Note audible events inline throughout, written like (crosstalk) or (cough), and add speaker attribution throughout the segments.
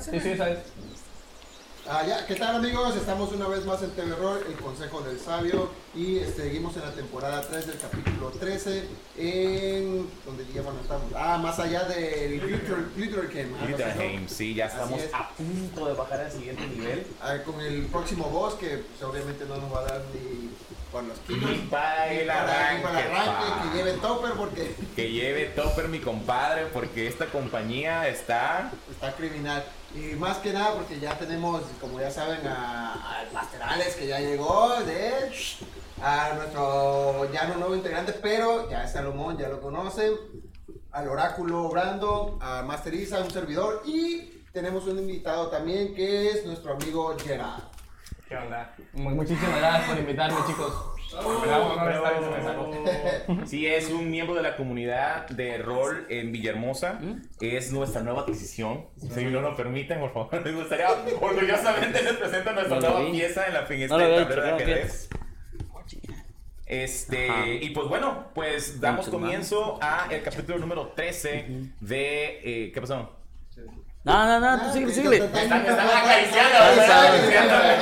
Speaker 1: Sí, sí, sabes.
Speaker 2: Ah, ya, ¿qué tal amigos? Estamos una vez más en TV Error, el Consejo del Sabio, y este, seguimos en la temporada 3 del capítulo 13, en... donde ya bueno, estamos? Ah, más allá del Future, Future Game. ah, no sé, ¿no?
Speaker 3: Glitterheim, sí, ya estamos
Speaker 2: Así es.
Speaker 3: a punto de bajar al siguiente nivel.
Speaker 2: Ah, con el próximo boss, que pues, obviamente no nos va a dar ni por los kilos.
Speaker 3: Y para el arranque,
Speaker 2: Para el arranque,
Speaker 3: pa.
Speaker 2: que lleve topper porque
Speaker 3: Que lleve topper mi compadre, porque esta compañía está...
Speaker 2: está criminal. Y más que nada porque ya tenemos, como ya saben, a- al Master Alex que ya llegó, de a nuestro ya no nuevo integrante, pero ya es Salomón, ya lo conocen, al oráculo Brando, a Master Isa, un servidor, y tenemos un invitado también que es nuestro amigo Gerard.
Speaker 1: ¿Qué onda? Mu- Muchísimas gracias por invitarme, chicos. Me da un honor estar en su mesa.
Speaker 3: (laughs) Sí, es un miembro de la comunidad de rol en Villahermosa. Es nuestra nueva adquisición. Si no lo permiten, por favor, (laughs) les gustaría orgullosamente les presento nuestra
Speaker 4: No lo
Speaker 3: nueva
Speaker 4: vi.
Speaker 3: pieza en la fin este,
Speaker 4: No lo había
Speaker 3: tablero de
Speaker 4: dicho, creo que-
Speaker 3: ajedrez. Este,
Speaker 4: Ajá.
Speaker 3: y pues bueno, pues damos
Speaker 4: Con tu
Speaker 3: comienzo a el capítulo número 13 de... eh, ¿Qué pasó?
Speaker 4: No, no, no, tú sigue, sigue.
Speaker 3: Están- están acariciando,
Speaker 4: están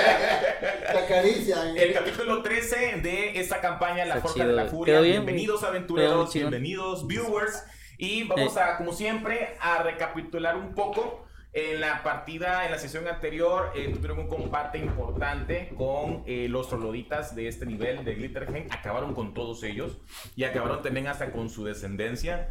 Speaker 2: Te acarician.
Speaker 3: El capítulo 13 de esta campaña, La
Speaker 4: Está
Speaker 3: Forja de
Speaker 4: chido,
Speaker 3: la
Speaker 4: güey.
Speaker 3: Furia.
Speaker 4: Quedó bien,
Speaker 3: bienvenidos
Speaker 4: güey. Quedó muy
Speaker 3: aventureros,
Speaker 4: chido.
Speaker 3: bienvenidos viewers. Y vamos
Speaker 4: Eh.
Speaker 3: a, como siempre, a recapitular un poco. En la partida, en la sesión anterior, eh, tuvieron un combate importante con eh, los troloditas de este nivel de Glitterheim. Acabaron con todos ellos y acabaron también hasta con su descendencia.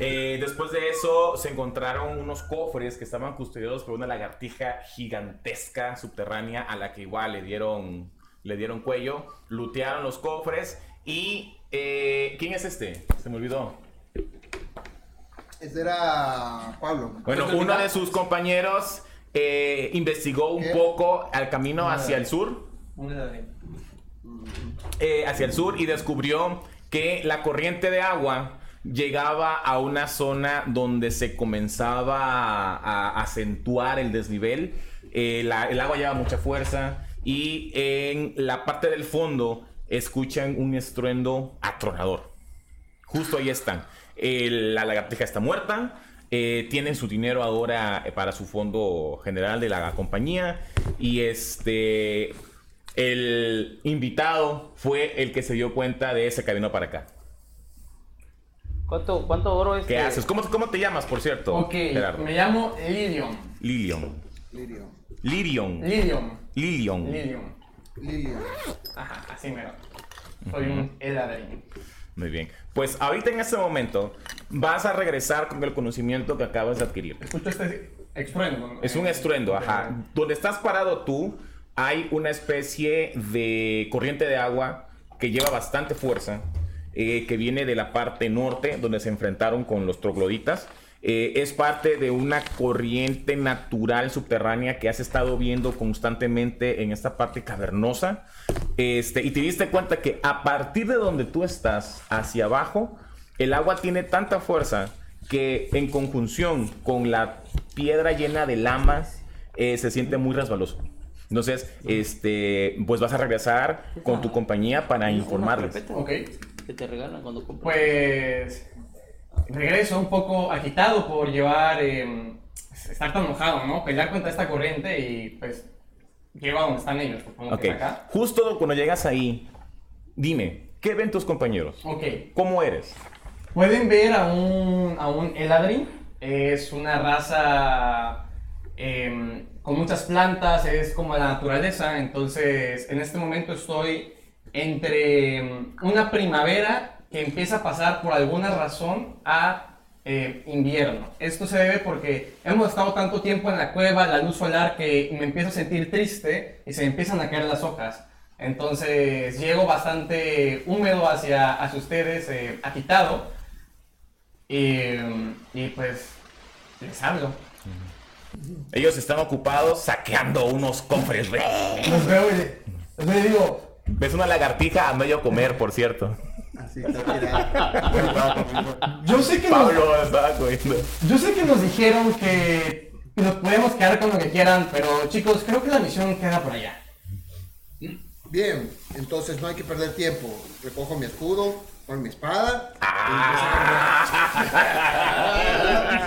Speaker 3: Eh, después de eso se encontraron unos cofres que estaban custodiados por una lagartija gigantesca subterránea a la que igual le dieron, le dieron cuello, lutearon los cofres y... eh, ¿Quién es este? Se me olvidó.
Speaker 2: Ese era Pablo.
Speaker 3: Bueno, uno de sus compañeros eh, investigó un
Speaker 2: ¿Qué?
Speaker 3: poco al camino hacia el sur, eh, hacia el sur y descubrió que la corriente de agua llegaba a una zona donde se comenzaba a, a acentuar el desnivel. Eh, la- el agua lleva mucha fuerza y en la parte del fondo escuchan un estruendo atronador. Justo ahí están. El- la lagartija está muerta. eh, tienen su dinero ahora eh, para su fondo general de la compañía. Y este. El invitado fue el que se dio cuenta de ese camino para acá.
Speaker 4: ¿Cuánto, cuánto oro es?
Speaker 3: ¿Qué haces? ¿Cómo, cómo te llamas, por cierto?
Speaker 1: Ok,
Speaker 3: Gerardo?
Speaker 1: me llamo Lilium.
Speaker 3: Lilion.
Speaker 2: Lirio.
Speaker 3: Lilion.
Speaker 1: Lilium.
Speaker 3: Lilion.
Speaker 1: Lilium.
Speaker 2: Lirio.
Speaker 1: Ajá, así mero. Soy un Eladrin.
Speaker 3: Muy bien. Pues ahorita en este momento vas a regresar con el conocimiento que acabas de adquirir.
Speaker 1: Escucho este estruendo. ¿no?
Speaker 3: Es un
Speaker 1: Eh,
Speaker 3: estruendo, ajá. Donde estás parado tú, hay una especie de corriente de agua que lleva bastante fuerza, eh, que viene de la parte norte, donde se enfrentaron con los trogloditas. Eh, es parte de una corriente natural subterránea que has estado viendo constantemente en esta parte cavernosa. Este, y te diste cuenta que a partir de donde tú estás, hacia abajo, el agua tiene tanta fuerza que en conjunción con la piedra llena de lamas eh, se siente muy resbaloso. Entonces, este, pues vas a regresar con tu compañía para informarles.
Speaker 1: Ok,
Speaker 4: Que te regalan cuando compras.
Speaker 1: pues regreso un poco agitado por llevar, eh, estar tan mojado, ¿no? Pelear contra esta corriente y pues llego a donde están ellos, supongo
Speaker 3: Ok.
Speaker 1: que es acá.
Speaker 3: Justo cuando llegas ahí, dime, ¿qué ven tus compañeros?
Speaker 1: Ok,
Speaker 3: ¿Cómo eres?
Speaker 1: Pueden ver a un, a un Eladrin. Es una raza em, con muchas plantas, es como la naturaleza. Entonces, en este momento estoy entre em, una primavera que empieza a pasar por alguna razón a em, invierno. Esto se debe porque hemos estado tanto tiempo en la cueva, la luz solar, que me empiezo a sentir triste y se me empiezan a caer las hojas. Entonces llego bastante húmedo hacia, hacia ustedes, eh, agitado. Y, y pues les hablo.
Speaker 3: Ellos están ocupados saqueando unos cofres. güey.
Speaker 1: Los veo y le- los veo y digo,
Speaker 3: Ves una lagartija a medio comer, por
Speaker 5: (laughs)
Speaker 3: cierto.
Speaker 2: Así te (laughs) tirado.
Speaker 1: yo sé que nos,
Speaker 3: Pablo estaba comiendo.
Speaker 1: yo sé que nos dijeron que nos podemos quedar con lo que quieran, pero chicos, creo que la misión queda por allá.
Speaker 2: Bien, entonces no hay que perder tiempo. Recojo mi escudo con mi espada.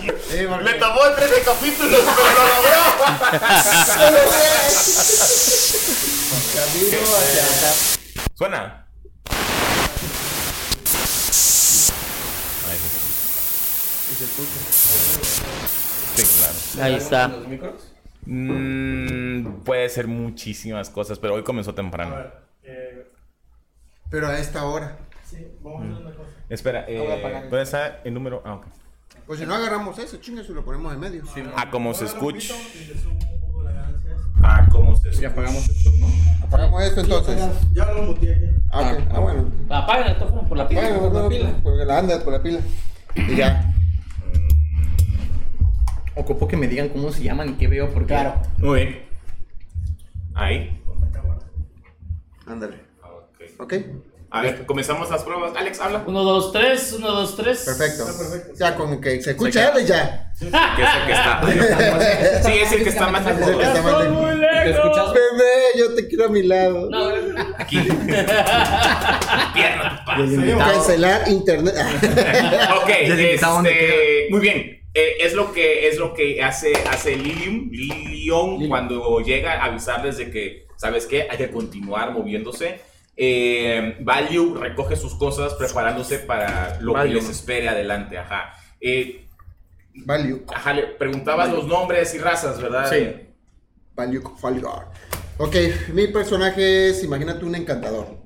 Speaker 2: Sí, porque- (laughs)
Speaker 5: Le tomó 13 capítulos, pero lo logró.
Speaker 2: Camino hacia acá.
Speaker 3: Suena. Ahí sí. Sí, claro.
Speaker 4: Ahí está.
Speaker 1: ¿Los micros?
Speaker 3: Mm, puede ser muchísimas cosas, pero hoy comenzó temprano.
Speaker 2: Pero a esta hora.
Speaker 3: Espera, eh, ¿dónde está el número? Ah, ok.
Speaker 2: Pues si no agarramos eso, chingas, y lo ponemos en medio.
Speaker 3: A Ah, como se escucha. A como se escucha.
Speaker 1: pagamos estos, ¿no?
Speaker 2: Apagamos esto entonces.
Speaker 6: Ya lo muteé aquí.
Speaker 2: Ah, ok. Ah, bueno.
Speaker 4: Apagan el teléfono por la pila.
Speaker 2: Bueno,
Speaker 4: por
Speaker 2: bueno,
Speaker 4: la pila.
Speaker 2: porque la andas por la pila. Y ya.
Speaker 1: Ocupo que me digan cómo se llaman y qué veo, porque. Claro.
Speaker 3: Muy bien. Ahí.
Speaker 2: Ándale.
Speaker 3: Ah, Ok.
Speaker 2: ¿Ok?
Speaker 3: A ver, comenzamos las pruebas. Alex, habla.
Speaker 4: Uno, dos, tres, uno, dos, tres.
Speaker 2: Ah, Perfecto.
Speaker 6: perfecto.
Speaker 2: Ya con que se escucha él y ya.
Speaker 3: (laughs) Que es el que está. Sí, es el que está más
Speaker 2: Es el que está
Speaker 3: lejos.
Speaker 2: más
Speaker 4: Estoy
Speaker 2: lejos.
Speaker 4: muy lejos.
Speaker 2: Bebé, yo te quiero a mi lado.
Speaker 4: No,
Speaker 3: Aquí. (laughs) Pierna, papá.
Speaker 2: Cancelar internet. (laughs)
Speaker 3: Ok,
Speaker 1: Ya se quitaban de
Speaker 3: este, muy bien. Eh, es lo que es lo que hace hace Lilium, Lilium, cuando llega a avisarles de que sabes qué hay que continuar moviéndose. Eh, Value recoge sus cosas preparándose para lo que
Speaker 4: Value.
Speaker 3: les espere adelante. Ajá. Eh,
Speaker 2: Value.
Speaker 3: ajá, le preguntabas los nombres y razas, ¿verdad?
Speaker 1: Sí.
Speaker 2: Value Falgar. Ok, mi personaje es, imagínate un encantador.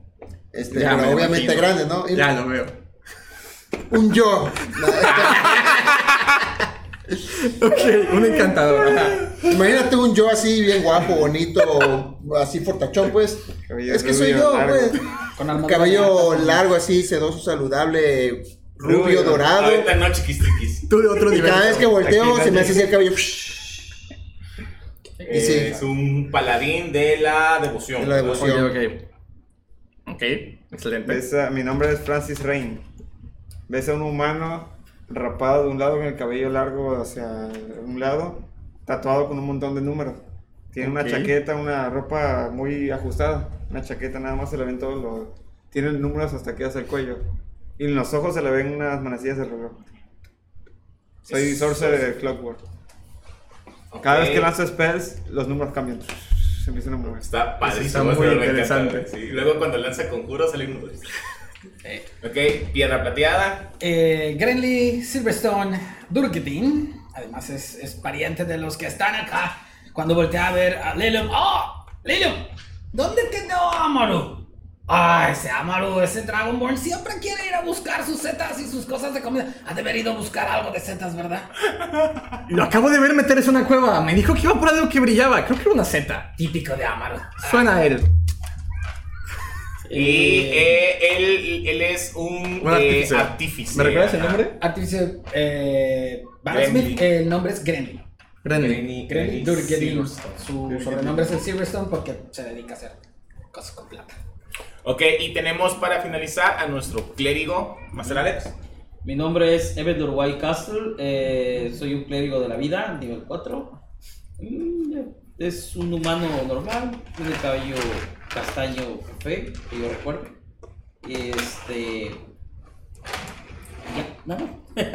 Speaker 2: Este,
Speaker 1: Ya
Speaker 2: pero
Speaker 1: me
Speaker 2: obviamente
Speaker 1: imagino.
Speaker 2: grande, ¿no? Y
Speaker 1: Ya lo veo.
Speaker 2: Un yo.
Speaker 1: Ok, un encantador. ajá.
Speaker 2: imagínate un yo así, bien guapo, bonito, así fortachón, pues.
Speaker 1: Cabello
Speaker 2: es que soy
Speaker 1: rubio,
Speaker 2: yo,
Speaker 1: largo.
Speaker 2: pues. Cabello largo, así, sedoso, saludable, rubio,
Speaker 1: Rubio.
Speaker 2: dorado.
Speaker 3: Ahorita no, chiquis, chiquis.
Speaker 1: Tú de otro
Speaker 2: Y
Speaker 1: nivel.
Speaker 2: cada vez que volteo, se me hace así el cabello. Y sí.
Speaker 3: Eh, Es un paladín de la devoción.
Speaker 2: De la devoción.
Speaker 1: Ok, ok. Ok, excelente.
Speaker 6: Ves a- mi nombre es Francis Rain. Ves a un humano rapado de un lado con el cabello largo hacia un lado, tatuado con un montón de números. Tiene
Speaker 1: Ok.
Speaker 6: una chaqueta, una ropa muy ajustada. Una chaqueta nada más se le ven todos los... Tiene números hasta aquí hacia el cuello. Y en los ojos se le ven unas manecillas de reloj. Soy sorcerer de Clockwork. Cada
Speaker 3: Ok.
Speaker 6: vez que lanzo spells, los números cambian. Se empiezan a mover.
Speaker 3: Está padrísimo.
Speaker 1: Está muy
Speaker 3: eso me encanta.
Speaker 1: interesante.
Speaker 3: Sí, y Luego cuando lanza conjuro sale un... ok, piedra plateada.
Speaker 7: Eh, Grenly Silverstone Durgetin, además es, es pariente de los que están acá. Cuando voltea a ver a Lilium, ¡Oh! ¡Lilium! ¿Dónde quedó Amaru? Ah, ese Amaru, ese Dragonborn siempre quiere ir a buscar sus setas y sus cosas de comida. Ha de haber ido a buscar algo de setas, ¿verdad?
Speaker 1: Lo acabo de ver meterse en una cueva. Me dijo que iba por algo que brillaba. Creo que era una Z.
Speaker 7: Típico de Amaru.
Speaker 1: Suena a él.
Speaker 3: Y
Speaker 4: Eh,
Speaker 3: eh, él, él es un,
Speaker 1: Un
Speaker 3: eh,
Speaker 1: artífice.
Speaker 3: artífice.
Speaker 1: ¿Me recuerdas el
Speaker 3: Ajá.
Speaker 1: nombre?
Speaker 7: Artificio, eh, Barrasmith,
Speaker 3: Grenly.
Speaker 7: el nombre es Grenly.
Speaker 1: Renly.
Speaker 7: Grenly Durgetin.
Speaker 3: Silverstone.
Speaker 7: Su sobrenombre es el Silverstone porque se dedica a hacer cosas con plata.
Speaker 3: Ok, y tenemos para finalizar a nuestro clérigo, Master Alex.
Speaker 4: Mi nombre es Evedor White Castle. eh, soy un clérigo de la vida, nivel 4. Es un humano normal, tiene cabello castaño café, que yo recuerdo. Este. Ya, nada.
Speaker 1: (laughs)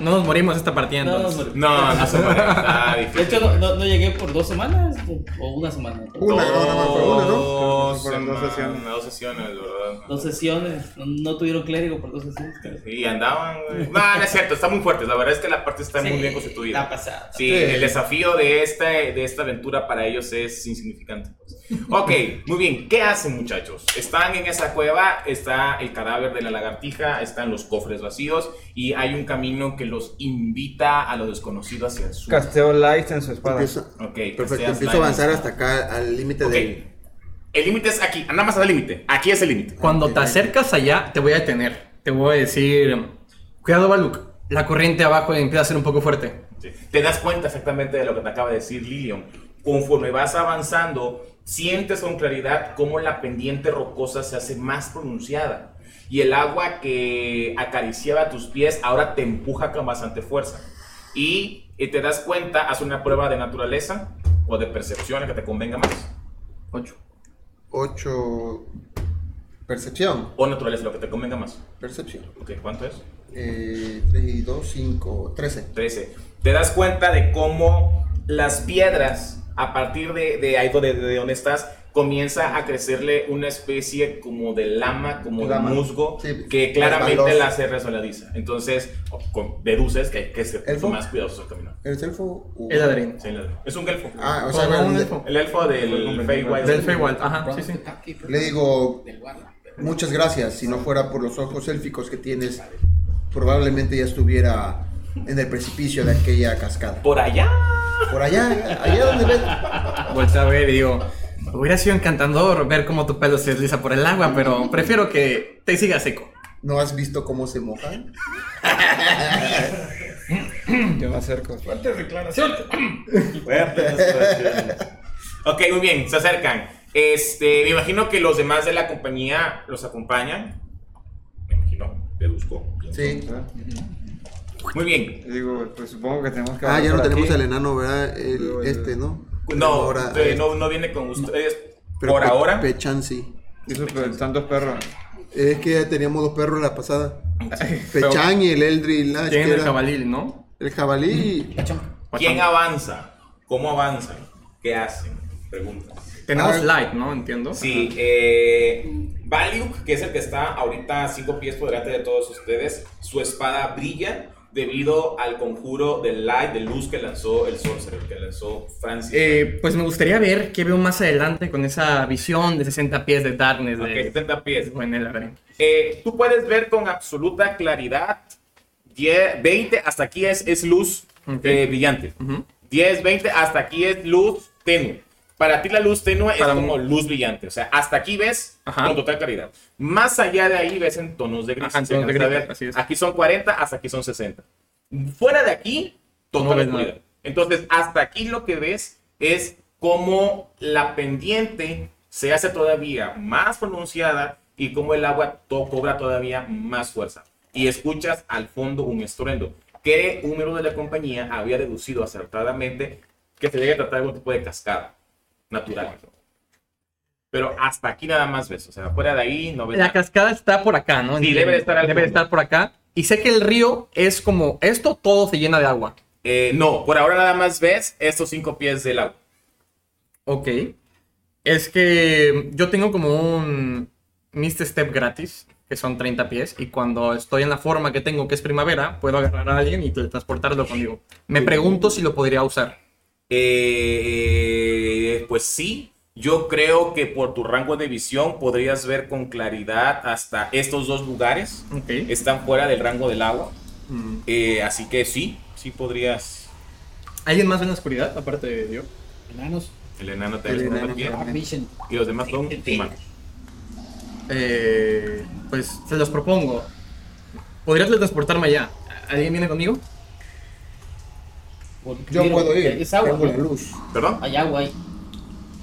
Speaker 1: No nos morimos esta partida
Speaker 4: No,
Speaker 1: entonces.
Speaker 4: no, no.
Speaker 3: No, no se muere. Está
Speaker 4: De
Speaker 3: difícil.
Speaker 4: hecho, no, no- no llegué por dos semanas o- o una semana.
Speaker 2: Una, no, nada más fue una, ¿no?
Speaker 3: Dos
Speaker 6: Fueron dos
Speaker 3: semanas,
Speaker 6: sesiones.
Speaker 3: dos sesiones, ¿verdad?
Speaker 4: Dos sesiones, no, no tuvieron clérigo por dos sesiones. pero-
Speaker 3: Sí, andaban. güey. No, no es cierto, está muy fuerte. La verdad es que la parte está muy bien constituida.
Speaker 4: Está pasada.
Speaker 3: Sí, el desafío de esta, de esta aventura para ellos es insignificante.
Speaker 2: (laughs)
Speaker 3: pues. Ok, muy bien. ¿Qué hacen, muchachos? Están en esa cueva, está el cadáver de la lagartija, están los cofres vacíos y hay un camino que los invita a lo desconocido hacia el sur.
Speaker 6: Casteo lights en su espada.
Speaker 2: Empiezo-
Speaker 3: Ok,
Speaker 2: perfecto,
Speaker 3: casteas
Speaker 2: empiezo a
Speaker 3: Lightning
Speaker 2: avanzar
Speaker 3: Storm.
Speaker 2: hasta acá, al límite
Speaker 3: Ok.
Speaker 2: de...
Speaker 3: El límite es aquí, nada más al límite. Aquí es el límite.
Speaker 1: Cuando te acercas allá, te voy a detener. Te voy a decir, cuidado, Baluk. La corriente abajo empieza a ser un poco fuerte.
Speaker 3: Sí. Te das cuenta exactamente de lo que te acaba de decir Lilian. Conforme vas avanzando, sientes con claridad cómo la pendiente rocosa se hace más pronunciada. Y el agua que acariciaba tus pies ahora te empuja con bastante fuerza. Y eh, te das cuenta, haz una prueba de naturaleza o de percepción, la que te convenga más.
Speaker 1: 8.
Speaker 2: 8.
Speaker 8: Percepción.
Speaker 3: O naturaleza, lo que te convenga más.
Speaker 8: Percepción.
Speaker 3: Ok, ¿cuánto es?
Speaker 8: Eh, 3 y 2, 5, 13.
Speaker 3: 13. Te das cuenta de cómo las piedras, a partir de, de ahí donde, de donde estás, comienza a crecerle una especie como de lama, como
Speaker 8: Lama.
Speaker 3: de musgo,
Speaker 8: Sí,
Speaker 3: que claramente
Speaker 8: resbaloso.
Speaker 3: la hace resbaladiza. Entonces, o- con- deduces que hay que ser mucho
Speaker 8: Elfo.
Speaker 3: más cuidadoso al caminar.
Speaker 8: ¿Eres elfo? o-
Speaker 1: Eladrin.
Speaker 3: Sí, el elfo. Es un elfo.
Speaker 8: Ah, o sea,
Speaker 1: Como un
Speaker 8: le-
Speaker 1: elfo.
Speaker 3: El elfo del Feywild.
Speaker 1: Del Feywild, ajá, sí, sí.
Speaker 8: le digo muchas gracias. Si no fuera por los ojos élficos que tienes, probablemente ya estuviera en el precipicio de aquella cascada.
Speaker 3: Por allá.
Speaker 8: Por allá, allá donde ves.
Speaker 1: Vuelta a ver y digo, hubiera sido encantador ver cómo tu pelo se desliza por el agua,
Speaker 3: (laughs)
Speaker 1: pero prefiero que te siga seco.
Speaker 8: ¿No has visto cómo se mojan?
Speaker 6: Yo me acerco.
Speaker 7: Fuertes declaraciones.
Speaker 3: ok, muy bien, se acercan. Este, me imagino que los demás de la compañía los acompañan. Me imagino, deduzco.
Speaker 8: Sí.
Speaker 3: Muy bien.
Speaker 6: Y digo, pues supongo que tenemos que.
Speaker 8: Ah, ya no
Speaker 6: por
Speaker 8: tenemos
Speaker 6: aquí.
Speaker 8: al enano, ¿verdad? El-
Speaker 6: Luego el-
Speaker 8: este, ¿no?
Speaker 3: No,
Speaker 8: Ahora,
Speaker 3: eh,
Speaker 8: eh,
Speaker 3: no, no viene con ustedes
Speaker 8: pero
Speaker 3: por
Speaker 8: Pe-
Speaker 3: ahora.
Speaker 8: Pechan sí.
Speaker 6: Esos pe- están dos perros.
Speaker 8: Es que teníamos dos perros la pasada.
Speaker 1: Pero
Speaker 8: Pechan y el Eldri Lash. que
Speaker 1: Tienen el
Speaker 8: era-
Speaker 1: jabalí, ¿no?
Speaker 8: El jabalí.
Speaker 3: ¿Quién avanza? ¿Cómo avanzan? ¿Qué hacen? Pregunta.
Speaker 1: Tenemos
Speaker 8: Ah.
Speaker 1: light, ¿no? Entiendo.
Speaker 3: Sí, eh, Valiuk, que es el que está ahorita a cinco pies por delante de todos ustedes, su espada brilla debido al conjuro del light, de luz que lanzó el sorcerer, que lanzó Francis.
Speaker 1: Eh, pues me gustaría ver qué veo más adelante con esa visión de 60 pies de Darkness
Speaker 3: Ok,
Speaker 1: de
Speaker 3: 70 pies.
Speaker 1: en el laberinto.
Speaker 3: Eh, tú puedes ver con absoluta claridad 10, 20, hasta aquí es, es luz
Speaker 1: Ok.
Speaker 3: eh, brillante.
Speaker 1: Ujú.
Speaker 3: 10, 20, hasta aquí es luz tenue. Para ti la luz tenue
Speaker 1: Para
Speaker 3: es
Speaker 1: mí-
Speaker 3: como luz brillante. O sea, hasta aquí ves
Speaker 1: Ajá.
Speaker 3: con total claridad. Más allá de ahí ves en tonos de gris.
Speaker 1: Ajá, en
Speaker 3: Se
Speaker 1: tonos de
Speaker 3: alcanza a
Speaker 1: gris,
Speaker 3: ver,
Speaker 1: así es.
Speaker 3: Aquí son 40, hasta aquí son 60. Fuera de aquí,
Speaker 1: No
Speaker 3: total
Speaker 1: ves
Speaker 3: oscuridad.
Speaker 1: nada.
Speaker 3: Entonces, hasta aquí lo que ves es cómo la pendiente se hace todavía más pronunciada y cómo el agua to- cobra todavía más fuerza. Y escuchas al fondo un estruendo que un miembro de la compañía había deducido acertadamente que se llegue a tratar de algún tipo de cascada natural. Pero hasta aquí nada más ves. O sea, fuera de ahí no ves
Speaker 1: La
Speaker 3: nada.
Speaker 1: cascada está por acá, ¿no?
Speaker 3: Sí, debe de estar al
Speaker 1: Debe de
Speaker 3: fondo.
Speaker 1: estar por acá. Y sé que el río es como esto, todo se llena de agua.
Speaker 3: Eh, no, por ahora nada más ves estos cinco pies del agua.
Speaker 1: Ok. Es que yo tengo como un Mist Step gratis, que son 30 pies, y cuando estoy en la forma que tengo, que es primavera, puedo agarrar a alguien y transportarlo conmigo. Me pregunto si lo podría usar.
Speaker 3: Eh, pues sí, yo creo que por tu rango de visión podrías ver con claridad hasta estos dos lugares.
Speaker 1: Ok.
Speaker 3: Están fuera del rango del agua.
Speaker 1: Mm.
Speaker 3: Eh, así que sí, sí podrías.
Speaker 1: ¿Alguien más ve en la oscuridad, aparte de yo?
Speaker 7: Enanos.
Speaker 3: El enano te
Speaker 8: El
Speaker 3: ves con
Speaker 8: enano
Speaker 3: otro pie,
Speaker 7: Dark Vision.
Speaker 3: y los demás son humanos.
Speaker 1: Eh, pues se los propongo. ¿Podrías transportarme allá? ¿Alguien viene conmigo?
Speaker 8: Yo puedo ir.
Speaker 4: Es agua.
Speaker 8: Tengo
Speaker 4: ¿no?
Speaker 8: la luz.
Speaker 3: ¿Perdón?
Speaker 4: Hay agua ahí.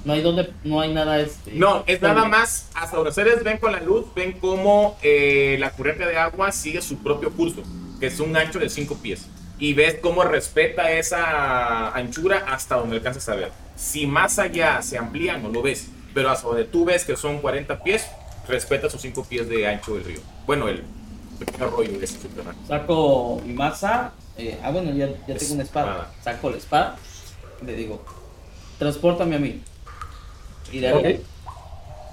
Speaker 4: No hay donde, no hay nada este.
Speaker 3: No, es nada más. Hasta donde ustedes ven con la luz, ven cómo eh, la corriente de agua sigue su propio curso, que es un ancho de 5 pies. Y ves cómo respeta esa anchura hasta donde alcanzas a ver. Si más allá se amplía, no lo ves. Pero hasta donde tú ves que son 40 pies, respeta sus 5 pies de ancho del río. Bueno, el pequeño arroyo es subterráneo.
Speaker 4: Saco mi maza. eh, ah, bueno, ya, ya tengo una espada.
Speaker 3: Espada.
Speaker 4: Saco la espada. Le digo, transpórtame a mí. Y de ahí,
Speaker 1: Ok.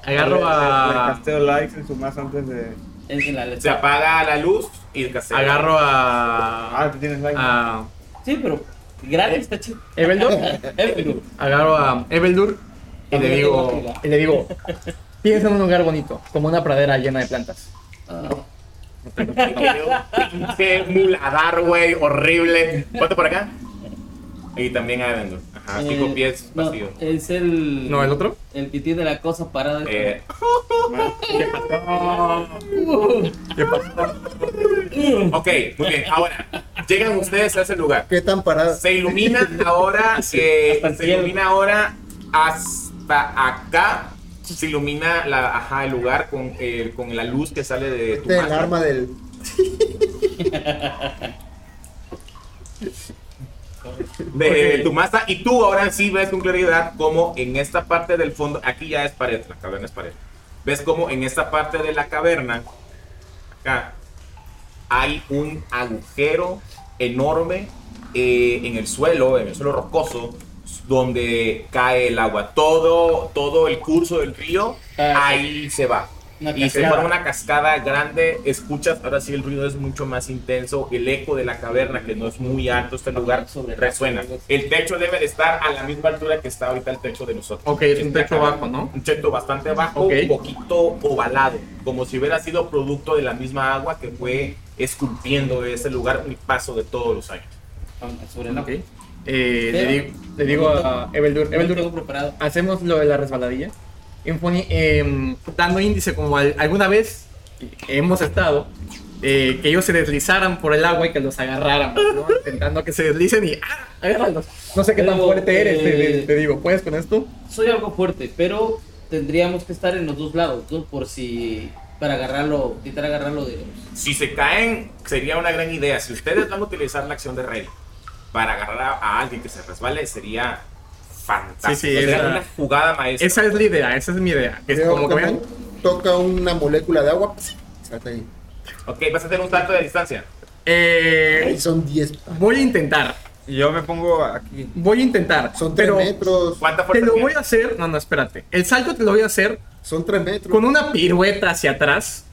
Speaker 1: Agarro
Speaker 6: Le
Speaker 1: a.
Speaker 6: casteo likes en su más antes de.
Speaker 4: en, en la
Speaker 3: Se
Speaker 4: espada.
Speaker 3: apaga la luz y el castillo.
Speaker 1: Agarro
Speaker 6: Ah,
Speaker 1: a.
Speaker 6: tú tienes likes.
Speaker 1: A.
Speaker 4: Sí, pero gratis, está chido.
Speaker 1: Eveldur.
Speaker 4: Eh, pero
Speaker 1: Agarro a Eveldur y le
Speaker 4: También
Speaker 1: digo.
Speaker 4: tengo pila.
Speaker 1: Y le digo. Piensa en un lugar bonito, como una pradera llena de plantas.
Speaker 4: Ah,
Speaker 3: Pinche muladar, güey, horrible. ¿Cuánto por acá? Y también Avendor. Ajá, cinco
Speaker 4: Eh,
Speaker 3: pies
Speaker 4: no,
Speaker 3: vacío.
Speaker 4: es el.
Speaker 1: ¿No el otro?
Speaker 4: El que tiene la cosa parada.
Speaker 3: Eh, ok, muy bien. Ahora, llegan ustedes a ese lugar.
Speaker 8: ¿Qué tan parada?
Speaker 3: Se ilumina
Speaker 4: (laughs)
Speaker 3: ahora. eh,
Speaker 4: hasta el
Speaker 3: se
Speaker 4: cielo.
Speaker 3: ilumina ahora hasta acá. Se ilumina la, ajá, el lugar con, eh, con la luz que sale de tu
Speaker 8: Este, el
Speaker 3: máscara.
Speaker 8: arma del.
Speaker 3: de tu masa y tú ahora sí ves con claridad como en esta parte del fondo, aquí ya es pared, la caverna es pared. ves como en esta parte de la caverna, acá, hay un agujero enorme eh, en el suelo, en el suelo rocoso, donde cae el agua. Todo, todo el curso del río,
Speaker 4: Ah,
Speaker 3: ahí se va.
Speaker 4: Una
Speaker 3: Y se
Speaker 4: cascada.
Speaker 3: forma una cascada grande, escuchas, ahora sí el ruido es mucho más intenso, el eco de la caverna, que no es muy alto este lugar,
Speaker 4: Sobre-
Speaker 3: resuena. El techo debe de estar a la misma altura que está ahorita el techo de nosotros.
Speaker 1: Ok, es un
Speaker 3: Está
Speaker 1: techo
Speaker 3: acá.
Speaker 1: bajo, ¿no?
Speaker 3: Un techo bastante bajo,
Speaker 1: Ok.
Speaker 3: un poquito ovalado, como si hubiera sido producto de la misma agua que fue esculpiendo ese lugar el paso de todos los años.
Speaker 4: Sobre el agua.
Speaker 1: Ok. Eh, le, di- le digo a Ebeldur,
Speaker 4: No tengo
Speaker 1: Ebeldur,
Speaker 4: preparado.
Speaker 1: hacemos lo de la resbaladilla. Infoni, eh, dando índice como al- alguna vez hemos estado, eh, que ellos se deslizaran por el agua y que los agarráramos, ¿no? Intentando que se deslicen y ¡ah! agárralos. No sé qué tan
Speaker 4: Pero,
Speaker 1: fuerte eres, te,
Speaker 4: eh,
Speaker 1: te- te digo, ¿puedes con esto?
Speaker 4: Soy algo fuerte, pero tendríamos que estar en los dos lados, ¿no? Por si. Para agarrarlo, intentar agarrarlo de los.
Speaker 3: Si se caen, sería una gran idea. Si ustedes van a utilizar la acción de rally para agarrar a, a alguien que se resbale, sería fantástico.
Speaker 1: Sí, sí,
Speaker 3: sería
Speaker 1: esa-
Speaker 3: una jugada maestra.
Speaker 1: Esa es la idea, esa es mi idea. Que es como que vean,
Speaker 2: toca una molécula de agua. pss, Salta ahí.
Speaker 3: Ok, vas a hacer un salto de distancia.
Speaker 1: eh,
Speaker 2: Ahí son 10.
Speaker 1: voy a intentar,
Speaker 6: Yo me pongo aquí.
Speaker 1: voy a intentar,
Speaker 2: Son 3
Speaker 1: pero
Speaker 2: metros.
Speaker 3: ¿Cuánta
Speaker 1: te
Speaker 3: fuerza
Speaker 1: lo
Speaker 3: tienes?
Speaker 1: voy a hacer, no, no, espérate, el salto te lo voy a hacer
Speaker 2: Son 3 metros.
Speaker 1: con una pirueta hacia atrás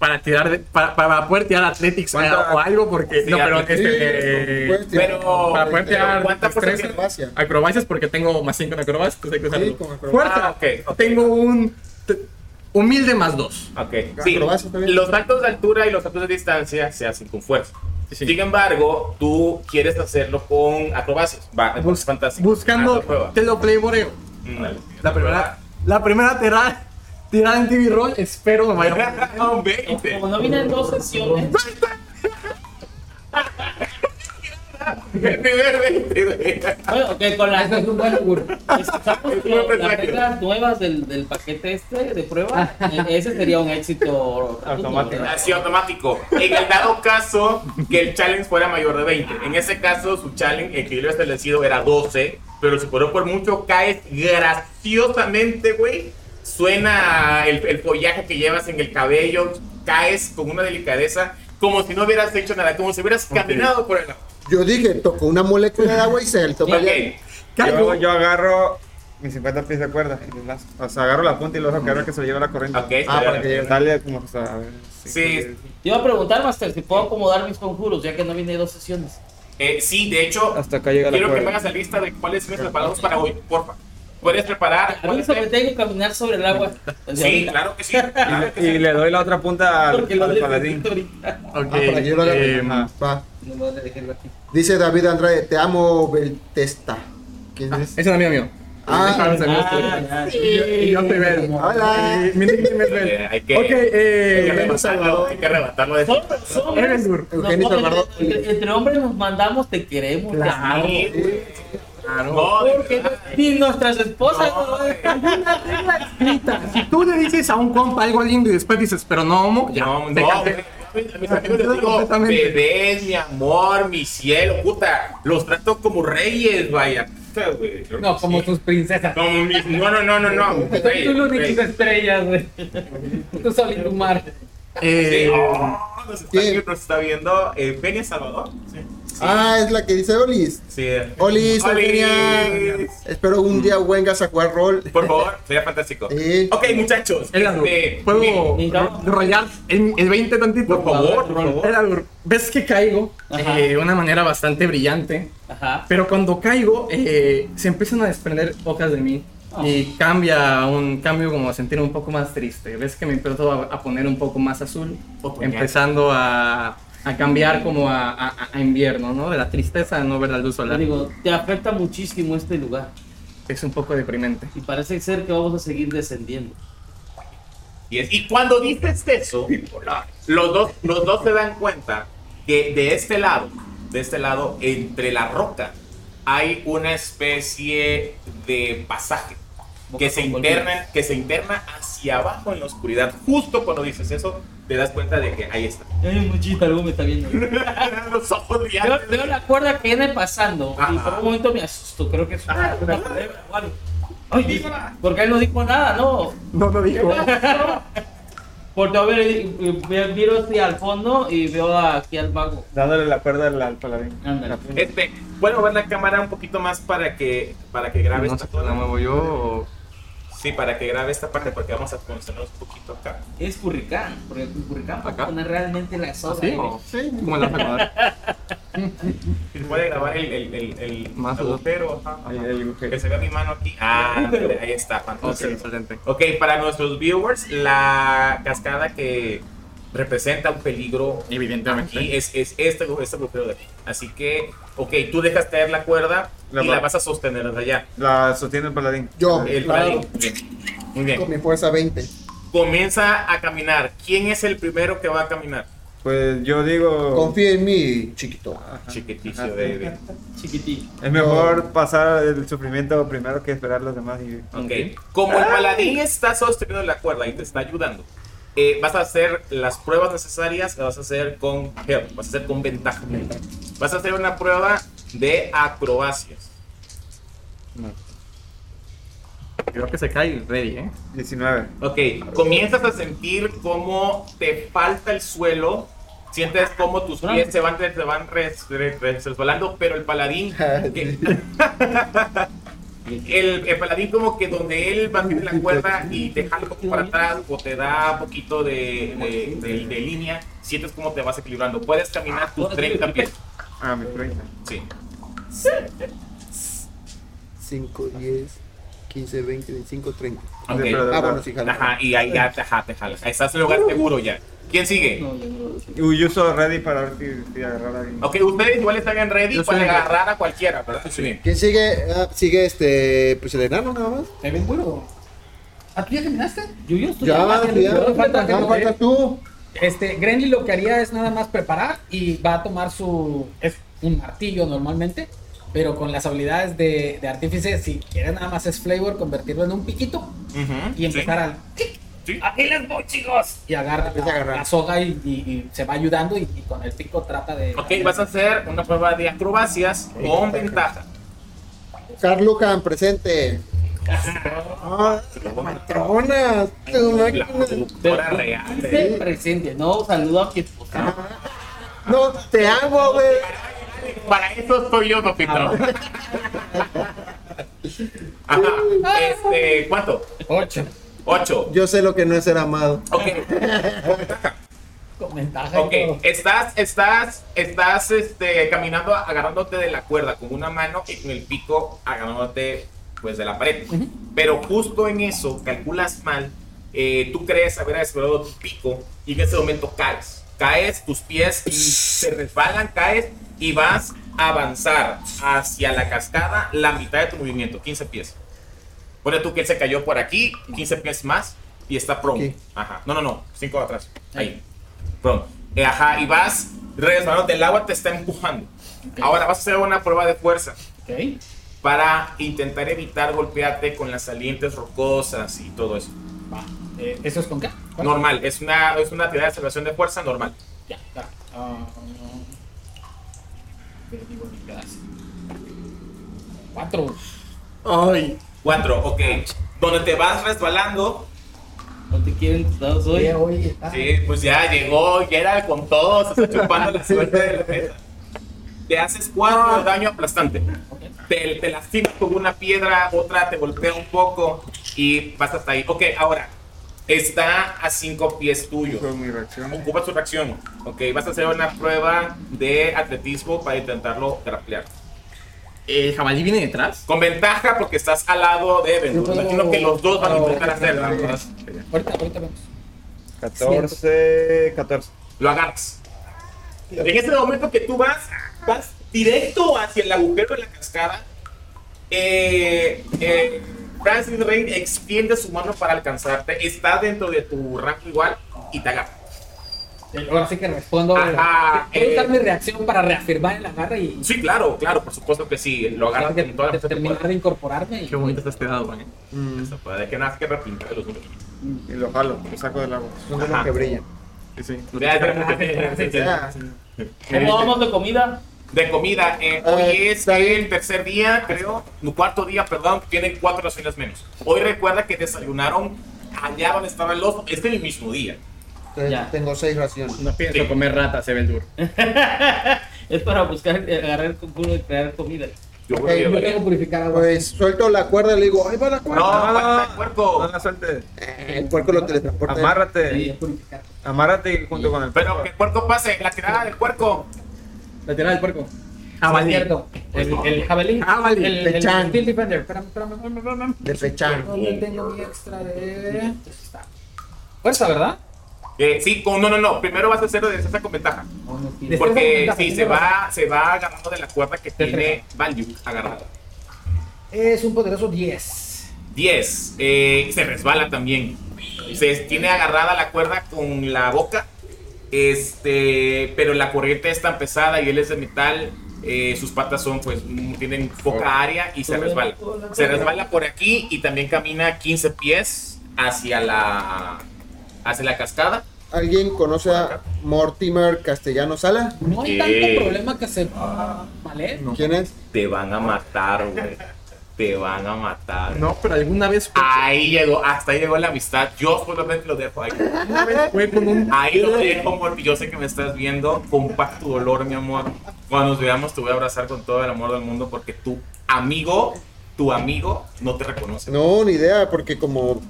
Speaker 1: para tirar de- para, para poder tirar Athletics eh,
Speaker 3: ¿Cuánta-
Speaker 1: o algo porque
Speaker 3: Sí,
Speaker 1: no pero
Speaker 3: Athletics.
Speaker 2: Sí,
Speaker 1: este, eh,
Speaker 2: puedes tirar.
Speaker 3: pero-
Speaker 1: para poder tirar
Speaker 3: ¿cuánta fuerza
Speaker 1: destreza,
Speaker 2: tienes?
Speaker 1: acrobacias porque tengo más 5 en acrobacias entonces hay que
Speaker 2: Sí,
Speaker 1: usarlo.
Speaker 2: con acrobacias.
Speaker 1: fuerza
Speaker 3: Ah, ok, ok.
Speaker 1: tengo un t- humilde más 2
Speaker 3: Ok, sí.
Speaker 2: Acrobacia también.
Speaker 3: Los saltos de altura y los saltos de distancia se hacen con fuerza. Sin embargo, tú quieres hacerlo con acrobacias. Va, Ah, es fantástico. Hazlo,
Speaker 1: buscando
Speaker 3: prueba.
Speaker 1: te lo playboreo
Speaker 3: Mm, dale.
Speaker 1: la primera la primera tirada tirada en TV roll espero no vaya
Speaker 3: (laughs) (laughs) Un 20.
Speaker 1: (laughs)
Speaker 4: Como no vienen dos sesiones.
Speaker 3: El primer 20, güey.
Speaker 4: Bueno, que con las, (laughs)
Speaker 3: Es un buen
Speaker 4: las
Speaker 3: mensaje.
Speaker 4: reglas nuevas del, del paquete este de prueba, eh, ese sería un éxito
Speaker 6: Automático.
Speaker 3: Así automático. En el dado caso que el challenge fuera mayor de 20. En ese caso, su challenge, el equilibrio establecido era 12, pero superó por mucho. Caes graciosamente, güey. Suena el, el follaje que llevas en el cabello. Caes con una delicadeza, como si no hubieras hecho nada, como si hubieras caminado por el.
Speaker 2: Yo dije, tocó una molécula de agua y saltó para allá.
Speaker 8: Ah,
Speaker 3: Ok.
Speaker 6: Yo, yo agarro mis 50 pies de cuerda y los lazo. O sea, agarro la punta y lo dejo caer que se lo lleve la corriente.
Speaker 3: Ok,
Speaker 2: Ah, para que llegue.
Speaker 6: Dale como, o sea, a ver.
Speaker 3: Sí.
Speaker 4: Te iba a preguntar, Master, si puedo acomodar mis conjuros, ya que no viene dos sesiones.
Speaker 3: Eh, sí, de hecho,
Speaker 6: Hasta acá llega la
Speaker 3: quiero que me
Speaker 6: cuerda.
Speaker 3: hagas la lista de cuáles tienes preparados para hoy, porfa. ¿Puedes preparar? cuáles
Speaker 4: Avisa que
Speaker 3: te-
Speaker 4: tengo que caminar sobre el agua.
Speaker 3: Sí, claro que sí. claro que
Speaker 6: Y
Speaker 3: sí.
Speaker 6: le doy la otra punta al,
Speaker 4: Porque lo
Speaker 6: al
Speaker 4: necesito
Speaker 6: paladín.
Speaker 4: ahorita.
Speaker 2: Ah, para que yo lo agarre.
Speaker 1: Em,
Speaker 2: Va.
Speaker 4: No me voy a dejarlo aquí.
Speaker 2: Dice David Andrade, te amo, Beltesta. ¿Quién es?
Speaker 1: es un amigo mío
Speaker 2: Ah,
Speaker 4: Ah, ya,
Speaker 1: y yo- y yo te veo
Speaker 2: hola.
Speaker 1: mi nickname es
Speaker 3: Eh,
Speaker 1: Ben.
Speaker 3: hay que,
Speaker 1: Ok,
Speaker 3: hay que
Speaker 1: eh,
Speaker 3: arrebatarlo, hay que arrebatarlo de
Speaker 4: Son- son-
Speaker 1: Eres duro.
Speaker 2: Eugenio
Speaker 4: no,
Speaker 2: Salvador.
Speaker 4: entre, entre hombres nos mandamos, te queremos. te amamos.
Speaker 3: Sí, güey.
Speaker 1: Claro.
Speaker 3: No, de
Speaker 4: Porque
Speaker 3: verdad.
Speaker 4: ni nuestras esposas
Speaker 3: No,
Speaker 4: nos van a dejar.
Speaker 1: Si tú le dices a un compa algo lindo y después dices, pero no, homo, ya,
Speaker 3: No,
Speaker 1: te
Speaker 3: no,
Speaker 1: cansé.
Speaker 3: güey. A mis amigos les digo,
Speaker 1: Completamente.
Speaker 3: bebés, mi amor, mi cielo, puta, los trato como reyes, vaya. Puta, güey.
Speaker 9: No, como tus princesas.
Speaker 3: Como mis- no, no, no, no, no.
Speaker 9: Soy tu luna y
Speaker 3: reyes.
Speaker 9: tus estrellas, güey. Tú sol y tu mar.
Speaker 1: Eh,
Speaker 3: Sí, oh, nos, está,
Speaker 2: ¿Quién?
Speaker 3: nos está viendo eh, Benia Salvador. Sí.
Speaker 2: ah, es la que dice Olis.
Speaker 3: Sí.
Speaker 2: Olis,
Speaker 3: Olis.
Speaker 2: Olis. Espero un día vengas a jugar rol.
Speaker 3: Por favor, sería fantástico.
Speaker 2: Sí.
Speaker 1: Eh,
Speaker 3: Ok, muchachos.
Speaker 1: Eladur,
Speaker 3: este,
Speaker 1: ¿puedo
Speaker 4: mi- mi-
Speaker 1: ro- rollar el, el 20 tantito?
Speaker 3: Por favor, por favor.
Speaker 1: Eladur, ves que caigo
Speaker 4: Ajá.
Speaker 1: eh, de una manera bastante brillante,
Speaker 4: Ajá.
Speaker 1: pero cuando caigo eh, se empiezan a desprender hojas de mí y cambia un cambio como a sentir un poco más triste. Ves que me empiezo a, a poner un poco más azul,
Speaker 3: Otoñal.
Speaker 1: empezando a, a cambiar como a, a- a invierno, ¿no? De la tristeza de no ver la luz
Speaker 4: Te
Speaker 1: solar.
Speaker 4: digo, te afecta muchísimo este lugar.
Speaker 1: Es un poco deprimente.
Speaker 4: Y parece ser que vamos a seguir descendiendo.
Speaker 3: Y, es- y cuando dices eso, los dos, los dos se dan cuenta que de este lado, de este lado, entre la roca, hay una especie de pasaje que se,
Speaker 4: con
Speaker 3: interna, que se interna hacia abajo en la oscuridad. Justo cuando dices eso, te das cuenta de que ahí está. (laughs)
Speaker 4: Ay, muchita, algo me está viendo.
Speaker 3: los ojos
Speaker 4: Veo,
Speaker 3: brillantes.
Speaker 4: veo la cuerda que viene pasando y
Speaker 3: Ajá.
Speaker 4: por un momento me asusto. Creo que es una, una culebra o algo. Ay, porque él no dijo nada, ¿no?
Speaker 2: No, no dijo.
Speaker 4: Volteo a ver eh, y- y- y- miro hacia al fondo y veo aquí al mago.
Speaker 6: Dándole la cuerda al, al paladín.
Speaker 4: Ándale.
Speaker 3: Este, puedo mover la cámara un poquito más para que para que grabe
Speaker 10: No
Speaker 3: esta
Speaker 10: sé, ¿La
Speaker 3: zona?
Speaker 10: muevo yo o...?
Speaker 3: Sí, para que grabe esta parte porque vamos a concentrarnos un poquito acá.
Speaker 4: Es Curricán, porque con Curricán para
Speaker 10: ¿Acá?
Speaker 4: poner realmente la
Speaker 3: ¿Ah,
Speaker 4: soga.
Speaker 10: ¿Sí?
Speaker 4: ¿eh?
Speaker 3: Oh.
Speaker 10: ¿O? Sí, como la acomodar.
Speaker 3: Si puede grabar el, el, el, el
Speaker 10: Más
Speaker 3: agujero, ajá.
Speaker 6: El, el agujero.
Speaker 3: que se vea mi mano aquí. Ah, (laughs) ahí está,
Speaker 10: Ok,
Speaker 3: fantástico.
Speaker 10: excelente.
Speaker 3: Ok, para nuestros viewers, la cascada que representa un peligro
Speaker 10: Evidentemente.
Speaker 3: aquí es, es este, este agujero de aquí. Así que, ok, tú dejas caer la cuerda
Speaker 6: La
Speaker 3: y
Speaker 6: va-
Speaker 3: la vas a sostener hasta allá.
Speaker 6: La sostiene el paladín.
Speaker 2: Yo,
Speaker 3: El
Speaker 2: claro,
Speaker 3: paladín. Bien. Muy bien.
Speaker 2: con mi fuerza 20.
Speaker 3: Comienza a caminar. ¿Quién es el primero que va a caminar?
Speaker 6: Pues yo digo.
Speaker 2: Confía en mí, chiquito.
Speaker 3: Chiquiticio, baby.
Speaker 4: Chiquitito.
Speaker 6: Es mejor pasar el sufrimiento primero que esperar a los demás. Y...
Speaker 3: Ok. Como el paladín está sosteniendo la cuerda y te está ayudando, eh, vas a hacer las pruebas necesarias, las vas a hacer con help, vas a hacer con ventaja. Vas a hacer una prueba de acrobacias.
Speaker 10: Creo que se cae el ready, ¿eh?
Speaker 6: 19.
Speaker 3: Ok, comienzas a sentir cómo te falta el suelo, sientes cómo tus pies se van, se van res- res- res- resbalando, pero el
Speaker 6: (laughs)
Speaker 3: paladín...
Speaker 6: Ah,
Speaker 3: que- el, el paladín como que donde él va a tener la cuerda y te jala un poco para atrás o te da un poquito de, de- de- de línea, sientes cómo te vas equilibrando. Puedes caminar tus 30 pies.
Speaker 6: Ah, mis 30.
Speaker 3: Sí.
Speaker 2: 5, 10, 15, 20, 25, 30.
Speaker 3: Ok.
Speaker 6: Sí, pero de
Speaker 2: Ah,
Speaker 6: verdad.
Speaker 2: bueno, sí, jalo.
Speaker 3: Ajá, y ahí ya te, ajá, te jala. Estás en un lugar seguro ya. ¿Quién sigue?
Speaker 4: No, yo no.
Speaker 6: Y yo uso ready para ver si, si agarrar a alguien.
Speaker 3: Ok, ustedes igual están en ready
Speaker 10: Yo soy
Speaker 3: para
Speaker 10: el-
Speaker 3: agarrar a cualquiera, ¿verdad? Sí.
Speaker 2: ¿Quién sigue? Ah, sigue este. Pues el enano nada más.
Speaker 7: Te ven duro. ¿Ah, tú ya caminaste?
Speaker 4: Yo, yo estoy
Speaker 2: Ya,
Speaker 4: abajo,
Speaker 2: ya.
Speaker 4: yo-
Speaker 7: falta
Speaker 2: Ah,
Speaker 7: gente.
Speaker 2: falta tú.
Speaker 7: Este, Grenly lo que haría es nada más preparar y va a tomar su. Es un martillo normalmente, pero con las habilidades de, de artífice, si quiere nada más es flavor, convertirlo en un piquito
Speaker 3: Ujú,
Speaker 7: y empezar Ah, eh. al.
Speaker 3: Sí.
Speaker 7: ¡Aquí les voy, chicos! Y agarra
Speaker 2: Empieza a
Speaker 7: la,
Speaker 2: agarrar.
Speaker 7: la soga y, y- y se va ayudando y, y con el pico trata de.
Speaker 3: Ok, vas a hacer una prueba de acrobacias con ventaja.
Speaker 2: Carlucan, presente. Ah, matrona. Tu
Speaker 3: La
Speaker 2: máquina.
Speaker 3: productora real. eh.
Speaker 4: Dice presente, no, saludo a que pues, o sea,
Speaker 2: No, te hago, güey.
Speaker 3: Para eso soy yo, papito. Ajá. Este, ¿cuánto?
Speaker 7: Ocho.
Speaker 3: Ocho.
Speaker 2: Yo sé lo que no es ser amado.
Speaker 3: Ok,
Speaker 7: Con ventaja. y
Speaker 3: ok.
Speaker 7: todo.
Speaker 3: Estás, estás, estás este, caminando, agarrándote de la cuerda con una mano y con el pico agarrándote pues de la pared. Pero justo en eso, calculas mal, eh, tú crees haber desesperado tu pico y en ese momento caes. Caes, tus pies se resbalan, caes y vas a avanzar hacia la cascada la mitad de tu movimiento, 15 pies. Pone tú que él se cayó por aquí, 15 pies más y está pronto.
Speaker 2: Aquí.
Speaker 3: Ajá, no, no, no, 5 atrás. Ahí, pronto. Eh, ajá, y vas resbalándote, el agua te está empujando. Ahora vas a hacer una prueba de fuerza
Speaker 7: Ok.
Speaker 3: para intentar evitar golpearte con las salientes rocosas y todo eso.
Speaker 7: Va. Eh, ¿Eso es con qué? ¿Cuál?
Speaker 3: Normal, es una, es una actividad de salvación de fuerza normal.
Speaker 7: Ya, ya. Ah, no. Te digo ni qué hace. Cuatro.
Speaker 10: Ay,
Speaker 3: Cuatro, ok. Donde te vas resbalando.
Speaker 4: no te quieren tus dados hoy.
Speaker 7: Oye, oye, ah,
Speaker 3: Sí, pues ya llegó, ya era con todos, está chupando la suerte de la mesa. Te haces cuatro de daño aplastante.
Speaker 7: ok.
Speaker 3: Te, te lastimas con una piedra, otra te golpea un poco y vas hasta ahí. Ok, ahora está a cinco pies tuyo.
Speaker 6: Uso mi reacción.
Speaker 3: Ocupa su reacción. Ok, vas a hacer una prueba de atletismo para intentarlo grapplear.
Speaker 10: ¿el Eh, jabalí viene detrás?
Speaker 3: Con ventaja porque estás al lado de Evan. Me imagino que los dos van a intentar hacerlo. ¿verdad?
Speaker 7: Ahorita, ahorita vemos.
Speaker 6: 14. 14.
Speaker 3: Lo agarras. En este momento que tú vas, vas directo hacia el agujero de la cascada. Eh, eh, Francis Rain extiende su mano para alcanzarte. Está dentro de tu rango igual y te agarra.
Speaker 7: Eh, Ahora sí que respondo.
Speaker 3: Ajá,
Speaker 7: ¿Puedo
Speaker 3: eh.
Speaker 7: usar mi reacción para reafirmar el agarre y
Speaker 3: Sí, claro, claro, por supuesto que sí. Lo agarras
Speaker 7: que
Speaker 3: con toda la fuerza que
Speaker 7: terminar de incorporarme? y-
Speaker 10: Qué bonito está este dado, güey.
Speaker 2: Mm,
Speaker 3: puedas. Para que nada que repintar los números.
Speaker 6: Y lo jalo, lo saco del agua.
Speaker 2: son de
Speaker 3: Ajá.
Speaker 2: los que brillan.
Speaker 10: Sí, sí.
Speaker 3: Ya, ya, ya, ya, ya, ya.
Speaker 2: Ya,
Speaker 4: ¿Cómo vamos de comida?
Speaker 3: de comida. Eh, hoy es el tercer día, creo, no, cuarto día, perdón, tienen cuatro raciones menos. Hoy recuerda que desayunaron allá donde estaba el oso, es del mismo día.
Speaker 2: Entonces,
Speaker 4: Ya.
Speaker 2: Tengo seis raciones.
Speaker 1: No pienso comer ratas, Eveldur.
Speaker 4: Es para buscar, eh, agarrar concurso y crear comida.
Speaker 3: Yo
Speaker 2: Ok,
Speaker 3: creo que
Speaker 2: yo
Speaker 3: vale.
Speaker 2: tengo purificar agua. Pues suelto la cuerda y le digo, ¡ay, va la cuerda!
Speaker 3: No, aguanta el
Speaker 10: Oh.
Speaker 6: No
Speaker 3: puerco.
Speaker 6: la sueltes.
Speaker 2: Eh, el puerco lo teletransporta.
Speaker 4: Sí,
Speaker 6: Amárrate.
Speaker 4: es purificar.
Speaker 6: Amárrate junto con el
Speaker 3: Pero
Speaker 6: puerco.
Speaker 3: que el puerco pase, la tirada del puerco.
Speaker 10: La tirada del puerco.
Speaker 1: Jabalí.
Speaker 10: Cierto.
Speaker 3: Pues
Speaker 10: El, el jabalí.
Speaker 3: Ah,
Speaker 2: Jabalí,
Speaker 10: El, el,
Speaker 2: pechán.
Speaker 10: Steel Defender. Espérame, espérame, espérame, espérame.
Speaker 2: De fechar.
Speaker 10: ¿Dónde tengo mi extra de...? Aquí está. Fuerza, ¿verdad?
Speaker 3: Eh, sí, con, no, no, no. Primero vas a hacer de destreza con ventaja.
Speaker 4: No, no tiene.
Speaker 10: Destreza con
Speaker 3: Porque
Speaker 10: ventaja,
Speaker 3: si se
Speaker 10: destreza con
Speaker 3: va, se va agarrando de la cuerda que
Speaker 10: Destreza.
Speaker 3: tiene Value agarrada.
Speaker 10: Es un poderoso 10.
Speaker 3: 10. eh, se resbala también. Se tiene agarrada la cuerda con la boca. Este, pero la corriente es tan pesada y él es de metal. eh, sus patas son, pues, mm, tienen poca área y se resbala. Se resbala por aquí y también camina 15 pies hacia la, hacia la cascada.
Speaker 2: ¿Alguien conoce a Mortimer Castellano Sala?
Speaker 7: No hay
Speaker 3: Sí. Ah.
Speaker 7: tanto problema que se. ¿Vale?
Speaker 2: ¿Quién es?
Speaker 3: Te van a matar, güey. Te van a matar.
Speaker 10: No, pero alguna vez
Speaker 3: Ahí llegó, hasta ahí llegó la amistad. Yo solamente lo dejo ahí.
Speaker 10: fue con un...
Speaker 3: Ahí lo dejo, Morty. Yo sé que me estás viendo. Compás tu dolor, mi amor. Cuando nos veamos, te voy a abrazar con todo el amor del mundo porque tu amigo, tu amigo, no te reconoce.
Speaker 2: No, ni idea, porque como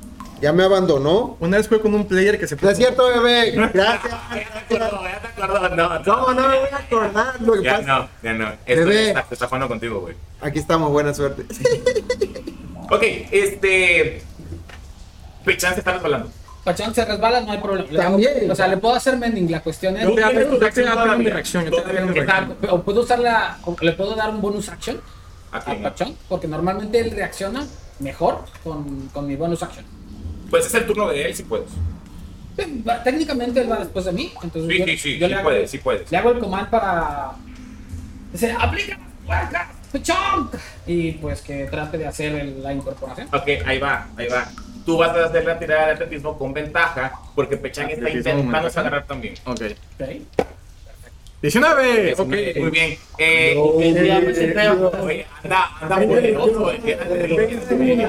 Speaker 2: ya me abandonó.
Speaker 10: Una vez fue con un player que se
Speaker 2: No es cierto, bebé. Gracias.
Speaker 3: Ya te acordó, ya te acordó. No,
Speaker 2: No,
Speaker 3: no,
Speaker 2: no me voy a acordar lo que
Speaker 3: Ya
Speaker 2: pasa.
Speaker 3: no, ya no. Esto
Speaker 2: Bebé.
Speaker 3: está, está jugando contigo, güey.
Speaker 2: Aquí estamos, buena suerte.
Speaker 3: Ok, este. Pechán se está resbalando.
Speaker 7: Pachón se resbala, no hay problema. Le
Speaker 2: También.
Speaker 7: hago- o sea, le puedo hacer mending. La cuestión es.
Speaker 10: Yo te
Speaker 3: tienes
Speaker 10: hablo,
Speaker 3: tu
Speaker 10: yo te
Speaker 3: reacción
Speaker 10: hablo mi
Speaker 3: todavía.
Speaker 10: reacción, yo te hablo mi
Speaker 3: Todavía no
Speaker 10: reacción.
Speaker 7: O puedo usarla. o le puedo dar un bonus action
Speaker 3: ¿A
Speaker 7: a
Speaker 3: quién?
Speaker 7: Pachón. Porque normalmente él reacciona mejor con, con mi bonus action.
Speaker 3: Pues es el turno de él, si puedes.
Speaker 7: Sí, va- Técnicamente él va después de mí. Entonces
Speaker 3: Sí,
Speaker 7: yo,
Speaker 3: sí, sí,
Speaker 7: yo
Speaker 3: sí
Speaker 7: le, hago,
Speaker 3: puedes, sí puedes.
Speaker 7: le hago el command para. Dice, aplica las puercas, Pachón. Y pues que trate de hacer el- la incorporación.
Speaker 3: Ok, ahí va, ahí va. Tú vas a hacer la tirada de atletismo con ventaja porque Pechán está
Speaker 10: Atletismo
Speaker 3: intentando
Speaker 10: ventaja.
Speaker 3: agarrar también.
Speaker 10: Ok.
Speaker 7: Ok.
Speaker 10: 19.
Speaker 3: Ok, muy bien. Eh,
Speaker 4: pues,
Speaker 3: Oye, anda, anda poderoso, eh, eh.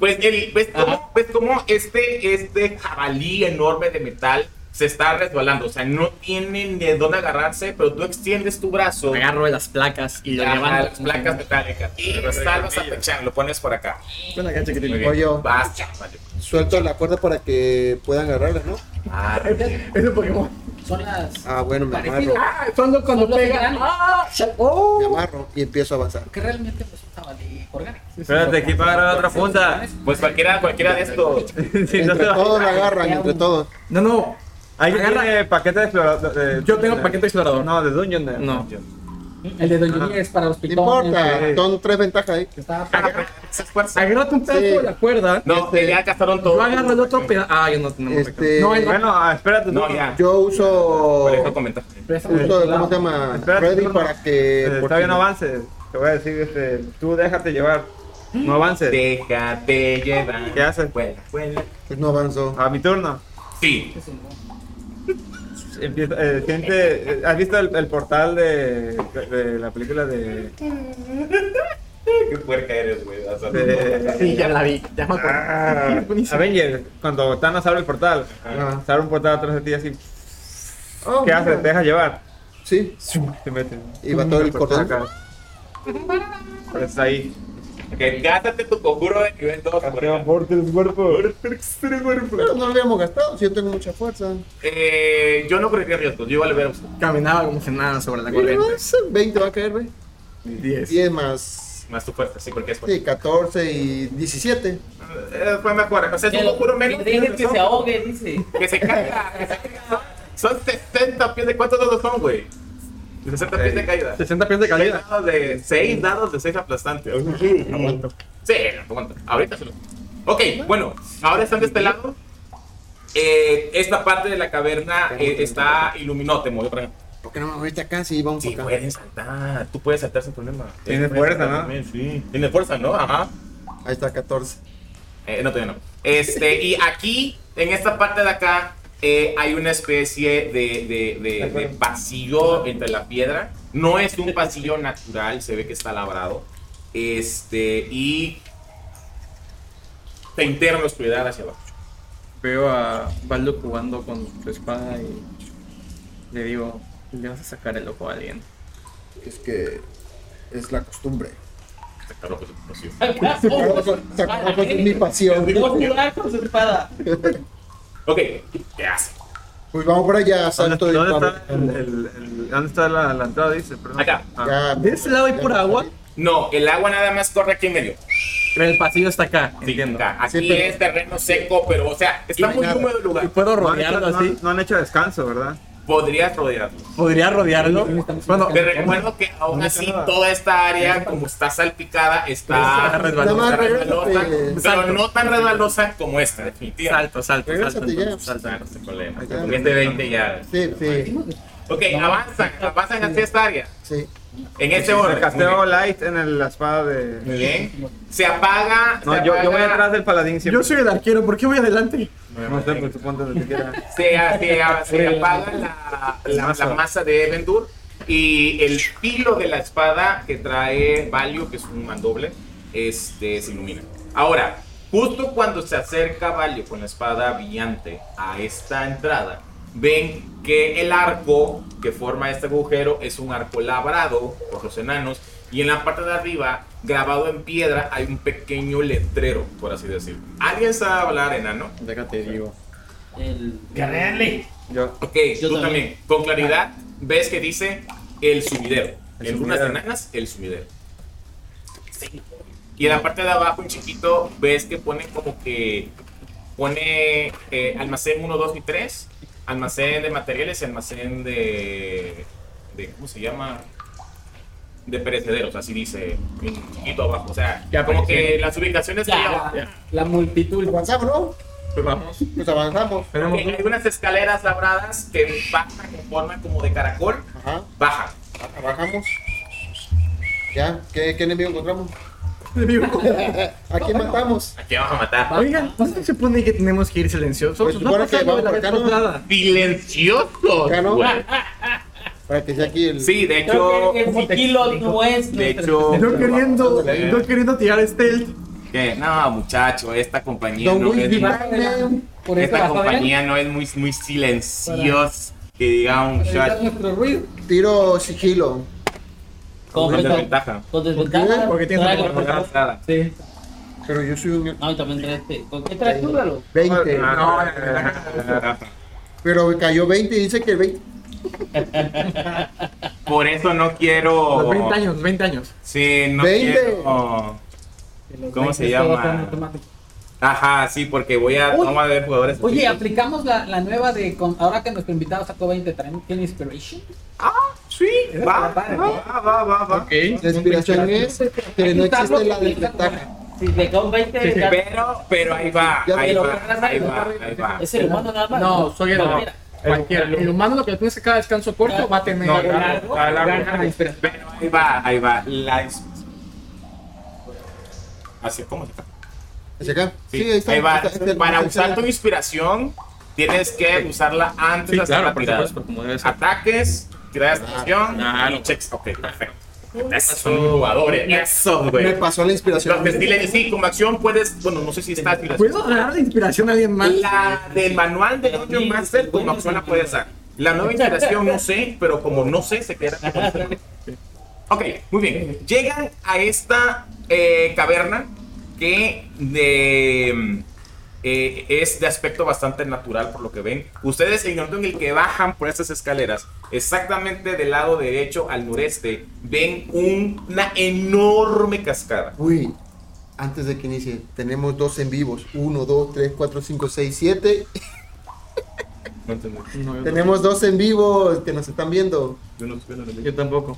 Speaker 3: Pues el- ves cómo, ves cómo este, este jabalí enorme de metal se está resbalando. O sea, no tienen de dónde agarrarse, pero tú extiendes tu brazo
Speaker 1: Me agarro de las placas y lo
Speaker 3: a
Speaker 1: levanto.
Speaker 3: las placas metálicas y salvas a Pechán, lo pones por acá. Muy bien.
Speaker 2: Oye.
Speaker 3: Vas, chaval.
Speaker 2: Suelto la cuerda para que puedan agarrarla, ¿no?
Speaker 3: Arre.
Speaker 10: Es un Pokémon.
Speaker 7: Son las.
Speaker 2: Ah, bueno, me amarro.
Speaker 7: Parecido.
Speaker 10: Cuando, cuando
Speaker 7: Son los
Speaker 10: pega.
Speaker 7: veganos.
Speaker 10: ¡Ah!
Speaker 2: Me amarro y empiezo a avanzar.
Speaker 7: que realmente pues un jabalí orgánico.
Speaker 6: Espérate, aquí para agarrar otra punta.
Speaker 3: Pues cualquiera, cualquiera de estos.
Speaker 6: (laughs) Sí, no,
Speaker 2: Entre
Speaker 6: te va-
Speaker 2: todos la agarran, entre todos.
Speaker 6: no, no. Hay que
Speaker 10: Agarra-
Speaker 6: tiene paquete de explorador. de-
Speaker 10: Yo tengo
Speaker 6: de-
Speaker 10: paquete explorador.
Speaker 6: No, de Dungeon. de-
Speaker 10: No.
Speaker 7: El de Don Jimmy es para los
Speaker 2: No
Speaker 7: pitones.
Speaker 2: importa, son tres ventajas ahí.
Speaker 7: que está-
Speaker 3: Se esfuerza.
Speaker 10: Agárrate un pedazo
Speaker 2: Sí.
Speaker 10: de la cuerda.
Speaker 3: No, que ya gastaron todo.
Speaker 10: Yo agarro el otro pedazo. Ah, yo no tengo
Speaker 2: Este-
Speaker 10: No, el no.
Speaker 6: Bueno, ah, espérate.
Speaker 3: No,
Speaker 6: tú.
Speaker 3: ya.
Speaker 2: Yo uso.
Speaker 3: Por eso comenta.
Speaker 7: préstamos
Speaker 2: uso
Speaker 7: de
Speaker 2: ¿Cómo se
Speaker 7: lado.
Speaker 2: llama?
Speaker 6: Espérate,
Speaker 2: Ready
Speaker 6: no, no.
Speaker 2: para que.
Speaker 6: Eh,
Speaker 2: porque-
Speaker 6: Está bien, no avances. Te voy a decir, este, tú déjate llevar. No avances.
Speaker 3: Déjate llevar.
Speaker 6: ¿Qué haces?
Speaker 3: Vuela, vuela.
Speaker 2: Pues no avanzó.
Speaker 6: A mi turno.
Speaker 3: Sí.
Speaker 6: Empieza, eh, siente, eh, ¿Has visto el, el portal de, de la película de,
Speaker 3: Qué puerca eres, güey. O sea,
Speaker 6: de-
Speaker 10: Sí, ya la vi. Ya me acuerdo.
Speaker 6: Ah,
Speaker 10: Sí, buenísimo.
Speaker 6: Avenger, cuando Thanos abre el portal,
Speaker 2: Ajá.
Speaker 6: se abre un portal atrás de ti así.
Speaker 2: Oh,
Speaker 6: Ah, ¿Qué
Speaker 2: mira.
Speaker 6: haces? ¿Te dejas llevar?
Speaker 2: Sí,
Speaker 6: Te metes.
Speaker 2: Y va todo el cordón.
Speaker 6: acá. Pues ahí.
Speaker 3: Que gástate tu conjuro de nivel 2. puerca.
Speaker 6: aporte el cuerpo.
Speaker 2: pero no lo habíamos gastado. Si yo tengo mucha fuerza.
Speaker 3: Eh, yo no correría riesgos. Yo igual le hubiera usado.
Speaker 10: Caminaba como si nada sobre la corriente.
Speaker 2: 20 va a caer, güey.
Speaker 10: 10.
Speaker 2: 10 más.
Speaker 3: Más tu fuerza, sí, porque es fuerza.
Speaker 2: Sí, 14 y 17.
Speaker 3: Eh, fue mejor. O sea, es un conjuro menos.
Speaker 4: Dejen que se
Speaker 3: son-
Speaker 4: ahogue, dice.
Speaker 3: (laughs) que se caiga. que se caiga. Son 60 pies de cuántos dados son, güey. 60 pies de caída.
Speaker 6: 60 pies de
Speaker 3: Seis
Speaker 6: calidad.
Speaker 3: dados de 6 dados de 6 aplastantes.
Speaker 2: Aguanto.
Speaker 3: Sí, no aguanta. Ahorita se lo. Ok, bueno, ahora están de este lado. Eh, esta parte de la caverna eh, está iluminó, te movió para acá.
Speaker 2: ¿Por qué no me moviste acá? Sí, vamos
Speaker 3: Sí,
Speaker 2: acá.
Speaker 3: pueden saltar, tú puedes saltar sin problema.
Speaker 6: Tienes
Speaker 3: Puedes
Speaker 6: fuerza,
Speaker 3: saltar
Speaker 6: ¿no?
Speaker 3: también, Sí. Tienes fuerza, ¿no? Ajá.
Speaker 2: Ahí está, 14.
Speaker 3: Eh, no, todavía no. Este, y aquí, en esta parte de acá, eh, hay una especie de, de- de- de pasillo entre la piedra. No es un pasillo natural, se ve que está labrado. Este, y te interna la oscuridad hacia abajo.
Speaker 6: Veo a Baldo jugando con su espada y le digo, le vas a sacar el ojo a alguien.
Speaker 2: Es que es la costumbre.
Speaker 3: Sacarlo por tu pasión.
Speaker 10: Oh,
Speaker 2: Sacarlo
Speaker 10: pues,
Speaker 2: con-
Speaker 10: ah,
Speaker 2: sacarlo con mi pasión.
Speaker 4: Debo jugar con su espada.
Speaker 3: Ok, ¿qué hace?
Speaker 2: Pues vamos por allá,
Speaker 6: ¿Dónde,
Speaker 2: salto y
Speaker 6: dónde
Speaker 2: vamos.
Speaker 6: está, el, el- el- dónde está la, la entrada? Dice, perdón.
Speaker 3: Acá.
Speaker 6: Ah,
Speaker 2: Ya,
Speaker 10: De ese lado hay
Speaker 2: ya
Speaker 10: por
Speaker 2: me
Speaker 10: agua.
Speaker 2: salí.
Speaker 3: No, el agua nada más corre aquí en medio.
Speaker 10: El pasillo está acá.
Speaker 3: Sí,
Speaker 10: entiendo.
Speaker 3: acá. Aquí
Speaker 2: Sí, pero-
Speaker 3: es terreno seco, pero o sea, está
Speaker 2: no hay
Speaker 3: muy
Speaker 2: nada.
Speaker 3: húmedo el
Speaker 10: Y
Speaker 3: lugar.
Speaker 10: puedo
Speaker 6: no han hecho-
Speaker 10: rodearlo
Speaker 6: no,
Speaker 10: así.
Speaker 6: no han hecho descanso, ¿verdad?
Speaker 3: Podrías rodearlo.
Speaker 10: Podría rodearlo. Bueno,
Speaker 3: Te recuerdo que aún
Speaker 6: No,
Speaker 3: así
Speaker 6: no.
Speaker 3: toda esta área, como está salpicada,
Speaker 10: Está
Speaker 3: está
Speaker 2: Nada
Speaker 10: resbalosa.
Speaker 2: más
Speaker 3: está resbalosa,
Speaker 2: regrésate.
Speaker 3: pero
Speaker 10: Salto.
Speaker 3: no tan resbalosa como esta, definitivamente.
Speaker 10: salto, salto, salto.
Speaker 2: Regrésate ya.
Speaker 10: entonces, salto.
Speaker 3: Ah, no se problema.
Speaker 2: Acá.
Speaker 3: Porque es de 20 ya.
Speaker 2: Sí, sí,
Speaker 3: Ok, avanzan, avanzan hacia esta área.
Speaker 2: sí.
Speaker 3: En este
Speaker 6: Me
Speaker 3: orden. Muy
Speaker 6: casteo
Speaker 3: bien.
Speaker 6: light en el- la espada de...
Speaker 3: Muy bien. Se apaga.
Speaker 6: No,
Speaker 3: se
Speaker 6: yo, yo voy
Speaker 3: apaga-
Speaker 6: atrás del paladín siempre.
Speaker 10: Yo soy el arquero, ¿por qué voy adelante?
Speaker 6: No sé, pues tú ponte donde quieras.
Speaker 3: se, se- se apaga la, la-
Speaker 6: Masa.
Speaker 3: la masa de Evendur y el filo de la espada que trae Valio, que es un mandoble, este, se ilumina. Ahora, justo cuando se acerca Valio con la espada brillante a esta entrada, ven que el arco que forma este agujero es un arco labrado por los enanos y en la parte de arriba, grabado en piedra, hay un pequeño letrero, por así decirlo. ¿Alguien sabe hablar enano?
Speaker 6: Déjate, digo.
Speaker 4: El.
Speaker 7: Guerrerle.
Speaker 6: Yo,
Speaker 3: Ok,
Speaker 4: Yo
Speaker 3: tú también.
Speaker 4: también.
Speaker 3: Con claridad ves que dice el sumidero.
Speaker 6: El
Speaker 3: en unas
Speaker 6: sumidero.
Speaker 3: enanas, el sumidero. Y en la parte de abajo, en chiquito, ves que pone como que. Pone eh, almacén 1, 2 y 3. Almacén de materiales y almacén de. de ¿Cómo se llama? De perecederos, así dice. En chiquito abajo. O sea,
Speaker 10: Ya pues,
Speaker 3: como
Speaker 10: apareció.
Speaker 3: que las ubicaciones que hay abajo.
Speaker 7: La multitud.
Speaker 2: Avanzamos, ¿no?
Speaker 10: Pues vamos.
Speaker 2: Pues avanzamos.
Speaker 3: Ok,
Speaker 10: Tenemos
Speaker 3: hay unas escaleras labradas que bajan en forma como de caracol.
Speaker 2: Ajá,
Speaker 3: Bajan.
Speaker 2: bajamos. Ya, ¿qué, qué enemigo encontramos? (laughs)
Speaker 10: un enemigo.
Speaker 2: ¿A quién matamos?
Speaker 3: Aquí vamos a matar.
Speaker 10: Oigan, pues, ¿no (laughs) se supone que tenemos que ir silenciosos?
Speaker 2: Pues
Speaker 10: No
Speaker 2: supone
Speaker 10: pasa
Speaker 2: que
Speaker 10: nada,
Speaker 2: vamos por
Speaker 10: la
Speaker 2: acá,
Speaker 10: vez
Speaker 2: ¿no?
Speaker 10: pasada.
Speaker 3: ¡Silencioso!
Speaker 2: Ya no.
Speaker 3: güey.
Speaker 2: Para que sea aquí el.
Speaker 3: Sí, de
Speaker 4: Creo
Speaker 3: hecho.
Speaker 4: que el sigilo no es.
Speaker 3: De
Speaker 4: nuestra-
Speaker 3: hecho.
Speaker 10: Yo queriendo, yo queriendo tirar este stealth.
Speaker 3: ¿Qué? No, muchacho, esta compañía
Speaker 2: Don
Speaker 3: no
Speaker 2: Luis
Speaker 3: es. muy-
Speaker 2: Divine, man.
Speaker 7: Por eso
Speaker 3: Esta
Speaker 7: basta de él.
Speaker 3: compañía no es muy, muy silenciosa. Que digamos,
Speaker 7: Evitar
Speaker 3: muchacho.
Speaker 7: nuestro ruido.
Speaker 2: Tiro sigilo.
Speaker 4: Con
Speaker 3: Con
Speaker 4: desventaja.
Speaker 3: desventaja.
Speaker 4: Con desventaja.
Speaker 10: Porque tienes
Speaker 4: Trae
Speaker 10: que
Speaker 4: con-
Speaker 10: trabajar.
Speaker 3: Nada.
Speaker 4: Sí.
Speaker 2: Pero yo soy
Speaker 10: Ah,
Speaker 2: un.
Speaker 4: No, y también trae este. ¿Con qué traes tú, Lalo?
Speaker 2: 20.
Speaker 6: No,
Speaker 2: Pero me cayó 20 y dice que el 20.
Speaker 3: Por eso no quiero.
Speaker 10: Los 20 años, 20 años.
Speaker 3: Sí, no
Speaker 2: 20.
Speaker 3: quiero. ¿Cómo se llama? Ajá, sí, porque voy a.
Speaker 7: Uy.
Speaker 3: Vamos a ver jugadores.
Speaker 7: Oye,
Speaker 3: chicos.
Speaker 7: aplicamos la, la nueva de con- ahora que nuestro invitado sacó 20, ¿traen- ¿tiene inspiration?
Speaker 3: Sí, va,
Speaker 7: está padre,
Speaker 3: va, va, va, va.
Speaker 10: Ok.
Speaker 2: La inspiración es que no existe la desventaja.
Speaker 4: Si le cae un 20, ya-
Speaker 3: Pero, pero ahí va,
Speaker 2: Ya
Speaker 3: ahí
Speaker 2: te lo
Speaker 3: va, ahí va, ahí va.
Speaker 4: es el humano nada más.
Speaker 10: No, soy el
Speaker 4: No,
Speaker 10: humano.
Speaker 4: mira.
Speaker 10: Cualquiera. El humano lo que le tienes que cada descanso corto va a tener.
Speaker 3: No,
Speaker 10: algo.
Speaker 3: largo, largo,
Speaker 10: Gana la inspiración.
Speaker 3: Pero ahí va, ahí va. La ins- Así, ¿cómo se está?
Speaker 2: ¿Hacia acá?
Speaker 3: Sí,
Speaker 2: ahí está,
Speaker 3: ahí va.
Speaker 2: está, está,
Speaker 3: Para
Speaker 2: está,
Speaker 3: usar
Speaker 2: está.
Speaker 3: tu inspiración, tienes que usarla antes
Speaker 6: Sí,
Speaker 3: de hacer
Speaker 6: claro,
Speaker 3: la
Speaker 6: por
Speaker 3: tirada.
Speaker 6: supuesto, como debe ser.
Speaker 3: Ataques, tiradas de acción y checks. Ok, perfecto. Esos son jugadores, esos,
Speaker 2: Me
Speaker 3: güey.
Speaker 2: pasó la
Speaker 3: Los
Speaker 2: inspiración.
Speaker 3: de estilo- sí, como acción puedes, bueno, no sé si está inspiración.
Speaker 10: ¿Puedo dar la inspiración a alguien más?
Speaker 3: La del manual de Dungeon Master, pues, como acción la puedes dar. La nueva inspiración no sé, pero como no sé, se queda. como inspiración. Ok, muy bien. Llegan a esta eh, caverna que de, eh, es de aspecto bastante natural por lo que ven. Ustedes en el momento en el que bajan por estas escaleras, exactamente del lado derecho al noreste, ven un- una enorme cascada.
Speaker 2: Uy, antes de que inicie, tenemos dos en vivos. Uno, dos, tres, cuatro, cinco, seis, siete.
Speaker 3: No entendí.
Speaker 6: No, yo,
Speaker 2: Tenemos dos en vivos que nos están viendo.
Speaker 3: Yo no- yo no entendí.
Speaker 6: yo tampoco.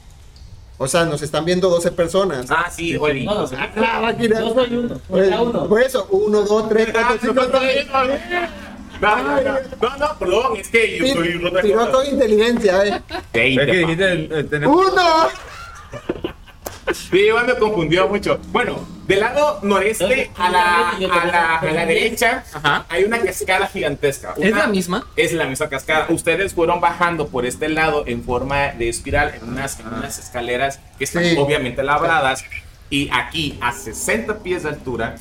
Speaker 2: O sea, nos están viendo 12 personas.
Speaker 3: Ah, sí, Oli.
Speaker 4: No, no,
Speaker 2: Ah, la máquina.
Speaker 4: yo soy uno.
Speaker 2: Pues,
Speaker 4: Era uno.
Speaker 2: Por eso, uno, dos, tres,
Speaker 3: Ah,
Speaker 2: cuatro, cinco, seis.
Speaker 3: No, no, no, no, no, perdón, es que yo soy otra
Speaker 2: Tiró
Speaker 3: cosa.
Speaker 2: con inteligencia, eh.
Speaker 6: Es
Speaker 3: 20,
Speaker 6: que
Speaker 3: pa.
Speaker 6: dijiste, eh, tenemos...
Speaker 2: ¡Uno!
Speaker 3: Sí, igual me confundió mucho. Bueno, Del lado noreste a la, a la, a la derecha
Speaker 10: Ajá.
Speaker 3: hay una cascada gigantesca.
Speaker 10: ¿Es
Speaker 3: Una-
Speaker 10: la misma?
Speaker 3: Es la misma cascada. Ustedes fueron bajando por este lado en forma de espiral en unas,
Speaker 10: Ah.
Speaker 3: en unas escaleras que están
Speaker 2: Sí.
Speaker 3: obviamente labradas. Y aquí, a 60 pies de altura,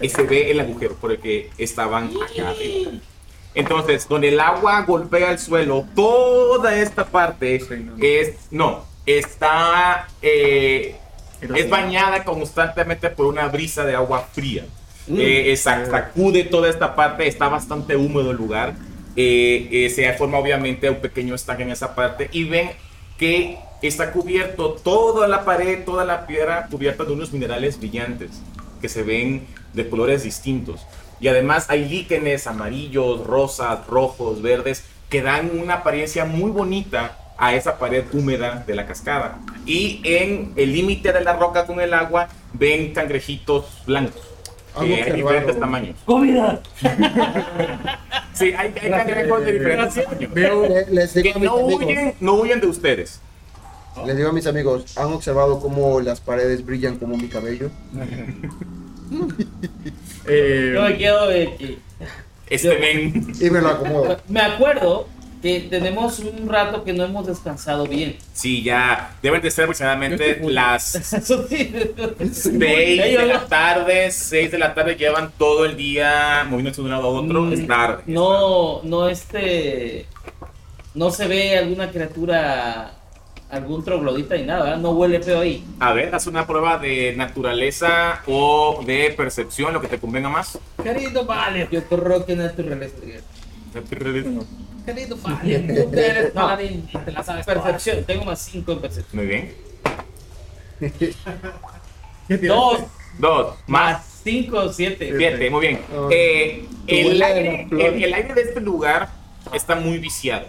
Speaker 3: eh, se ve el agujero por el que estaban acá arriba. Entonces, donde el agua golpea el suelo, toda esta parte
Speaker 6: Sí, no.
Speaker 3: es. No, está. eh, es bañada constantemente por una brisa de agua fría. Eh, eh, sac- sacude toda esta parte, está bastante húmedo el lugar. Eh, eh, se forma obviamente un pequeño estanque en esa parte y ven que está cubierto toda la pared, toda la piedra cubierta de unos minerales brillantes que se ven de colores distintos. Y además hay líquenes amarillos, rosas, rojos, verdes, que dan una apariencia muy bonita a esa pared húmeda de la cascada. Y en el límite de la roca con el agua ven cangrejitos blancos.
Speaker 2: Algo
Speaker 3: Que hay
Speaker 2: que
Speaker 3: diferentes
Speaker 2: raro.
Speaker 3: tamaños.
Speaker 4: ¡Comida!
Speaker 3: Sí, hay, hay cangrejos de diferentes tamaños.
Speaker 2: Le- les, digo
Speaker 3: Que
Speaker 2: a mis
Speaker 3: no
Speaker 2: amigos,
Speaker 3: huyen, no huyen de ustedes.
Speaker 2: les digo a mis amigos, ¿han observado cómo las paredes brillan como mi cabello?
Speaker 10: Eh,
Speaker 4: Yo me quedo de que-
Speaker 3: Este ven.
Speaker 2: Y me lo acomodo.
Speaker 4: Me acuerdo que tenemos un rato que no hemos descansado bien. (laughs)
Speaker 3: Sí, ya deben de ser aproximadamente las
Speaker 4: Eso sí.
Speaker 3: 6
Speaker 4: Ya
Speaker 3: de la
Speaker 4: llegó.
Speaker 3: tarde, 6 de la tarde llevan todo el día moviéndose de un lado a otro,
Speaker 4: Mm,
Speaker 3: es tarde.
Speaker 4: No, no este. No se ve alguna criatura, algún troglodita ni nada, ¿verdad? no huele feo ahí.
Speaker 3: A ver, haz una prueba de naturaleza o de percepción, lo que te convenga más.
Speaker 7: Querido Vale,
Speaker 4: Yo creo que naturaleza.
Speaker 7: querido Vale, tú que
Speaker 4: (laughs)
Speaker 7: eres paladín, te la sabes todas.
Speaker 4: Percepción, tengo más 5 en percepción.
Speaker 3: Muy bien.
Speaker 4: Dos,
Speaker 3: Dos, más
Speaker 4: más 5, 7.
Speaker 3: Siete, muy bien.
Speaker 2: Ah.
Speaker 3: Eh, el,
Speaker 2: huele a
Speaker 3: aire,
Speaker 2: las flores.
Speaker 3: el- el aire de este lugar está muy viciado.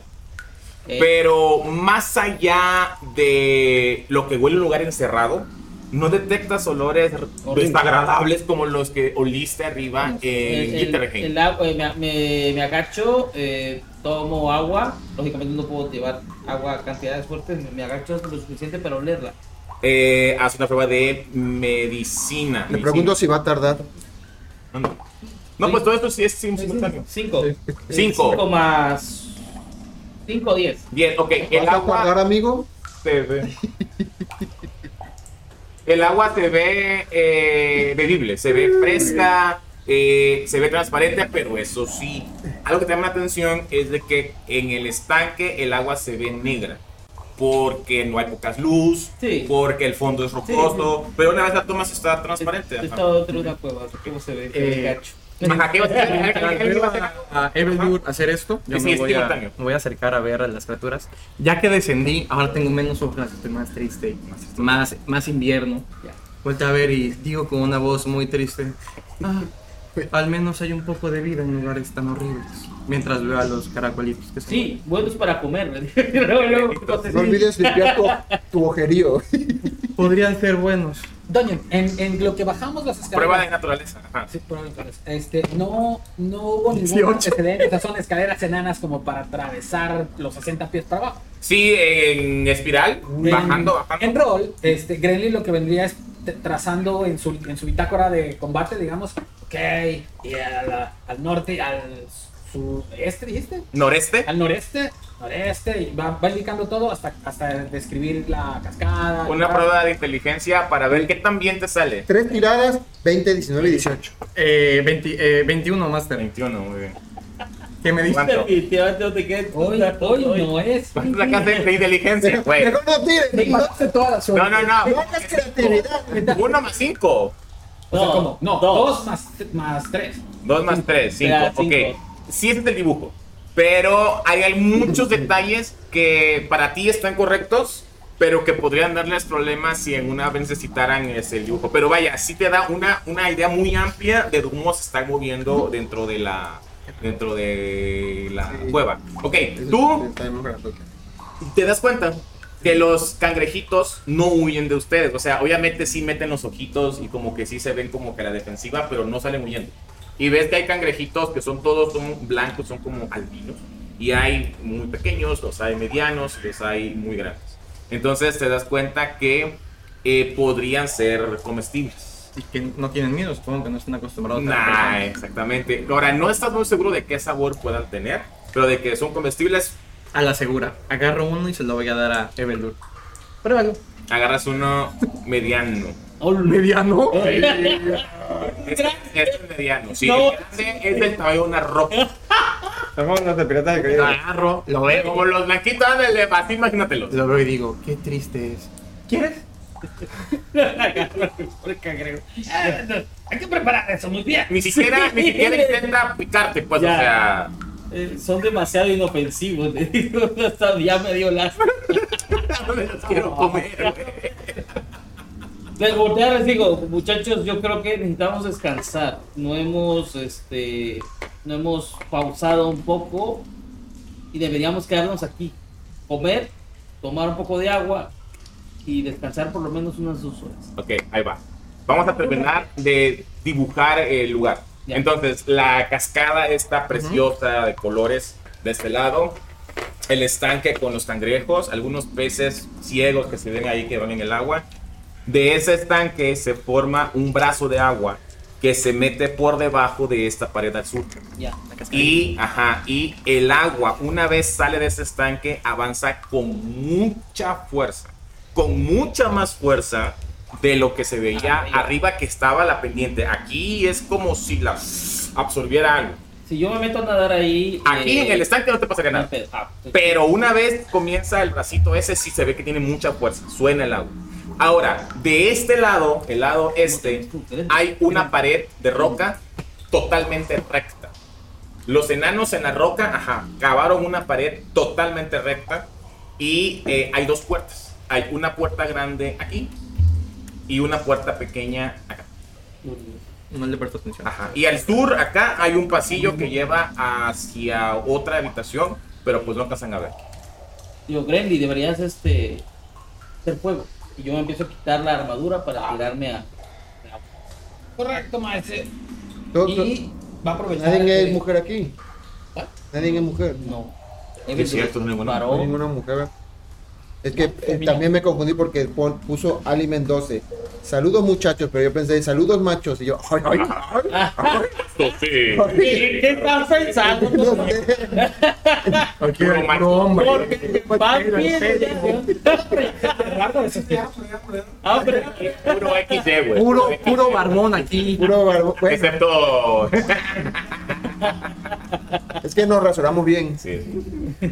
Speaker 3: eh, Pero más allá de lo que huele un lugar encerrado, no detectas olores
Speaker 4: Horrible.
Speaker 3: desagradables como los que oliste arriba en
Speaker 4: el, el-
Speaker 3: Gitterheim.
Speaker 4: el agua, eh, me, me- me agacho, eh, tomo agua. Lógicamente no puedo llevar agua a cantidades fuertes. Me, me agacho lo suficiente para olerla.
Speaker 3: Eh, haz una prueba de medicina.
Speaker 2: Le
Speaker 3: medicina.
Speaker 2: pregunto si va a tardar.
Speaker 3: Anda. No, pues todo esto sí es sim- simultáneo.
Speaker 4: 5.
Speaker 3: Cinco.
Speaker 4: más 5, 10.
Speaker 3: Bien, ok. El
Speaker 2: ¿Vas a
Speaker 3: agua.
Speaker 2: tardar, amigo?
Speaker 3: se ve. El agua se ve eh, bebible, se ve fresca, eh, se ve transparente, pero eso sí, algo que te llama la atención es de que en el estanque el agua se ve negra, porque no hay pocas luz,
Speaker 4: Sí.
Speaker 3: porque el fondo es rocoso, pero una vez la tomas está transparente.
Speaker 4: Está
Speaker 3: ajá.
Speaker 4: dentro de una cueva. ¿Cómo se ve? Se ve
Speaker 10: Eh,
Speaker 4: gacho.
Speaker 3: Ajá, ¿qué vas a hacer? ¿Qué- qué- qué
Speaker 10: Veo
Speaker 3: vas a hacer?
Speaker 10: a, a Ah, Evelyn hacer esto. Yo
Speaker 3: Sí,
Speaker 10: me,
Speaker 3: es
Speaker 10: voy a,
Speaker 3: simultáneo.
Speaker 10: me voy a acercar a ver a las criaturas. Ya que descendí, ahora tengo menos hojas, estoy más triste, más, más invierno.
Speaker 4: Ya.
Speaker 10: Vuelta a ver y digo con una voz muy triste: "Ah, Al menos hay un poco de vida en lugares tan horribles. Mientras veo a los caracolitos que se
Speaker 4: Sí, buenos para comer. (laughs) Luego, luego, entonces,
Speaker 2: No olvides limpiar tu, tu ojerío. (laughs)
Speaker 10: mueven. Podrían ser buenos.
Speaker 7: Doña, en, en lo que bajamos las escaleras.
Speaker 3: Prueba de naturaleza. ajá.
Speaker 7: Sí, prueba de naturaleza. Este, no, no hubo ningún
Speaker 10: 18.
Speaker 7: antecedente. O sea, son escaleras enanas como para atravesar los 60 pies para abajo.
Speaker 3: Sí, en espiral, bajando,
Speaker 7: En
Speaker 3: bajando.
Speaker 7: rol, este, Gremlin lo que vendría es t- trazando en su, en su bitácora de combate, digamos, ok, y al, al norte, al sureste, dijiste,
Speaker 3: Noreste.
Speaker 7: al noreste, noreste, y va, va indicando todo hasta, hasta describir la cascada.
Speaker 3: Una
Speaker 7: Ah,
Speaker 3: prueba de inteligencia para ver qué tan bien te sale.
Speaker 2: Tres tiradas, 20, 19 y 18.
Speaker 10: Eh, 20, eh, 21 Master.
Speaker 3: 21, muy bien.
Speaker 10: ¿Qué me dices?
Speaker 3: ¿Cuánto?
Speaker 4: Definitivamente no te quedes
Speaker 7: Hoy, hoy no es.
Speaker 3: (laughs) ¿Cuánto sacaste de inteligencia, güey?
Speaker 2: Mejor no
Speaker 7: Me
Speaker 2: tiren. No
Speaker 7: mataste toda la
Speaker 3: No,
Speaker 7: suerte.
Speaker 3: no, no.
Speaker 2: hagas creatividad.
Speaker 3: Uno más cinco.
Speaker 7: O sea, ¿cómo? No,
Speaker 4: No,
Speaker 7: dos,
Speaker 4: dos.
Speaker 7: más, más tres.
Speaker 3: Dos más tres, cinco.
Speaker 4: Ya,
Speaker 3: Ok.
Speaker 4: cinco.
Speaker 3: Sí, ese es el dibujo. Pero hay, hay muchos detalles que para ti están correctos, pero que podrían darles problemas si en una vez necesitaran ese dibujo. Pero vaya, sí te da una, una idea muy amplia de cómo se están moviendo dentro de la dentro de la
Speaker 2: Sí.
Speaker 3: cueva. Ok, tú te das cuenta que los cangrejitos no huyen de ustedes. O sea, obviamente sí meten los ojitos y como que sí se ven como que a la defensiva, pero no salen huyendo. Y ves que hay cangrejitos que son todos son blancos, son como albinos. Y hay muy pequeños, los hay medianos, los hay muy grandes. Entonces te das cuenta que eh, podrían ser comestibles.
Speaker 10: y que no tienen miedo, supongo que no están acostumbrados a las
Speaker 3: Nah,
Speaker 10: personas.
Speaker 3: exactamente. Ahora, no estás muy seguro de qué sabor puedan tener, pero de que son comestibles,
Speaker 10: A la segura. Agarro uno y se lo voy a dar a Eveldur. Pruébalo.
Speaker 3: agarras uno mediano.
Speaker 10: (laughs) Mediano.
Speaker 3: Eh. Este, este es mediano, sí.
Speaker 4: No.
Speaker 3: El grande es del tamaño de una ropa.
Speaker 6: Somos los de piratas de
Speaker 10: Lo
Speaker 3: Ah,
Speaker 6: Caribe.
Speaker 10: agarro, lo veo.
Speaker 3: Como los blanquitos, ándale, así imagínatelos.
Speaker 10: Lo veo y digo, qué triste es. ¿Quieres?
Speaker 4: Pobre cangrejo. Ah, no,
Speaker 7: Eh,
Speaker 4: Hay que preparar eso muy bien.
Speaker 3: Ni siquiera, ni
Speaker 4: (laughs)
Speaker 3: siquiera intenta picarte, pues,
Speaker 4: Ya.
Speaker 3: o sea. (laughs)
Speaker 4: Eh, son demasiado inofensivos. te digo, hasta ya me dio las.
Speaker 3: No me los quiero comer, güey.
Speaker 4: Les volteo y les digo, muchachos, yo creo que necesitamos descansar. No hemos, este, no hemos pausado un poco y deberíamos quedarnos aquí, comer, tomar un poco de agua y descansar por lo menos unas dos horas.
Speaker 3: Ok, ahí va. Vamos a terminar de dibujar el lugar.
Speaker 4: Ya.
Speaker 3: Entonces, la cascada está preciosa de colores de este lado. El estanque con los cangrejos, algunos peces ciegos que se ven ahí que van en el agua. De ese estanque se forma un brazo de agua que se mete por debajo de esta pared al sur.
Speaker 4: Ya.
Speaker 3: Y, ajá, y el agua, una vez sale de ese estanque, avanza con mucha fuerza, con mucha más fuerza de lo que se veía
Speaker 4: Arriba.
Speaker 3: arriba, que estaba la pendiente. Aquí es como si la absorbiera algo.
Speaker 4: Si yo me meto a nadar ahí.
Speaker 3: Aquí
Speaker 4: eh,
Speaker 3: en el estanque no te pasaría nada.
Speaker 4: Ah,
Speaker 3: Pero una vez comienza el bracito ese, sí se ve que tiene mucha fuerza, suena el agua. Ahora, de este lado, el lado este, hay una pared de roca totalmente recta. Los enanos en la roca, ajá, cavaron una pared totalmente recta y eh, hay dos puertas. Hay una puerta grande aquí y una puerta pequeña acá.
Speaker 10: No le presto atención.
Speaker 3: Ajá. Y al sur, acá, hay un pasillo que lleva hacia otra habitación, pero pues no alcanzan a ver.
Speaker 4: Digo, Grenly, deberías este hacer fuego. Y yo me empiezo a quitar la armadura para tirarme a.
Speaker 7: Correcto, maestro.
Speaker 2: Todo-
Speaker 4: Y va a aprovechar.
Speaker 2: Nadie
Speaker 3: eh.
Speaker 4: que-
Speaker 2: es mujer aquí.
Speaker 4: ¿What?
Speaker 2: Nadie es mujer.
Speaker 4: No.
Speaker 3: Es cierto, no hay ninguna
Speaker 2: No hay
Speaker 4: Varón.
Speaker 2: ninguna mujer. Es que eh, también me confundí porque pon- puso Alimen 12. Saludos muchachos, pero yo pensé, saludos machos. Y yo, ay, ay,
Speaker 3: Sí.
Speaker 4: ¿Qué, qué estás pensando?
Speaker 2: no sé.
Speaker 10: Aquí
Speaker 3: Puro macho.
Speaker 4: Porque vas bien, ya, Ah, pero-
Speaker 3: Puro XD, güey.
Speaker 10: Puro, puro barbón aquí.
Speaker 2: Puro barbo- bueno,
Speaker 3: Excepto.
Speaker 2: es que nos rasuramos bien.
Speaker 3: Sí.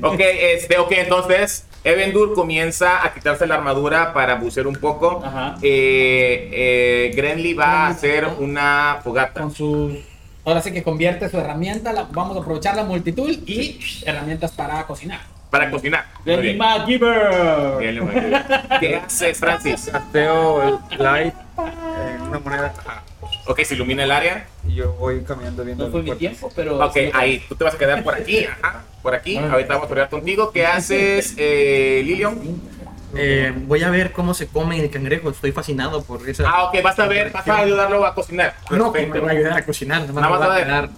Speaker 3: Ok, este, ok, entonces. Evendur comienza a quitarse la armadura para bucear un poco.
Speaker 4: Ajá.
Speaker 3: Eh, eh, Grenly va a hacer una fogata.
Speaker 7: Con su. Ahora sí que convierte su herramienta, la- vamos a aprovechar la multitud y herramientas para cocinar.
Speaker 3: Para cocinar. Muy
Speaker 4: Grenly
Speaker 3: bien.
Speaker 4: MacGyver.
Speaker 3: Grenly Mac. ¿Qué haces, Francis?
Speaker 6: Casteo el light en una moneda
Speaker 3: Ok, se ilumina el área.
Speaker 6: y yo voy caminando viendo
Speaker 4: No fue
Speaker 6: el
Speaker 4: mi
Speaker 6: puerto.
Speaker 4: tiempo, pero.
Speaker 3: Ok, ahí. Tú te vas a quedar por aquí. Ajá. Por aquí.
Speaker 10: Ah.
Speaker 3: Ahorita vamos a hablar contigo. ¿Qué haces, eh, Lilian?
Speaker 10: Eh, voy a ver cómo se come el cangrejo. Estoy fascinado por esa.
Speaker 3: Ah, ok, vas a ver, vas a ayudarlo a cocinar.
Speaker 10: no, que me
Speaker 3: Perfecto.
Speaker 10: va a ayudar a cocinar. Nada más,
Speaker 3: Nada
Speaker 10: me
Speaker 3: más
Speaker 10: va a
Speaker 3: a ver.
Speaker 10: quedar.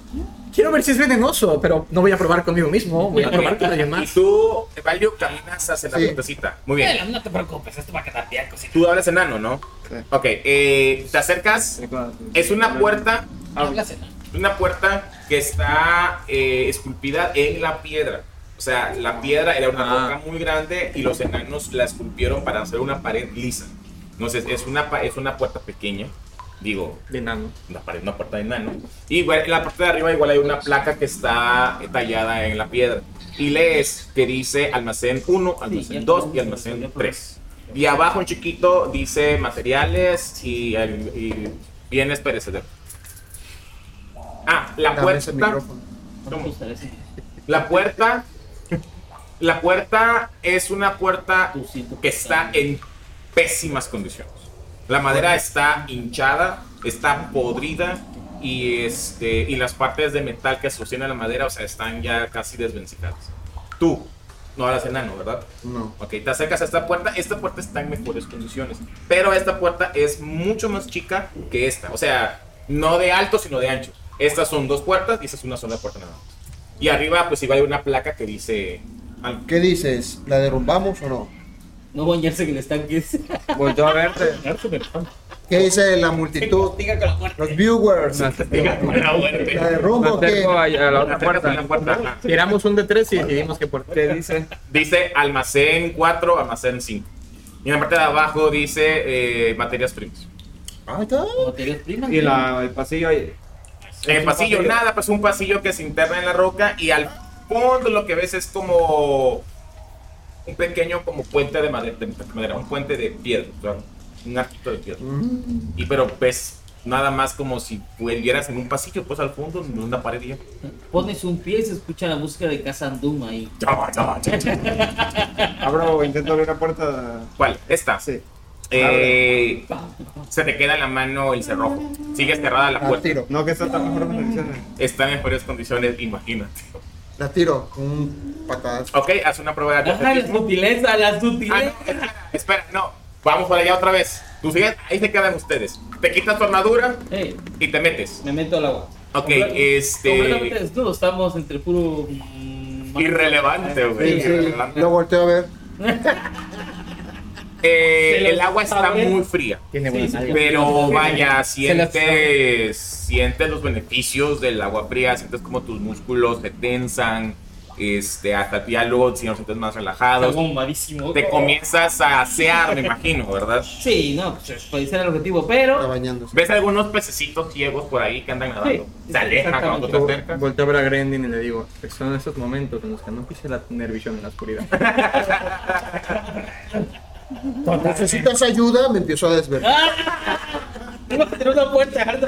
Speaker 10: Quiero ver si es venenoso, pero no voy a probar conmigo mismo. Voy a probar con alguien
Speaker 3: Y
Speaker 10: más.
Speaker 3: tú, Valio, caminas hacia la
Speaker 2: Sí.
Speaker 3: puertecita. Muy bien.
Speaker 7: Vela, no te preocupes, esto va a quedar bien cocinado.
Speaker 3: Tú hablas enano, ¿no?
Speaker 6: Sí.
Speaker 3: Ok, eh, te acercas. Es una puerta,
Speaker 7: Habla cena.
Speaker 3: una puerta que está eh, esculpida en la piedra. O sea, la piedra era una
Speaker 10: Ah.
Speaker 3: roca muy grande y los enanos la esculpieron para hacer una pared lisa. Entonces, es una, pa- es una puerta pequeña. Digo,
Speaker 10: De nano.
Speaker 3: una pared, una puerta de enano. Y bueno, en la parte de arriba igual hay una placa que está eh, tallada en la piedra. Y lees que dice almacén 1, almacén 2
Speaker 4: ya
Speaker 3: y
Speaker 4: probamos, ya
Speaker 3: almacén
Speaker 4: probamos.
Speaker 3: 3. Y abajo en chiquito dice materiales y, y bienes perecederos. Ah, la
Speaker 2: Dame ese
Speaker 3: puerta,
Speaker 2: micrófono.
Speaker 4: No me gusta ese.
Speaker 3: la puerta, la puerta es una puerta
Speaker 4: Tú siento
Speaker 3: que está en pésimas condiciones. La madera está hinchada, está podrida y este y las partes de metal que sostienen la madera, o sea, están ya casi desvencijadas. Tú no eres enano, ¿verdad?
Speaker 2: No.
Speaker 3: Ok, te acercas a esta puerta. Esta puerta está en mejores condiciones. Pero esta puerta es mucho más chica que esta. O sea, no de alto, sino de ancho. Estas son dos puertas y esta es una sola puerta nada más. Y arriba, pues iba a una placa que dice algo.
Speaker 2: ¿Qué dices? ¿La derrumbamos o no?
Speaker 4: No bañarse en el estanque.
Speaker 6: Volteo a verte.
Speaker 2: ¿Qué dice la multitud?
Speaker 4: Diga con la puerta.
Speaker 2: Los viewers.
Speaker 10: No, diga con la muerte.
Speaker 2: ¿La de
Speaker 10: Me
Speaker 2: rumbo que
Speaker 10: acerco a, a la otra
Speaker 3: Te acercas a
Speaker 10: puerta.
Speaker 3: la puerta.
Speaker 10: Tiramos un de tres y decidimos que por qué dice.
Speaker 3: Dice almacén 4, almacén 5. Y en la parte de abajo dice eh, materias primas.
Speaker 2: Ah, está.
Speaker 4: Materias primas.
Speaker 6: Y la, el pasillo ahí.
Speaker 3: En el pasillo, nada, pues un pasillo que se interna en la roca y al fondo lo que ves es como un pequeño como puente de madera, de madera, un puente de piedra, o sea, un arquito de piedra. Y pero ves nada más como si volvieras en un pasillo, pues al fondo, en una pared y ya.
Speaker 4: Pones un pie y se escucha la música de Casa Andum ahí.
Speaker 3: Ya, ya, ya.
Speaker 6: Abro, intento abrir la puerta.
Speaker 3: ¿Cuál? Esta.
Speaker 6: Sí.
Speaker 3: Eh, se te queda en la mano el cerrojo. Sigue cerrada la
Speaker 2: La
Speaker 3: puerta.
Speaker 2: tiro.
Speaker 6: No, que está tan mejor eh. condiciones.
Speaker 3: Está en peores condiciones, imagínate.
Speaker 2: La tiro con un patadas.
Speaker 3: Ok, haz una prueba de
Speaker 4: Ajá, las
Speaker 3: atletismo.
Speaker 4: sutilezas, las
Speaker 3: Ah, no,
Speaker 4: sutilezas.
Speaker 3: espera, espera, no. Vamos para allá otra vez. Tú sigues, ahí se quedan ustedes. Te quitas tu armadura
Speaker 4: Eh,
Speaker 3: y te metes.
Speaker 4: me meto al agua.
Speaker 3: Ok,
Speaker 4: Comple-
Speaker 3: este-
Speaker 4: Completamente desnudo, estamos entre puro. mm,
Speaker 3: Irrelevante, güey.
Speaker 2: Sí, sí,
Speaker 3: irrelevante.
Speaker 2: lo volteo a ver.
Speaker 3: Eh,
Speaker 4: Se lo
Speaker 3: el agua está
Speaker 4: sabré.
Speaker 3: muy fría.
Speaker 10: Tiene
Speaker 4: Sí,
Speaker 10: buenas
Speaker 4: sí.
Speaker 10: nalgas.
Speaker 3: Pero vaya,
Speaker 10: las-
Speaker 3: sientes, sientes los beneficios del agua fría, sientes como tus músculos se tensan, este, hasta ya luego si no sientes más
Speaker 4: Está
Speaker 3: relajados.
Speaker 4: bombardeadísimo.
Speaker 3: Te comienzas a asear, me imagino, ¿verdad?
Speaker 4: Sí, no, pues puede ser el objetivo,
Speaker 2: Está
Speaker 4: pero.
Speaker 2: bañándose.
Speaker 3: ¿Ves algunos pececitos ciegos por ahí que andan nadando?
Speaker 4: Sí,
Speaker 3: Se aleja cuando te
Speaker 4: exactamente.
Speaker 3: acercas.
Speaker 10: Volteo a ver a Grendin y le digo, son esos momentos en los que no quise la tener visión en
Speaker 3: (laughs)
Speaker 10: la oscuridad.
Speaker 2: ¿Necesitas ayuda? Me empiezo a desvelar.
Speaker 4: Tengo que tener una puerta harta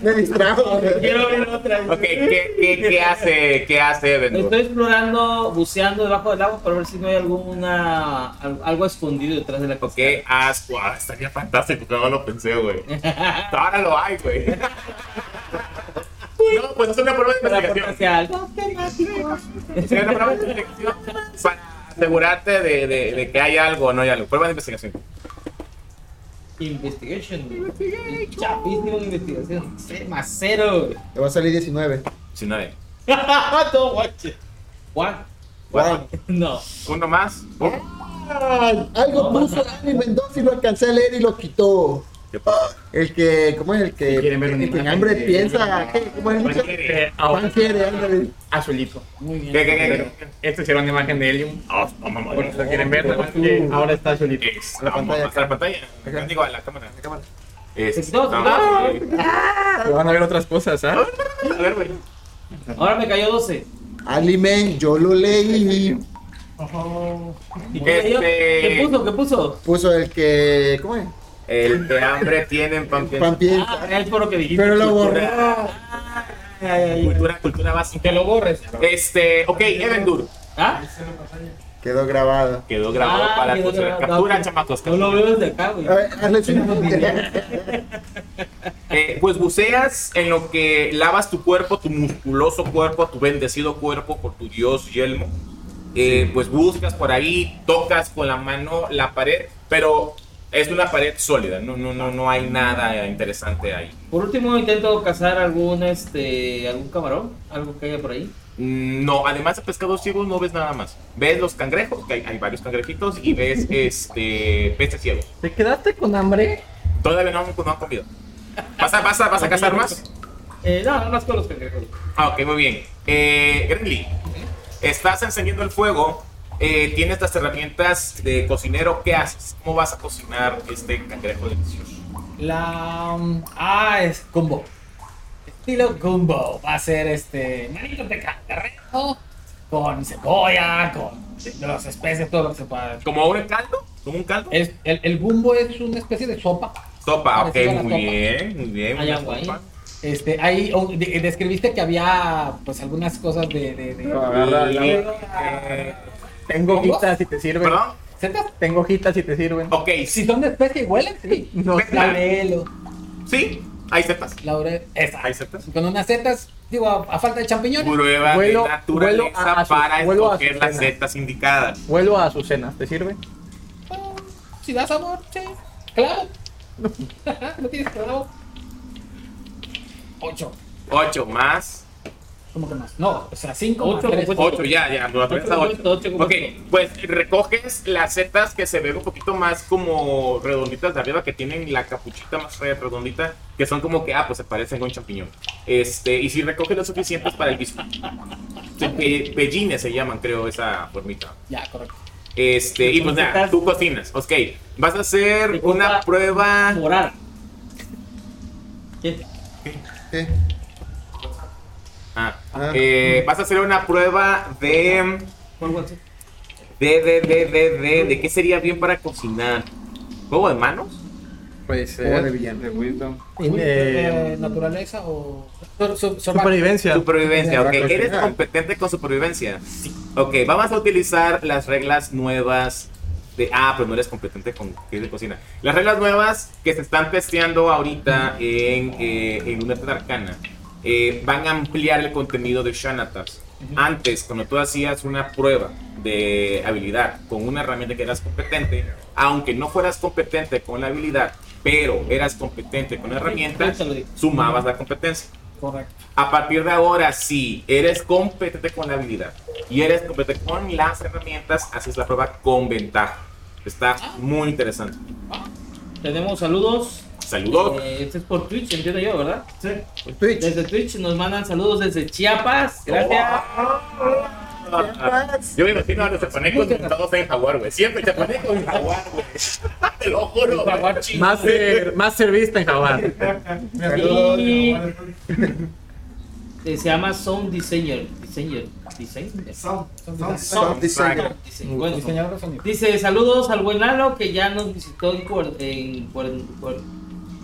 Speaker 2: Me distrajo.
Speaker 4: Quiero ver otra.
Speaker 3: Ok, ¿qué, qué, qué hace, qué hace Bendur?
Speaker 4: Estoy explorando, buceando debajo del agua para ver si no hay alguna al- algo escondido detrás de la
Speaker 3: Ok,
Speaker 4: costa.
Speaker 3: asco. Ah, estaría fantástico, que no lo pensé, (laughs) güey. Hasta ahora lo hay, güey. No, pues es una prueba de
Speaker 4: Pero la puerta
Speaker 3: investigación.
Speaker 4: hacia algo.
Speaker 3: Es una prueba de investigación para asegurarte de, de, de que hay algo o no hay algo. Prueba de investigación.
Speaker 4: Investigation. Chapísimo de investigación. Sí, Más cero.
Speaker 2: Te va a salir 19.
Speaker 3: Si no hay.
Speaker 4: Todo guache. Juan.
Speaker 2: Wow.
Speaker 4: No.
Speaker 3: Uno más.
Speaker 2: Ay, algo puso Dani Mendoza y lo alcancé a leer y lo quitó.
Speaker 3: ¿Qué pasa?
Speaker 2: El que, ¿cómo es el que?
Speaker 10: Si quieren ver una
Speaker 2: el que en
Speaker 10: imagen
Speaker 2: hambre
Speaker 10: de-
Speaker 2: piensa. ¿qué? ¿Cómo es?
Speaker 3: ¿Cuál quiere?
Speaker 10: Eh, ahora,
Speaker 2: Juan quiere, ándale.
Speaker 10: azulito. Este
Speaker 4: Muy bien.
Speaker 3: ¿Qué, qué,
Speaker 10: Pero
Speaker 3: qué, qué?
Speaker 10: esto hicieron una imagen de Helium.
Speaker 3: Ah, no, mamá.
Speaker 10: Por si lo quieren Eh, ver, nada más que ahora está azulito.
Speaker 3: Es,
Speaker 2: A la
Speaker 3: vamos,
Speaker 2: pantalla.
Speaker 3: hasta la pantalla. Digo, a la cámara. Este,
Speaker 4: Se quitó, se quitó.
Speaker 3: ah,
Speaker 10: Pero van a ver otras cosas, ¿ah?
Speaker 3: A ver, güey.
Speaker 4: Ahora me cayó 12.
Speaker 2: Alime, yo lo leí.
Speaker 4: ¿Y qué cayó?
Speaker 3: Este-
Speaker 4: ¿Qué puso? ¿Qué puso?
Speaker 2: Puso el que, ¿cómo es?
Speaker 3: El de hambre tienen pan
Speaker 2: Pan piensa.
Speaker 4: Ah, es por lo que dijiste.
Speaker 2: Pero lo borró.
Speaker 3: Cultura, cultura, cultura básica.
Speaker 4: Que lo borres.
Speaker 3: Este, ok, Evendur.
Speaker 4: ¿Ah?
Speaker 2: Quedó grabado.
Speaker 3: Quedó grabado
Speaker 4: Ah,
Speaker 3: para
Speaker 4: quedó
Speaker 3: tu
Speaker 4: grabado.
Speaker 3: captura,
Speaker 4: No,
Speaker 3: chamacos.
Speaker 4: No lo veo desde acá, güey.
Speaker 2: A ver, hazle su-
Speaker 3: Eh, pues buceas en lo que lavas tu cuerpo, tu musculoso cuerpo, tu bendecido cuerpo por tu dios Yelmo. Eh, pues buscas por ahí, tocas con la mano la pared, pero es una pared sólida, no, no, no, no hay nada interesante ahí.
Speaker 4: Por último intento cazar algún este algún camarón, algo que haya por ahí.
Speaker 3: Mm, No, además de pescados ciegos no ves nada más. Ves los cangrejos, que hay, hay varios cangrejitos, y ves este peces ciegos.
Speaker 10: ¿Te quedaste con hambre?
Speaker 3: Todavía no, pues no han comido. ¿Vas a, vas a- vas a cazar más?
Speaker 4: Eh, no, nada más con los cangrejos.
Speaker 3: Ah, ok, muy bien. Eh, Grenly, estás encendiendo el fuego, eh, tienes las herramientas de cocinero, ¿qué haces? ¿Cómo vas a cocinar este cangrejo delicioso?
Speaker 7: La. um, ah, es gumbo. Estilo gumbo. Va a ser este. Manito de cangrejo. Con cebolla, con las especias, todo lo que se pueda.
Speaker 3: ¿Como un caldo? ¿Como un caldo?
Speaker 7: Es- el, el gumbo es una especie de sopa.
Speaker 3: Sopa, ok,
Speaker 7: parecido a la
Speaker 3: muy
Speaker 7: sopa.
Speaker 3: bien, muy bien.
Speaker 4: Hay
Speaker 3: una
Speaker 4: agua ahí.
Speaker 3: sopa.
Speaker 7: Este, ahí o- de- describiste que había pues algunas cosas de. de, de-
Speaker 6: Agarra el agua.
Speaker 3: Eh,
Speaker 10: Tengo
Speaker 7: ¿Hongos?
Speaker 10: hojitas si te sirven.
Speaker 3: ¿Perdón?
Speaker 7: setas.
Speaker 10: Tengo hojitas si te sirven.
Speaker 3: Ok,
Speaker 7: Si
Speaker 3: sí,
Speaker 7: son de especie y huelen, sí.
Speaker 10: No,
Speaker 7: Laurelo,
Speaker 3: sí, hay setas.
Speaker 7: laurel. Esa.
Speaker 3: Hay setas.
Speaker 7: Con unas setas, digo, a, a falta de champiñones.
Speaker 3: Prueba
Speaker 10: Vuelo-
Speaker 3: de naturaleza
Speaker 10: vuelo a- a su-
Speaker 3: para
Speaker 10: vuelo a
Speaker 3: escoger
Speaker 10: su
Speaker 3: las
Speaker 10: cena.
Speaker 3: setas indicadas.
Speaker 10: Vuelo a Azucenas, ¿te sirve?
Speaker 7: Si da sabor, sí. (laughs) Clavo. no tienes clavo. Ocho.
Speaker 3: Ocho más.
Speaker 7: ¿Cómo que más? No, o sea, 5 más
Speaker 11: Ocho,
Speaker 7: tres.
Speaker 11: pues,
Speaker 7: Ocho.
Speaker 3: Ocho, ya, ya, lo aprendiste a
Speaker 11: Ocho,
Speaker 3: ocho.
Speaker 11: ocho, ocho,
Speaker 3: Ok,
Speaker 11: ocho.
Speaker 3: pues recoges las setas que se ven un poquito más como redonditas de arriba, que tienen la capuchita más re- redondita, que son como que, ah, pues se parecen a un champiñón. Este, y si recoges lo suficientes para el guiso. Sí, pe- Pellines se llaman, creo, esa formita.
Speaker 7: Ya, correcto.
Speaker 3: Este, y pues nada,
Speaker 11: Cositas.
Speaker 3: tú cocinas, ok. Vas a hacer
Speaker 11: Te
Speaker 3: una
Speaker 11: ocupa-
Speaker 3: prueba.
Speaker 11: Morar.
Speaker 2: ¿Qué?
Speaker 3: Ah,
Speaker 2: Ah.
Speaker 3: eh, vas a hacer una prueba de. De, de, de, de, de, de qué sería bien para cocinar. ¿Juego de manos?
Speaker 10: Puede
Speaker 6: Juego de
Speaker 10: ser.
Speaker 6: villano. De Wisdom.
Speaker 10: Eh,
Speaker 7: Eh, ¿Naturaleza o.? Sur- sur- sur-
Speaker 10: supervivencia.
Speaker 3: Supervivencia, ok.
Speaker 2: Para cocinar.
Speaker 3: ¿Eres competente con supervivencia? Sí. Ok, vamos a utilizar las reglas nuevas de... Ah, pero no eres competente con que es de cocina. Las reglas nuevas que se están testeando ahorita en, eh, en una tarde arcana eh, van a ampliar el contenido de Shanatas. Antes, cuando tú hacías una prueba de habilidad con una herramienta que eras competente, aunque no fueras competente con la habilidad, pero eras competente con la herramienta, sumabas la competencia.
Speaker 7: Correcto.
Speaker 3: A partir de ahora, si eres competente con la habilidad y eres competente con las herramientas, haces la prueba con ventaja. Está muy interesante.
Speaker 11: Tenemos saludos.
Speaker 3: Saludos.
Speaker 11: Eh, este es por Twitch, entiendo yo, ¿verdad? Sí.
Speaker 2: Twitch.
Speaker 11: Desde Twitch nos mandan saludos desde Chiapas. Gracias.
Speaker 3: Yo me imagino a los chapanecos montados en jaguar, güey. Siempre chapaneco en jaguar, güey. (laughs) Te lo juro. güey.
Speaker 10: Más, ser- más servista en Jaguar.
Speaker 11: Y- Eh, se llama Sound Designer. Designer. Designer.
Speaker 6: Son, son,
Speaker 2: Sound designer.
Speaker 11: Design- bueno,
Speaker 7: Diseñador de sonido.
Speaker 11: dice saludos al buen Lalo que ya nos visitó en, Cuer- en, Cuer- Cuer-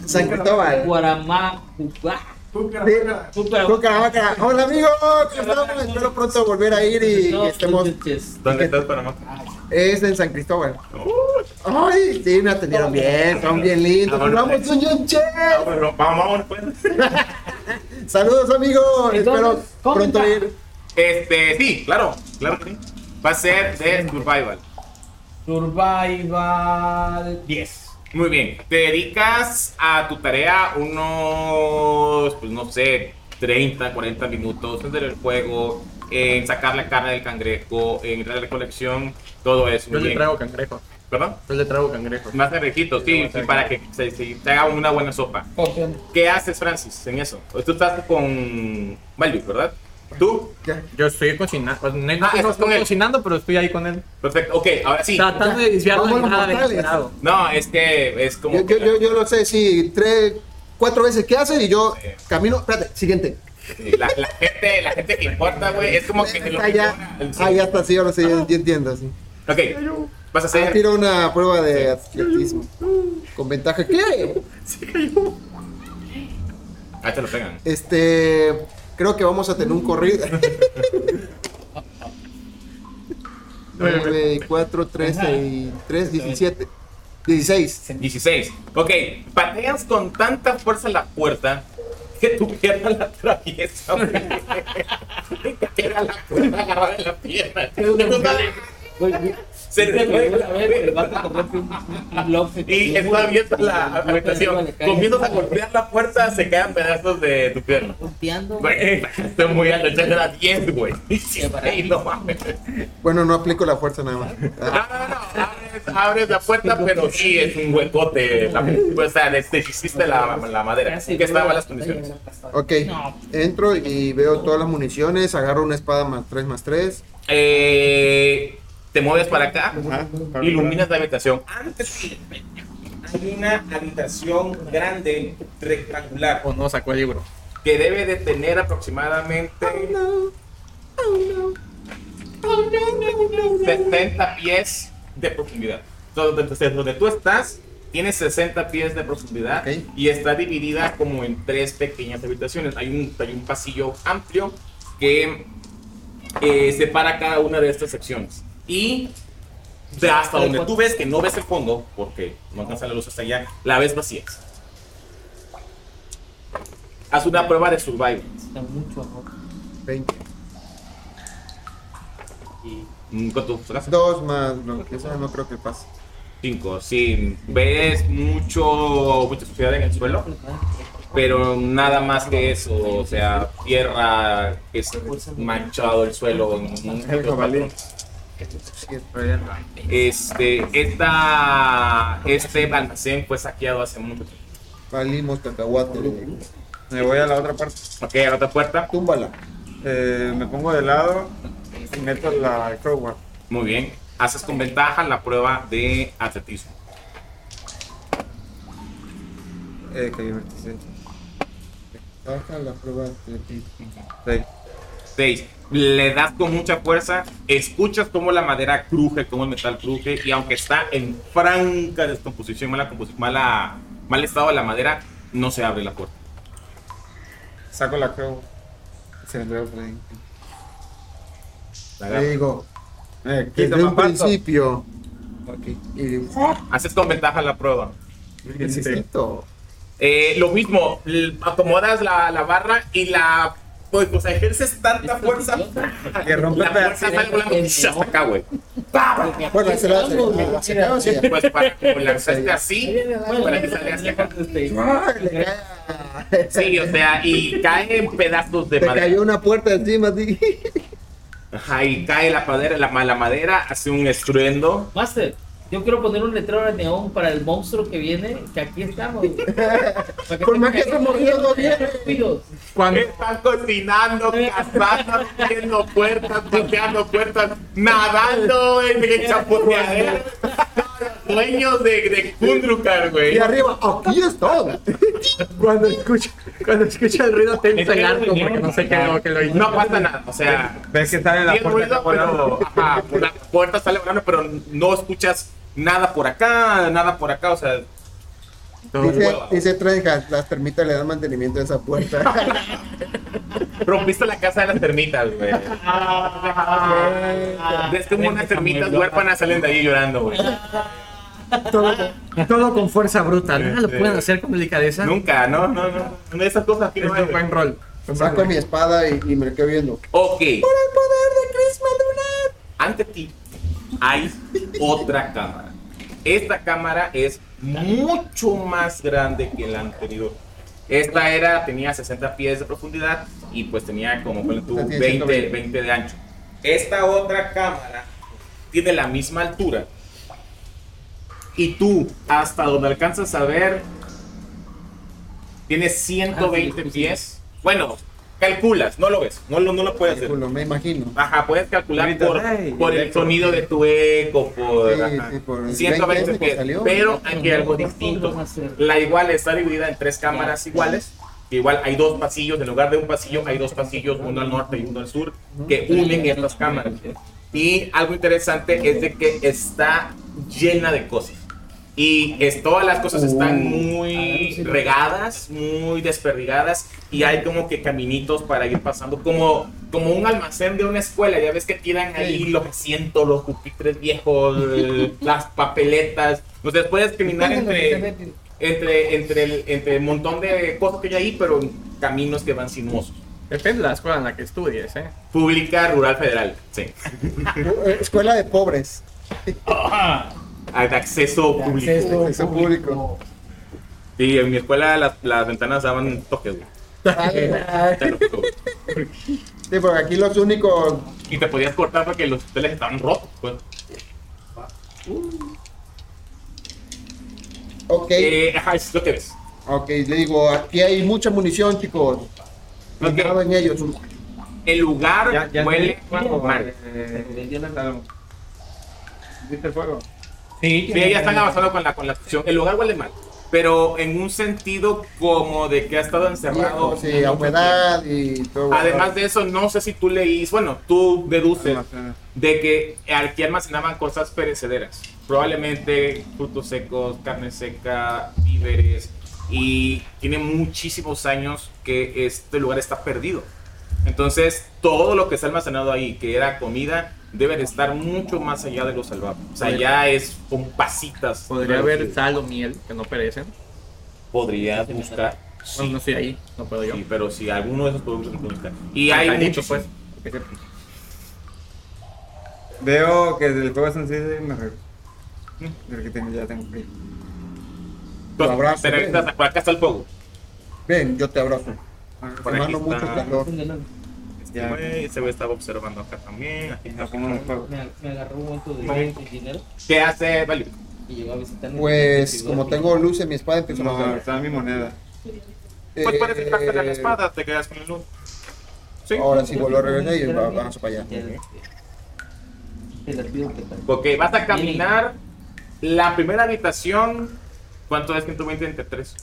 Speaker 2: San Cristóbal.
Speaker 11: Guaramajuba.
Speaker 2: Cucaramaca. Hola amigos, ¿cómo estamos? Espero pronto volver a ir y
Speaker 4: pues,
Speaker 2: que estemos.
Speaker 11: pues,
Speaker 3: ¿Dónde estás, Panamá?
Speaker 2: Es en San Cristóbal. Ay, sí, me atendieron bien, son bien lindos.
Speaker 3: Ah, bueno,
Speaker 2: Vamos, Union Chef.
Speaker 3: Vamos, vamos, pues.
Speaker 2: (laughs) Saludos amigos, espero
Speaker 7: Entonces,
Speaker 2: pronto
Speaker 7: comenta.
Speaker 2: ir.
Speaker 3: Este, sí, claro, claro que sí. Va a ser de survival.
Speaker 7: Survival 10.
Speaker 3: Muy bien, te dedicas a tu tarea unos, pues no sé, 30, 40 minutos en el juego, en sacar la carne del cangrejo, en entrar a la colección, todo eso.
Speaker 10: Yo
Speaker 3: Muy
Speaker 10: le
Speaker 3: bien.
Speaker 10: traigo cangrejo.
Speaker 3: ¿Perdón?
Speaker 10: Yo le traigo cangrejo.
Speaker 3: Más cangrejitos, sí, sí, para que se, se te haga una buena sopa.
Speaker 7: Poción.
Speaker 3: ¿Qué haces, Francis, en eso? Tú estás con Value, ¿verdad? ¿Tú?
Speaker 10: Yo estoy cocinando. pues, No,
Speaker 3: Ah,
Speaker 10: no
Speaker 3: estás con
Speaker 10: estoy
Speaker 3: él.
Speaker 10: cocinando, pero estoy ahí con él.
Speaker 3: Perfecto, ok, ahora sí.
Speaker 10: Tratando de desviar la
Speaker 2: Vamos,
Speaker 10: mirada
Speaker 2: mortales.
Speaker 10: del lado.
Speaker 3: No, es que es como...
Speaker 2: Yo, yo, yo, yo lo sé, sí, tres, cuatro veces que hace y yo camino. Espérate, siguiente.
Speaker 3: La, la gente, la gente que importa, güey, es como que... te lo
Speaker 2: Ah, ya,
Speaker 3: ignora.
Speaker 2: ah, ya está, sí, ahora sí, ya, ya entiendo. Sí.
Speaker 3: Ok, vas a
Speaker 2: Ah,
Speaker 3: hacer...
Speaker 2: tiro una prueba de atletismo. Con ventaja. ¿Qué?
Speaker 3: Ahí te lo pegan.
Speaker 2: Este. Creo que vamos a tener un corrido. 9, 4, 3, 6, 3, 17, 16.
Speaker 3: 16. Ok, pateas con tanta fuerza la puerta que tu pierna la (laughs) atraviesa. güey. Te pega la puerta agarrada en la pierna. Se te Y está abierta la habitación. Comienzas a golpear la puerta, se quedan pedazos de tu pierna.
Speaker 11: Golpeando.
Speaker 3: Güey, (laughs) Estoy muy alto, ya era 10, güey. 16, no mames.
Speaker 2: Bueno, no aplico la fuerza nada más.
Speaker 3: No,
Speaker 2: Ah,
Speaker 3: no, no, abres, abres la puerta, pero sí es un huecote. La, o sea, deshiciste la, la madera. Que estaba en las condiciones.
Speaker 2: ok. Entro y veo todas las municiones. Agarro una espada más 3 más 3.
Speaker 3: Eh, te mueves para acá,
Speaker 6: Ajá, Ah, para
Speaker 3: iluminas la habitación. Antes que- hay una habitación grande, rectangular,
Speaker 10: O no sacó el libro.
Speaker 3: que debe de tener aproximadamente 60 pies de profundidad. Donde, donde- donde tú estás, tiene 60 pies de profundidad
Speaker 2: Ok.
Speaker 3: y está dividida como en tres pequeñas habitaciones. Hay un, hay un pasillo amplio que eh, separa cada una de estas secciones. Y de hasta donde tú ves que no ves el fondo, porque no alcanza la luz hasta allá, la ves vacía. Haz una prueba de survival.
Speaker 11: Está mucho amor.
Speaker 2: 20.
Speaker 3: Mm, ¿Con tu frase?
Speaker 2: 2 más. No, esa no creo que pase.
Speaker 3: Cinco. Si ves mucho, mucha suciedad en el suelo, Pero nada más que eso, o sea, tierra que es manchado el suelo en un-
Speaker 6: El jabalí.
Speaker 3: Este, esta, este almacén fue saqueado hace mucho.
Speaker 2: Valimos cacahuate.
Speaker 6: Me voy a la otra parte.
Speaker 3: Ok, a la otra puerta.
Speaker 2: Túmbala.
Speaker 6: Eh, me pongo de lado y meto la crowbar.
Speaker 3: Muy bien. Haces con ventaja la prueba de atletismo.
Speaker 6: Eh, que divertido.
Speaker 2: Baja la prueba de atletismo.
Speaker 6: Sí.
Speaker 3: 6. Le das con mucha fuerza, escuchas cómo la madera cruje, cómo el metal cruje, y aunque está en franca descomposición, mala, compos- mala, mal estado de la madera, no se abre la puerta.
Speaker 6: Saco la crowbar. Se me entrega por ahí.
Speaker 3: La
Speaker 2: Le
Speaker 3: agarras.
Speaker 2: digo,
Speaker 6: Eh,
Speaker 2: desde
Speaker 6: quita
Speaker 2: un
Speaker 6: más
Speaker 2: principio. Y digo, ¡ah!
Speaker 3: Haces con ventaja la prueba.
Speaker 2: Necesito.
Speaker 3: Eh, lo mismo, l- acomodas la, la barra y la. Pues, o sea, ejerces tanta fuerza
Speaker 6: Que rompe
Speaker 3: la fuerza sale volando hasta acá, güey.
Speaker 2: Bueno, se la se la- se la- se la-
Speaker 3: Pues para que lanzaste así, para que salga hacia
Speaker 7: Este,
Speaker 3: acá.
Speaker 2: ¡Ah! Le cae-
Speaker 3: Sí, o sea, y cae en pedazos de
Speaker 2: Te
Speaker 3: madera.
Speaker 2: cayó una puerta encima a ti.
Speaker 3: Ajá, y cae la madera, la mala madera, hace un estruendo.
Speaker 11: Master, yo quiero poner un letrero de neón para el monstruo que viene, que aquí estamos.
Speaker 2: Por más que estamos riendo bien.
Speaker 11: Estúpidos.
Speaker 1: Cuando,
Speaker 3: Están cocinando, cazando, abriendo puertas, pateando puertas, nadando en el chapoteadero. Dueños de, de Kundrukar, güey.
Speaker 2: Y arriba, aquí está.
Speaker 1: cuando, escucho, cuando escucho el ruido
Speaker 10: Este
Speaker 7: eh,
Speaker 1: tenso el arco porque no sé qué es lo que lo hizo.
Speaker 3: No pasa nada, o sea,
Speaker 6: Ves que sale la
Speaker 3: tiene
Speaker 6: puerta.
Speaker 3: ruido,
Speaker 6: está volando.
Speaker 3: pero ajá, la puerta sale volando, pero no escuchas nada por acá, nada por acá, o sea,
Speaker 2: Dice, dice Trenjas, las termitas le dan mantenimiento a esa puerta.
Speaker 3: rompiste la casa de las termitas, güey. Ves como unas termitas huérfanas salen de ahí llorando, güey.
Speaker 1: Todo, con- todo con fuerza bruta. Nada lo
Speaker 3: Este-
Speaker 1: pueden hacer con delicadeza.
Speaker 3: Nunca, no, no, no. no, Esas cosas que
Speaker 1: Es
Speaker 3: no
Speaker 1: un
Speaker 3: hay.
Speaker 1: buen rol.
Speaker 2: Saco mi espada y, y me lo quedo viendo.
Speaker 3: Ok. Por el poder de Chris Ante ti hay otra cámara. Esta cámara es mucho más grande que la anterior. Esta era, tenía 60 pies de profundidad y pues tenía como ponle tú,
Speaker 2: Así es,
Speaker 3: 20,
Speaker 2: 120.
Speaker 3: 20 de ancho. Esta otra cámara tiene la misma altura. Y tú, hasta donde alcanzas a ver, tienes 120 pies. Bueno, calculas, no lo ves, no lo, no lo puedes hacer.
Speaker 2: Culo, me imagino.
Speaker 3: Ajá, puedes calcular
Speaker 6: Grita,
Speaker 3: por,
Speaker 6: "Ay",
Speaker 3: por
Speaker 6: y
Speaker 3: el
Speaker 6: eco.
Speaker 3: sonido de tu eco, por,
Speaker 2: Sí,
Speaker 3: ajá,
Speaker 2: sí, por
Speaker 3: 120
Speaker 2: 20
Speaker 3: pies.
Speaker 2: salió.
Speaker 3: Pero aquí hay algo distinto. La igual está dividida en tres cámaras iguales. que Igual hay dos pasillos, en lugar de un pasillo hay dos pasillos, uno al norte y uno al sur, que unen estas cámaras. Y algo interesante es de que está llena de cosas. Y es- todas las cosas están muy regadas, muy desperdigadas y hay como que caminitos para ir pasando, como, como un almacén de una escuela. Ya ves que tiran ahí los asientos, los pupitres viejos, el- las papeletas. Entonces puedes caminar entre, entre, entre, el, entre el montón de cosas que hay ahí, pero en caminos que van sinuosos.
Speaker 1: Depende de la escuela en la que estudies, ¿eh?
Speaker 3: Pública Rural Federal, sí.
Speaker 2: Eh, Escuela de pobres.
Speaker 3: Ah, de acceso público.
Speaker 2: Acceso este, público.
Speaker 3: Sí, en mi escuela las, las ventanas daban toques, güey.
Speaker 2: Ay, ay.
Speaker 3: Te lo juro.
Speaker 2: Sí, porque aquí los únicos.
Speaker 3: Y te podías cortar porque los teles estaban rotos, pues.
Speaker 2: Ok,
Speaker 3: Eh, ajá, es lo que ves.
Speaker 2: ok, le digo, aquí hay mucha munición, chicos.
Speaker 3: Ok.
Speaker 2: Cuidado en ellos.
Speaker 3: El lugar
Speaker 6: Ya, ya
Speaker 3: huele
Speaker 6: fuego,
Speaker 3: mal.
Speaker 6: ¿Viste el fuego?
Speaker 3: Sí, ya están avanzando con la, con la fusión. El lugar huele mal. Pero en un sentido como de que ha estado encerrado.
Speaker 2: Viejos, sí, a eh, humedad y todo.
Speaker 3: Además de eso, no sé si tú leís, bueno, tú deduces
Speaker 6: Almacenar.
Speaker 3: de que aquí almacenaban cosas perecederas. Probablemente frutos secos, carne seca, víveres. Y tiene muchísimos años que este lugar está perdido. Entonces, todo lo que está almacenado ahí, que era comida, debe de estar mucho más allá de lo salvable. O sea, ya es con pasitas.
Speaker 6: eh,
Speaker 1: Podría haber sal o miel que no perecen.
Speaker 3: Podría buscar.
Speaker 1: Bueno,
Speaker 3: Sí,
Speaker 1: no estoy ahí, no puedo yo.
Speaker 3: sí, pero si alguno de esos productos. Y hay
Speaker 1: Cajadito,
Speaker 3: muchos,
Speaker 1: pues.
Speaker 6: Veo que el fuego es sencillo y me re... Del que tengo, ya tengo frío.
Speaker 2: Lo abrazo,
Speaker 3: Pero
Speaker 1: pues.
Speaker 2: hombre.
Speaker 3: acá está el fuego.
Speaker 2: Ven, yo te abrazo.
Speaker 3: Por aquí
Speaker 2: Hermano, mucho
Speaker 3: está.
Speaker 2: calor.
Speaker 6: Ya.
Speaker 3: Este güey, ese güey estaba observando acá también. Aquí está.
Speaker 6: La pongo en el juego.
Speaker 11: Me, me agarró un monto de de dinero
Speaker 3: ¿Qué hace, Value?
Speaker 11: y llegó a visitarme.
Speaker 2: Pues, como tengo luz en mi espada, empiezo a
Speaker 6: No,
Speaker 2: mover.
Speaker 6: está mi moneda.
Speaker 3: Pues puedes
Speaker 2: Eh,
Speaker 3: quitarte la espada, te quedas con el luz. Sí.
Speaker 2: Ahora sí, vuelvo a regresar y va- vamos para allá.
Speaker 11: Ya, eh, Te la pido que tal.
Speaker 3: Ok, vas a caminar la primera habitación. ¿Cuánto es 120 entre 3?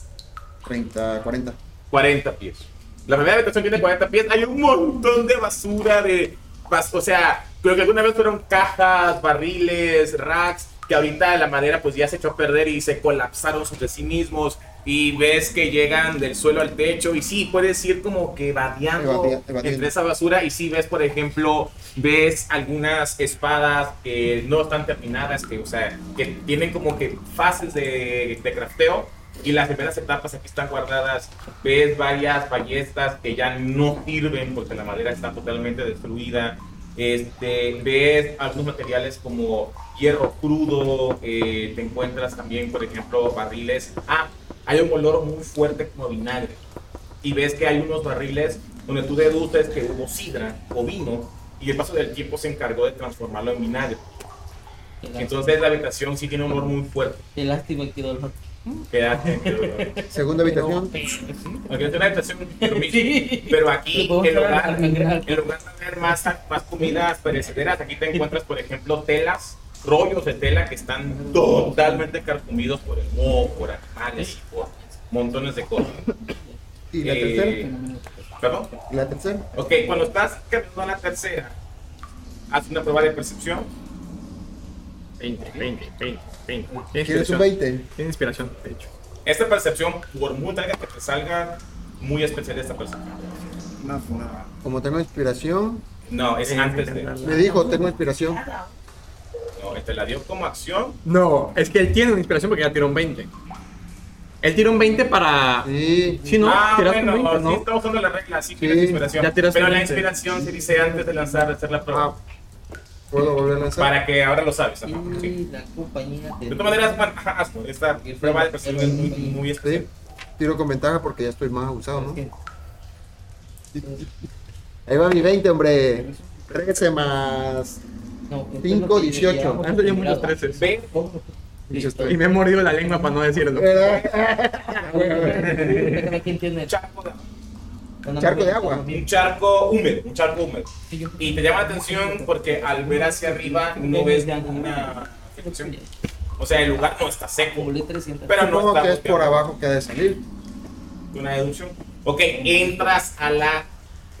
Speaker 2: 30, 40.
Speaker 3: 40 pies. La primera habitación tiene 40 pies. Hay un montón de basura de... bas- O sea, creo que alguna vez fueron cajas, barriles, racks, que ahorita la madera pues ya se echó a perder y se colapsaron sobre sí mismos. Y ves que llegan del suelo al techo y sí, puedes ir como que vadeando
Speaker 2: Evadía- evadiendo.
Speaker 3: entre esa basura y sí ves, por ejemplo, ves algunas espadas que no están terminadas, que, o sea, que tienen como que fases de, de crafteo y las primeras etapas aquí están guardadas. Ves varias ballestas que ya no sirven porque la madera está totalmente destruida. Este, ves algunos materiales como hierro crudo, eh, te encuentras también, por ejemplo, barriles. Ah, hay un olor muy fuerte como a vinagre. Y ves que hay unos barriles donde tú deduces que hubo sidra o vino y el paso del tiempo se encargó de transformarlo en vinagre.
Speaker 11: Qué lá-
Speaker 3: Entonces la habitación sí tiene un olor muy fuerte.
Speaker 11: Qué lástima, qué dolor.
Speaker 3: Quédate. (laughs) Aquí
Speaker 2: Segunda habitación.
Speaker 3: es una habitación lo mismo.
Speaker 11: Sí.
Speaker 3: Pero aquí
Speaker 11: Pero
Speaker 3: en
Speaker 11: podemos
Speaker 3: lugar,
Speaker 11: entrar al mangral.
Speaker 3: en lugar de tener más, más comidas perecederas, aquí te encuentras, por ejemplo, telas, rollos de tela que están totalmente carcomidos por el moho, por animales y por montones de cosas.
Speaker 2: ¿Y la
Speaker 3: Eh,
Speaker 2: tercera?
Speaker 3: ¿Perdón?
Speaker 2: ¿Y la tercera?
Speaker 3: Ok, cuando estás caminando a la tercera, haz una prueba de percepción.
Speaker 10: 20, 20, 20, 20.
Speaker 2: ¿Quieres un 20?
Speaker 10: Este Tiene inspiración, de hecho.
Speaker 3: Esta percepción, por muy larga que te salga, muy especial esta percepción.
Speaker 6: No, no.
Speaker 2: Como tengo inspiración,
Speaker 3: No, es antes de.
Speaker 2: me dijo, tengo inspiración.
Speaker 3: No, te la dio como acción.
Speaker 10: No, es que él tiene una inspiración porque ya tiró un 20. Él tiró un 20 para.
Speaker 2: Sí.
Speaker 10: Sí, no,
Speaker 3: ah,
Speaker 10: tiraste
Speaker 3: bueno,
Speaker 10: un 20,
Speaker 3: sí,
Speaker 10: ¿no?
Speaker 3: está usando la regla, así
Speaker 2: Sí,
Speaker 3: que la inspiración.
Speaker 10: ya tiraste
Speaker 3: Pero la
Speaker 10: 20.
Speaker 3: inspiración se dice antes de lanzar, hacer la
Speaker 2: Ah,
Speaker 3: prueba.
Speaker 2: puedo volver a lanzar.
Speaker 3: para que ahora lo sabes. ajá, sí.
Speaker 11: Y la compañía
Speaker 2: (laughs)
Speaker 3: De
Speaker 11: te-
Speaker 3: todas maneras, bueno, ajá, hazlo, esta prueba de percepción es muy, muy especial.
Speaker 2: Sí. Tiro con ventaja porque ya estoy más abusado, ¿no? Ahí va mi 20, hombre. 13 más.
Speaker 11: No, esto es lo
Speaker 2: 5,
Speaker 11: que
Speaker 2: 18.
Speaker 11: llevamos
Speaker 10: Han salido muchos
Speaker 11: acostumbrado.
Speaker 10: 13.
Speaker 3: Ve,
Speaker 10: Y me he mordido la lengua para no
Speaker 2: Eh.
Speaker 10: decirlo.
Speaker 11: Pero aquí entiende.
Speaker 3: un charco de-
Speaker 2: Charco de agua.
Speaker 3: un charco húmedo, un charco húmedo. Y te llama la atención porque al ver hacia arriba no ves ninguna afectación. O sea, el lugar no está seco,
Speaker 11: Acumulé 300.
Speaker 3: pero no
Speaker 2: Supongo
Speaker 3: está
Speaker 2: que es por
Speaker 3: golpeado.
Speaker 2: abajo que ha de salir.
Speaker 3: una deducción. Ok, entras a la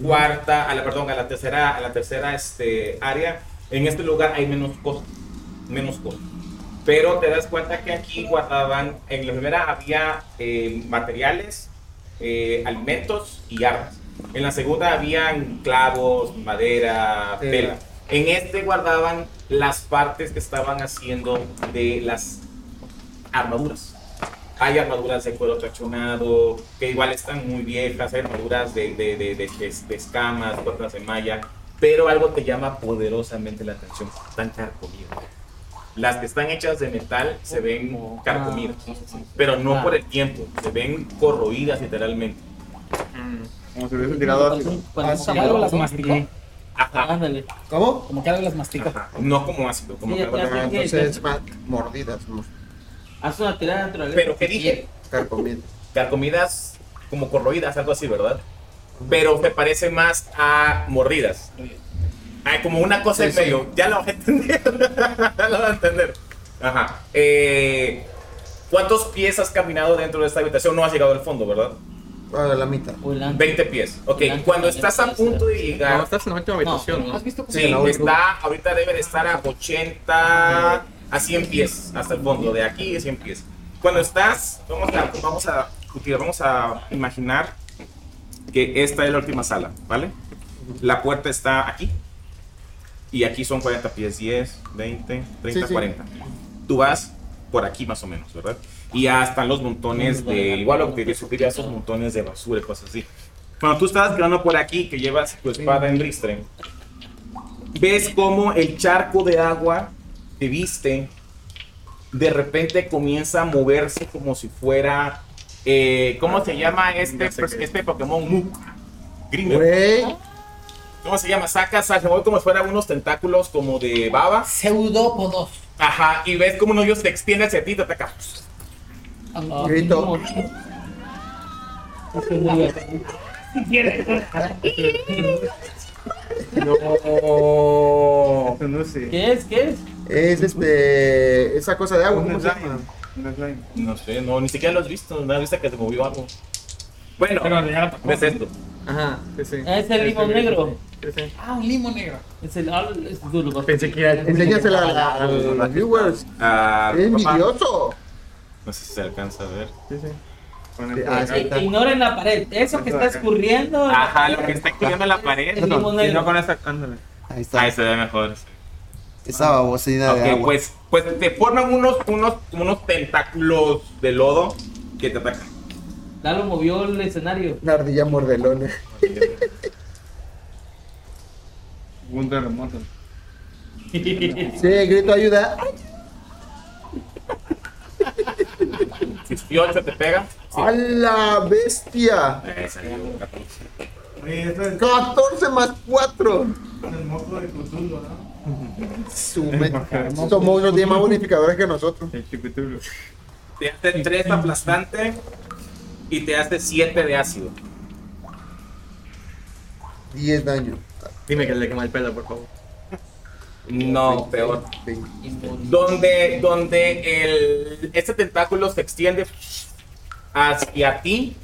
Speaker 3: cuarta, a la perdón, a la tercera, a la tercera este, área. En este lugar hay menos cosas, menos cosas. Pero te das cuenta que aquí guardaban, en la primera había eh, materiales, eh, alimentos y armas. En la segunda habían clavos, madera,
Speaker 2: Tela.
Speaker 3: tela. En este guardaban las partes que estaban haciendo de las armaduras. Hay armaduras de cuero traccionado, que igual están muy viejas, hay armaduras de, de, de, de- de- de escamas, cuerdas de malla, pero algo te llama poderosamente la atención, están carcomidas. Las que están hechas de metal se
Speaker 11: Oh,
Speaker 3: ven carcomidas, pero no por el tiempo, se ven corroídas literalmente.
Speaker 6: Como si hubiesen tirado ácido.
Speaker 11: Cuando
Speaker 2: Así.
Speaker 7: Como que algo
Speaker 11: acabó,
Speaker 7: las masticó.
Speaker 3: Ajá,
Speaker 11: Ándale.
Speaker 2: ¿Cómo? Ah,
Speaker 7: Como que algo las masticó.
Speaker 3: ajá. no como ácido, como
Speaker 11: Sí,
Speaker 3: algo
Speaker 11: ya, ya,
Speaker 3: de-
Speaker 11: ya.
Speaker 2: Entonces, más mordidas, mos-
Speaker 11: Haz una tirada de naturaleza.
Speaker 3: Pero, ¿qué dije?
Speaker 2: carcomidas.
Speaker 3: carcomidas como corroídas, algo así, ¿verdad? Pero me parece más a mordidas. Ah, como una cosa en
Speaker 2: Sí, sí.
Speaker 3: medio. Ya lo vas a entender. (laughs) ya lo vas a entender. Ajá. Eh, ¿Cuántos pies has caminado dentro de esta habitación? No has llegado al fondo, ¿verdad?
Speaker 2: A Ah, la mitad.
Speaker 11: Volando.
Speaker 3: 20 pies. Ok,
Speaker 11: Adelante,
Speaker 3: cuando estás a
Speaker 11: adelante,
Speaker 3: punto de
Speaker 10: No,
Speaker 3: llegar.
Speaker 10: estás en la última habitación,
Speaker 11: No,
Speaker 10: ¿no?
Speaker 11: no.
Speaker 3: Sí, está, ahorita debe de estar a 80, a 100 pies, hasta el fondo, de aquí a 100 pies. Cuando estás, vamos a, vamos a, util- vamos a imaginar que esta es la última sala, ¿vale? La puerta está aquí. Y aquí son 40 pies, 10, 20, 30,
Speaker 2: Sí, sí.
Speaker 3: 40. Tú vas por aquí más o menos, ¿verdad? Y hasta los montones de, igual lo que discutiría, esos montones de basura y cosas así. Cuando tú estabas quedando por aquí, que llevas tu espada en ristre, ves cómo el charco de agua te viste, de repente comienza a moverse como si fuera Eh, ¿Cómo se llama este,
Speaker 6: Ya sé que-
Speaker 3: este Pokémon Mook? Grimer.
Speaker 2: Güey,
Speaker 3: ¿Cómo se llama? Saca, saca, mueve como si fueran unos tentáculos como de baba.
Speaker 7: Pseudópodos.
Speaker 3: Ajá, y ves como uno de ellos se extiende hacia ti y te ataca.
Speaker 2: grito.
Speaker 1: No.
Speaker 6: Es un Uzi.
Speaker 11: ¿Qué es? ¿Qué es?
Speaker 2: Es este. Esa cosa de agua,
Speaker 6: Un
Speaker 2: ¿cómo se
Speaker 6: slime.
Speaker 2: llama?
Speaker 6: Un slime.
Speaker 3: No sé, no, ni siquiera lo has visto, nada viste que se movió algo. Bueno,
Speaker 7: Pero ya la tocó.
Speaker 3: ves esto.
Speaker 1: Ajá, sí, sí.
Speaker 11: Ah, Es el limón negro.
Speaker 1: Sí, sí.
Speaker 7: Ah, un limo negro.
Speaker 11: Es el. ah, Es duro.
Speaker 1: Pensé que era el-
Speaker 2: Enséñasela a, la- a los viewers.
Speaker 3: Ah,
Speaker 2: Es
Speaker 3: papá.
Speaker 2: envidioso.
Speaker 3: No sé si se alcanza a ver.
Speaker 6: Con
Speaker 2: Sí,
Speaker 6: el-
Speaker 2: ah, sí.
Speaker 11: Eh, Ignoren la pared. Eso que está escurriendo.
Speaker 3: Ajá, lo que está escribiendo en la
Speaker 11: El
Speaker 3: pared.
Speaker 11: limón
Speaker 6: Si no
Speaker 11: negro.
Speaker 6: con esta, ándale.
Speaker 2: Ahí está.
Speaker 3: Ahí se ve mejor. sí.
Speaker 2: Esa babosina de
Speaker 3: Ok,
Speaker 2: agua.
Speaker 3: pues, pues te forman unos, unos, unos tentáculos de lodo que te atacan.
Speaker 11: Lalo movió el escenario.
Speaker 2: Una ardilla mordelona.
Speaker 6: Un terremoto.
Speaker 2: Sí, grito ayuda.
Speaker 3: 18 te pega.
Speaker 2: ¡A la bestia!
Speaker 3: Eh, salió un 14.
Speaker 2: 14 más 4. Su me- Estos monstruos tienen más bonificadores que nosotros.
Speaker 6: El chiquitulo.
Speaker 3: Te hace 3 aplastante y te hace 7 de ácido.
Speaker 2: 10 daño.
Speaker 1: Dime que le quema el pelo, por favor.
Speaker 3: No, peor.
Speaker 2: 20.
Speaker 3: Donde, donde el, este tentáculo se extiende hacia ti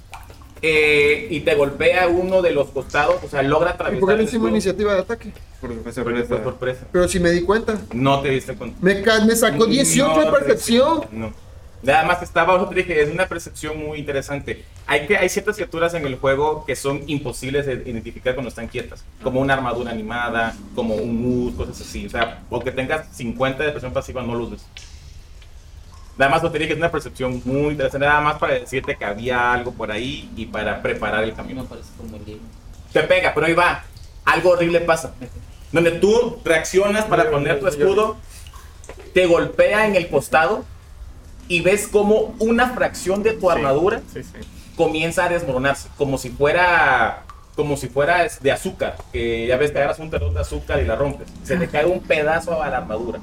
Speaker 3: eh, y te golpea uno de los costados, o sea, logra
Speaker 2: ¿Y
Speaker 3: atravesar.
Speaker 2: por qué no
Speaker 3: el
Speaker 2: hicimos
Speaker 3: escudo.
Speaker 2: iniciativa de ataque?
Speaker 6: Porque fue
Speaker 3: Porque fue
Speaker 6: sorpresa.
Speaker 3: sorpresa.
Speaker 2: Pero si me di cuenta.
Speaker 3: No te diste cuenta.
Speaker 2: Me, ca- me sacó 18 de
Speaker 3: No,
Speaker 2: percepción.
Speaker 3: No. Nada más que estaba, yo te dije, es una percepción muy interesante. Hay, que, hay ciertas criaturas en el juego que son imposibles de identificar cuando están quietas, como una armadura animada, como un mus, cosas así. O sea, o que tengas 50 de percepción pasiva, no los ves. Nada más yo te dije que es una percepción muy interesante, nada más para decirte que había algo por ahí y para preparar el
Speaker 11: A mí
Speaker 3: camino
Speaker 11: me parece como el limón.
Speaker 3: te pega, pero ahí va. Algo horrible pasa. Donde tú reaccionas para poner tu escudo, te golpea en el costado y ves como una fracción de tu armadura
Speaker 1: Sí, sí.
Speaker 3: comienza a desmoronarse, como si fuera como si fuera es- de azúcar, que ya ves que agarras un telón de azúcar y la rompes. Se te cae un pedazo a la armadura.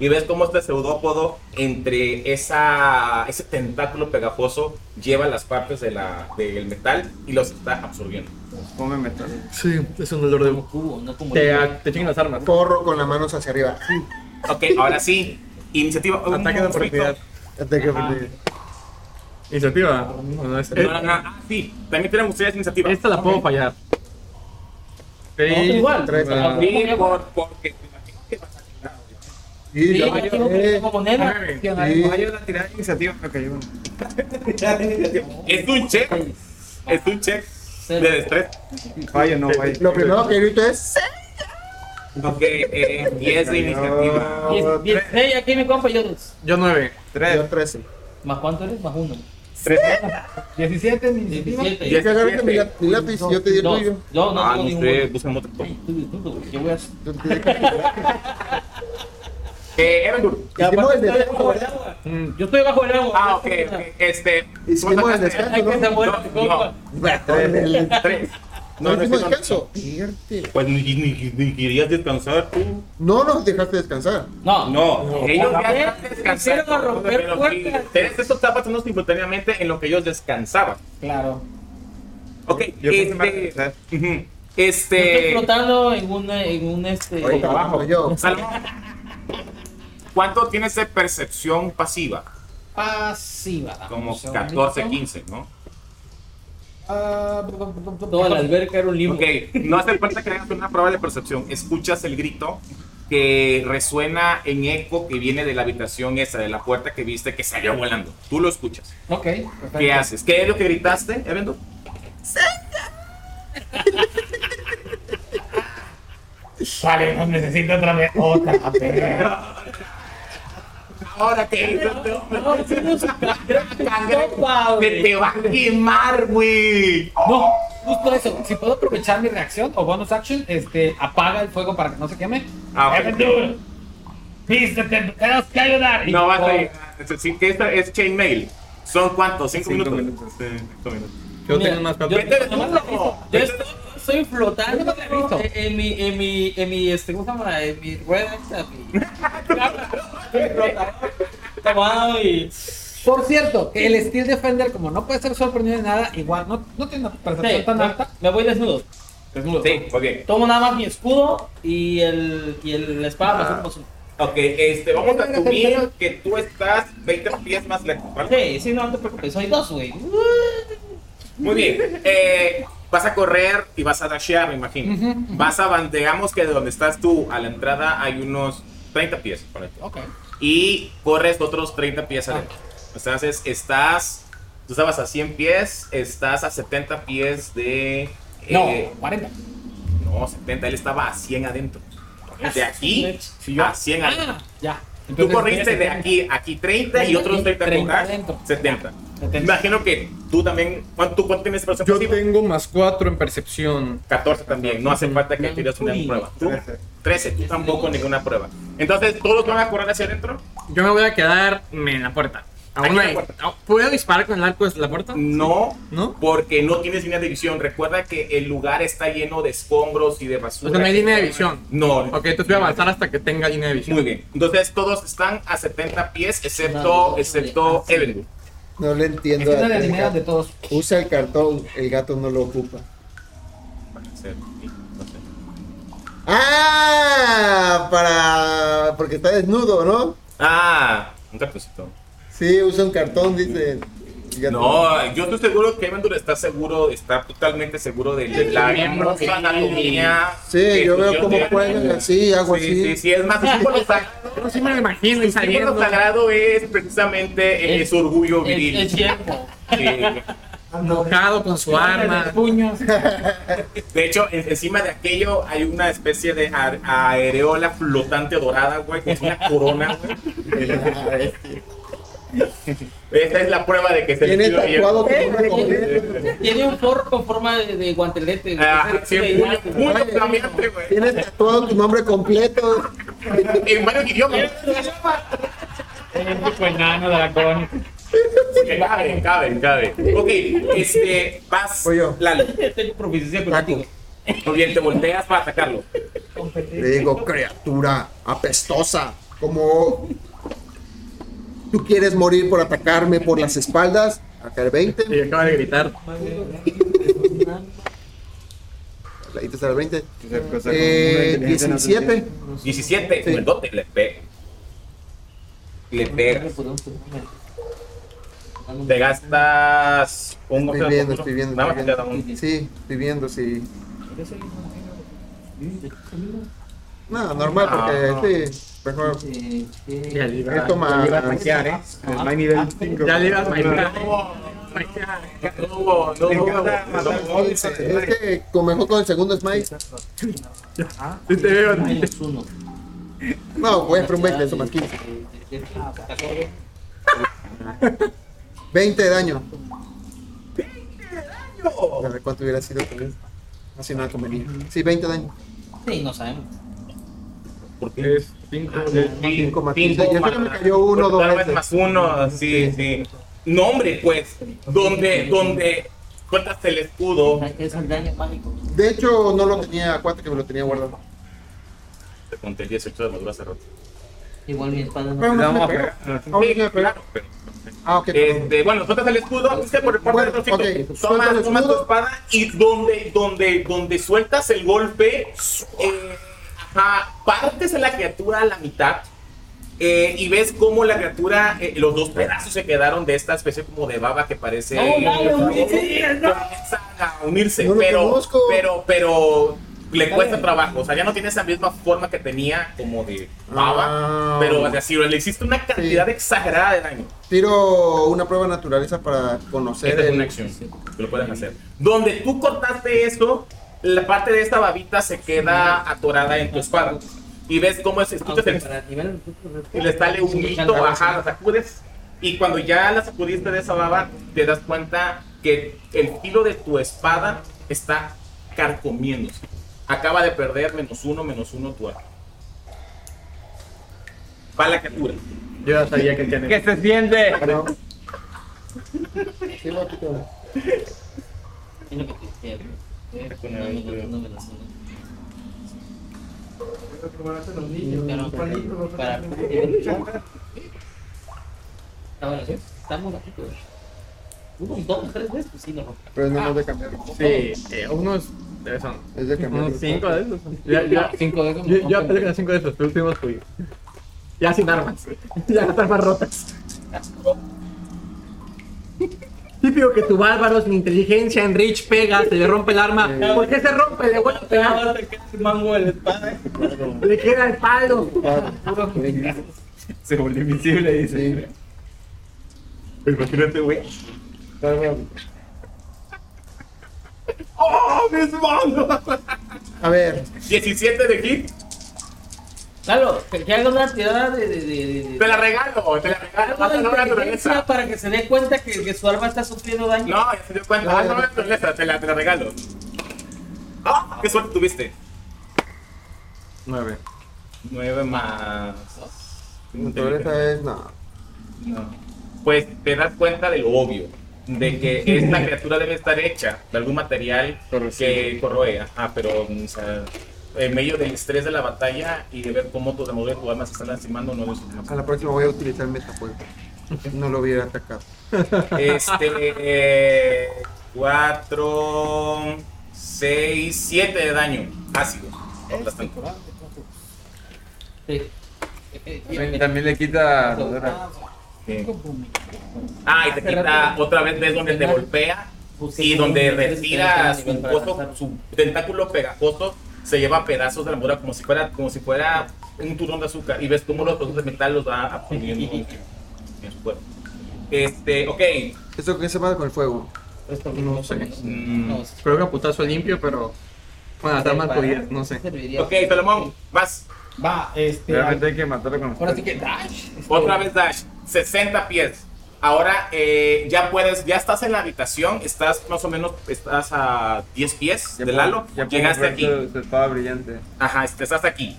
Speaker 3: Y ves cómo este pseudópodo entre esa, ese tentáculo pegajoso lleva las partes de la, del metal y los está absorbiendo.
Speaker 6: Come metal.
Speaker 1: Sí, es un dolor de...
Speaker 11: Como cubo, no como
Speaker 1: Te,
Speaker 11: limón.
Speaker 1: a- te chingan las armas.
Speaker 2: Corro con las manos hacia arriba.
Speaker 3: Ok, ahora sí. Iniciativa. un
Speaker 1: Ataque de
Speaker 3: monstruito.
Speaker 1: oportunidad.
Speaker 2: Ataque oportunidad.
Speaker 1: Iniciativa. No, no, es-
Speaker 3: No, no, no. Ah, sí. También tienen ustedes iniciativa.
Speaker 1: Esta la puedo fallar.
Speaker 11: No,
Speaker 1: Sí,
Speaker 11: igual.
Speaker 2: tres,
Speaker 11: Ah,
Speaker 2: ah.
Speaker 3: Sí,
Speaker 11: como-
Speaker 3: por, porque me imagino que vas a tirar.
Speaker 2: Y
Speaker 11: Sí,
Speaker 2: yo-
Speaker 11: yo tengo
Speaker 2: eh,
Speaker 11: como moneda.
Speaker 6: Ay, ayuda a tirar iniciativa, pero que ayuda.
Speaker 3: Es un check. Es un check de destreza.
Speaker 6: Fallo, no, fallo.
Speaker 2: lo primero que grito es. "Sí".
Speaker 3: Ok, eh, 10 de iniciativa.
Speaker 11: Diez- diez- hey, aquí mi compa y yo dos.
Speaker 1: yo nueve.
Speaker 2: Yo
Speaker 6: Tres.
Speaker 2: 13.
Speaker 11: ¿Más cuánto eres? Más uno.
Speaker 7: 17 en iniciativa.
Speaker 11: 17.
Speaker 2: Es que agarraste mi la- mi lápiz y yo te di el
Speaker 11: No,
Speaker 2: tuyo.
Speaker 11: yo no
Speaker 3: Ah,
Speaker 11: tengo
Speaker 3: no
Speaker 11: ningún
Speaker 3: sé,
Speaker 11: bono.
Speaker 3: buscamos otro.
Speaker 11: Ay, tú disfruto, güey, ¿qué voy a hacer?
Speaker 4: (laughs)
Speaker 2: Yo te dejé-
Speaker 3: Eh, Evandur.
Speaker 11: Y aparte
Speaker 2: Hicimos el
Speaker 11: está
Speaker 2: descanso,
Speaker 11: debajo del
Speaker 2: ¿verdad?
Speaker 11: agua. Yo estoy bajo el agua.
Speaker 3: Ah, ok, ok. Este.
Speaker 2: Hicimos
Speaker 3: ¿cuántas
Speaker 2: el
Speaker 3: sacaste?
Speaker 2: descanso.
Speaker 11: Ay, que se muera
Speaker 3: No,
Speaker 11: mi compa.
Speaker 2: El
Speaker 3: Tres.
Speaker 2: no,
Speaker 3: No, no,
Speaker 2: último
Speaker 3: sí, no.
Speaker 2: descanso. Mierte.
Speaker 3: Pues ni, ni- ni querías descansar tú.
Speaker 2: No nos dejaste descansar.
Speaker 11: No,
Speaker 3: No, ellos ya
Speaker 11: Romper,
Speaker 3: están descansando.
Speaker 11: hicieron a romper
Speaker 3: pero
Speaker 11: puertas.
Speaker 3: que- Ustedes esto está pasando simultáneamente en lo que ellos descansaban.
Speaker 11: claro.
Speaker 3: Ok,
Speaker 6: Yo pensé más
Speaker 3: este.
Speaker 6: descansar.
Speaker 3: ujú,
Speaker 11: Yo estoy
Speaker 3: Este.
Speaker 11: flotando en un, en un este.
Speaker 2: Oye, trabajo. Yo.
Speaker 3: Salomón, ¿Cuánto tienes de percepción pasiva?
Speaker 7: Pasiva. dame un
Speaker 3: Como
Speaker 7: segundito.
Speaker 3: 14, 15, ¿no?
Speaker 7: Ah, bu- bu- bu- bu-
Speaker 11: Toda la alberca era un limbo.
Speaker 3: Ok, no hace falta que hagas una prueba de percepción. Escuchas el grito que resuena en eco que viene de la habitación esa, de la puerta que viste que salió volando. Tú lo escuchas.
Speaker 7: Ok, perfecto.
Speaker 3: ¿Qué haces? ¿Qué es lo que gritaste, Evendo?
Speaker 7: Vale, no necesito otra vez otra (laughs) vez.
Speaker 3: Ahora que
Speaker 11: No, sí, no, sí, creo que es compa,
Speaker 3: que
Speaker 11: güey.
Speaker 3: te va a quemar, güey.
Speaker 7: No, justo eso. Si puedo aprovechar mi reacción o bonus action, este, apaga el fuego para que no se queme.
Speaker 3: Ah, ok.
Speaker 7: Eventual, vístete, tenemos que ayudar. Y
Speaker 3: No vas a
Speaker 7: con-
Speaker 3: llegar. Es decir, que esta es chainmail.
Speaker 12: ¿Son cuántos? ¿Cinco,
Speaker 6: Cinco
Speaker 12: minutos?
Speaker 6: minutos.
Speaker 12: Sí, cinco minutos.
Speaker 1: Yo tengo más
Speaker 11: Yo,
Speaker 1: papel.
Speaker 11: yo- yo estoy, estoy flotando en, en mi, en mi, en mi, este, ¿cómo se llama? En mi rueda esta, mi-
Speaker 3: (laughs)
Speaker 11: Estoy flotando, tomado y...
Speaker 7: Por cierto, que el Steel Defender, como no puede ser sorprendido de nada, igual no, no tiene una percepción
Speaker 11: Sí,
Speaker 7: tan
Speaker 11: me-
Speaker 7: alta.
Speaker 11: me voy desnudo.
Speaker 3: Sí, ok.
Speaker 11: Tomo nada más mi escudo y el, y el la espada más uno más uno.
Speaker 3: Ok, este, vamos a asumir que tú estás 20 pies más lejos, ¿vale?
Speaker 11: Sí, sí, no, no te preocupes, soy dos, güey.
Speaker 3: Muy bien. eh, vas a correr y vas a dashear, me imagino. Vas a, ban- digamos que de donde estás tú a la entrada hay unos 30 pies, ponete.
Speaker 7: Ok.
Speaker 3: y corres otros 30
Speaker 7: Ah.
Speaker 3: pies adentro. Entonces estás, tú estabas a 100 pies, estás a 70 pies de...
Speaker 7: No,
Speaker 3: eh,
Speaker 7: 40.
Speaker 3: no, 70, él estaba a 100 adentro.
Speaker 7: Ah,
Speaker 3: De aquí a 100 adentro.
Speaker 7: Ya.
Speaker 3: Tú
Speaker 7: Entonces,
Speaker 3: corriste
Speaker 7: tienes
Speaker 3: de
Speaker 7: que-
Speaker 3: aquí, aquí 30 y otros 30 con
Speaker 7: 30
Speaker 3: Ash,
Speaker 7: adentro.
Speaker 3: 70. Imagino que tú también, ¿cuánto, tú cuánto tienes percepción
Speaker 1: Yo
Speaker 3: pasiva?
Speaker 1: tengo más 4 en percepción.
Speaker 3: 14 también, no
Speaker 7: Mm,
Speaker 3: hace falta que tires una prueba. Tú, 13, tú tampoco ninguna prueba. Entonces, ¿todos van a correr hacia adentro?
Speaker 1: Yo me voy a quedar en la puerta.
Speaker 3: Aquí en
Speaker 1: Aún
Speaker 3: la
Speaker 1: hay-
Speaker 3: puerta.
Speaker 10: Oh,
Speaker 1: ¿Puedo disparar con el arco desde la puerta?
Speaker 3: No,
Speaker 1: ¿No?
Speaker 3: porque no tienes línea de visión. Recuerda que el lugar está lleno de escombros y de basura.
Speaker 1: O sea, no hay línea de visión.
Speaker 3: No.
Speaker 1: Ok, entonces voy a avanzar hasta que tenga línea de visión.
Speaker 3: Muy bien. Entonces todos están a 70 pies, excepto,
Speaker 2: Ah,
Speaker 3: excepto Evelyn.
Speaker 2: No le entiendo.
Speaker 7: Entiendo
Speaker 2: a
Speaker 7: las
Speaker 2: este
Speaker 7: dineras
Speaker 2: gato.
Speaker 7: de todos.
Speaker 2: Usa el cartón, el gato no lo ocupa. Ah, para porque está desnudo, ¿no?
Speaker 3: Ah, un cartoncito.
Speaker 2: Sí, usa un cartón, dice. el gato.
Speaker 3: No, yo estoy seguro que Evelyn está seguro, está totalmente seguro de, de la miembro, su anatomía.
Speaker 2: Sí,
Speaker 3: que
Speaker 2: yo veo
Speaker 3: estudió
Speaker 2: cómo
Speaker 3: de-
Speaker 2: juegan así, hago
Speaker 3: Sí, sí,
Speaker 2: así.
Speaker 3: sí, es más, su símbolo sagrado,
Speaker 1: Yo sí me lo imagino y
Speaker 3: su símbolo
Speaker 1: saliendo.
Speaker 3: sagrado es precisamente eh, su orgullo viril.
Speaker 11: Es, es tiempo.
Speaker 3: Sí.
Speaker 1: Mojado con su arma.
Speaker 7: Puños.
Speaker 3: De hecho, en- encima de aquello hay una especie de ar- areola flotante dorada, güey, que es una corona, güey.
Speaker 2: (laughs) Ah,
Speaker 3: Esta es la prueba de que se le
Speaker 2: Tiene
Speaker 3: dio bien.
Speaker 2: tatuado como una corriente.
Speaker 11: Tiene un forro con forma de, de guantelete. güey.
Speaker 3: Ah,
Speaker 11: Ese-
Speaker 3: sí,
Speaker 11: ese-
Speaker 3: muy- muy
Speaker 2: Oye.
Speaker 3: flameante, güey.
Speaker 2: Tienes tatuado tu nombre completo.
Speaker 3: En varios idiomas.
Speaker 11: dragón.
Speaker 3: Sí, Cabe, cabe, cabe. Ok, este, vas,
Speaker 2: Voy yo.
Speaker 3: Lalo.
Speaker 11: Tengo proficiencia con
Speaker 2: Taco.
Speaker 11: látigo.
Speaker 3: Muy bien, te volteas para atacarlo.
Speaker 2: Le digo, criatura apestosa, como tú quieres morir por atacarme por las espaldas, acá el 20,
Speaker 1: Y acaba de gritar.
Speaker 2: ahí te sale el 20,
Speaker 6: O sea,
Speaker 2: eh,
Speaker 6: como una inteligencia
Speaker 2: 17,
Speaker 3: 17,
Speaker 2: Sí.
Speaker 3: grandote, le pega. Le pegas. Te gastas un
Speaker 2: Estoy viendo, estoy viendo,
Speaker 3: Nada más
Speaker 2: estoy
Speaker 3: te da un-
Speaker 2: sí, estoy viendo, sí. No, normal, porque sí, mejor
Speaker 1: Ya le iba,
Speaker 2: esto más...
Speaker 6: iba a tanquear, ¿eh? No hay nivel 5.
Speaker 1: ya le iba a bailar.
Speaker 3: No hubo, no
Speaker 6: Me
Speaker 3: hubo,
Speaker 6: encanta
Speaker 3: no
Speaker 6: matar
Speaker 3: hubo.
Speaker 2: Es que como mejor con el segundo smite,
Speaker 1: Sí te veo.
Speaker 11: Menos uno.
Speaker 2: no, voy a hacer un 20, eso más 15, 20 de daño. A ver cuánto hubiera sido también. No sé, nada convenía. Sí, 20 de daño.
Speaker 11: Sí, no sabemos.
Speaker 1: Es cinco, de-
Speaker 2: Cinco más
Speaker 3: Cinco
Speaker 2: quince. Yo
Speaker 3: más-
Speaker 2: creo que me cayó uno, dos
Speaker 3: tal vez
Speaker 2: veces.
Speaker 3: más uno, sí, sí. No, hombre, pues, donde, donde cortas el escudo,
Speaker 11: Es el daño mágico.
Speaker 2: De hecho, no lo tenía cuatro que me lo tenía guardado.
Speaker 3: te conté el 18 de madura hace rato.
Speaker 11: Igual mi espada no.
Speaker 2: Pero no se me pegó. Ahora sí me pegó.
Speaker 3: Claro, pero-
Speaker 2: Ah, ok. perdón.
Speaker 3: Este, bueno, sueltas el escudo, es que por el parte
Speaker 2: Bueno,
Speaker 3: del tráfico,
Speaker 2: ok, suelto el
Speaker 3: tomas, tomas tu
Speaker 2: escudo.
Speaker 3: espada y donde, donde, donde sueltas el golpe, eh, ajá, partes a la criatura a la mitad eh, y ves cómo la criatura, eh, los dos pedazos se quedaron de esta especie como de baba que parece Comienzan a unirse,
Speaker 2: No lo
Speaker 3: pero,
Speaker 2: conozco.
Speaker 3: pero, pero le cuesta trabajo, o sea, ya no tiene esa misma forma que tenía como de baba,
Speaker 2: Ah.
Speaker 3: pero o sea, si le hiciste una cantidad
Speaker 2: Sí.
Speaker 3: exagerada de daño.
Speaker 2: Tiro una prueba de naturaleza para conocer
Speaker 3: Esta es
Speaker 2: el.
Speaker 3: una acción que lo puedes hacer. Donde tú cortaste eso, la parte de esta babita se queda atorada en tu espada. Y ves cómo es, escuchas
Speaker 11: Aunque
Speaker 3: el,
Speaker 11: para nivel.
Speaker 3: y le sale un grito, bajar, la sacudes. Y cuando ya la sacudiste de esa baba, te das cuenta que el filo de tu espada está carcomiéndose. Acaba de perder menos uno, menos uno tu arma. Va la criatura.
Speaker 1: Yo ya sabía que tiene.
Speaker 10: ¿Qué se siente?
Speaker 2: Ah, no. Sí, papito.
Speaker 11: Es lo que te decía, güey. No, no, no, no me la sé. Pero para- Ah, bueno, sí, está muy bajito, güey. Unos dos, tres veces, pues sí, no rompe.
Speaker 2: Pero es menos de cambiar. ropa.
Speaker 10: Sí, eh, unos. eh, Son
Speaker 2: Es de cambiar.
Speaker 10: unos
Speaker 2: ropa.
Speaker 10: 5 de esos. Ya, ya,
Speaker 11: Cinco de esos,
Speaker 10: yo,
Speaker 11: no, no,
Speaker 10: yo
Speaker 11: no.
Speaker 10: apenas con 5 de esos, los últimos fui. Ya sin armas. (laughs) Ya las armas rotas. Típico que tu bárbaro sin inteligencia en Rich pega, se le rompe el arma. ¿Por qué se rompe? Le vuelve a pegar. Le queda el palo.
Speaker 6: Se volvió invisible, dice. Imagínate, güey.
Speaker 3: ¡Oh, mis manos!
Speaker 2: A ver,
Speaker 3: 17 de hit.
Speaker 11: Claro, que, que haga una tirada de. de, de, de- de-
Speaker 3: Te la regalo, te la regalo. Haz la nueva
Speaker 11: inteligencia
Speaker 3: naturaleza.
Speaker 11: para que se dé cuenta que, que su arma está sufriendo daño.
Speaker 3: No, ya se dio cuenta. Haz la nueva naturaleza, te la, te la regalo. ¡Ah! ¡Qué suerte tuviste!
Speaker 10: 9.
Speaker 3: 9 más.
Speaker 2: naturaleza es. No.
Speaker 3: No. Pues te das cuenta de lo obvio, de que
Speaker 2: (laughs)
Speaker 3: esta criatura debe estar hecha de algún material que corroe. Ah, pero o sea, en medio del estrés de la batalla y de ver cómo tu remover tu alma se está lastimando, no es
Speaker 2: A la próxima voy a utilizar metafuego. No lo hubiera atacado.
Speaker 3: Este. 4, 6, 7 de daño Ah, ácido.
Speaker 11: Este,
Speaker 3: Aplastante.
Speaker 11: Sí. Eh, eh,
Speaker 6: También le quita rodera.
Speaker 3: Sí. Ah, y te quita otra vez, ves donde te golpea
Speaker 11: Busqué
Speaker 3: y donde
Speaker 11: un-
Speaker 3: retira
Speaker 11: un-
Speaker 3: su,
Speaker 11: para
Speaker 3: coso-
Speaker 11: lanzar.
Speaker 3: su tentáculo pegajoso, se lleva pedazos de la mura como si fuera, como si fuera un turón de azúcar y ves cómo los pedazos de metal los va absorbiendo en en su cuerpo. Este, ok.
Speaker 2: ¿Esto qué se pasa con el fuego?
Speaker 11: Esto
Speaker 10: No sé.
Speaker 3: Mm,
Speaker 11: No, sí.
Speaker 10: Creo que a putazo limpio, pero con las armas
Speaker 11: Para-
Speaker 10: podías, no sé.
Speaker 11: serviría.
Speaker 3: ok, Salomón, vas.
Speaker 7: Va, este.
Speaker 6: Realmente hay que matarlo con los
Speaker 7: Ahora sí que dash. este,
Speaker 3: Otra vez Dash, 60 pies. Ahora eh, ya puedes, ya estás en la habitación, estás más o menos, estás a 10 pies
Speaker 6: Ya
Speaker 3: de
Speaker 6: puedo-
Speaker 3: Lalo,
Speaker 6: ya puedo
Speaker 3: llegaste
Speaker 6: ver
Speaker 3: aquí.
Speaker 6: Su, su espada brillante.
Speaker 3: Ajá, este, estás aquí.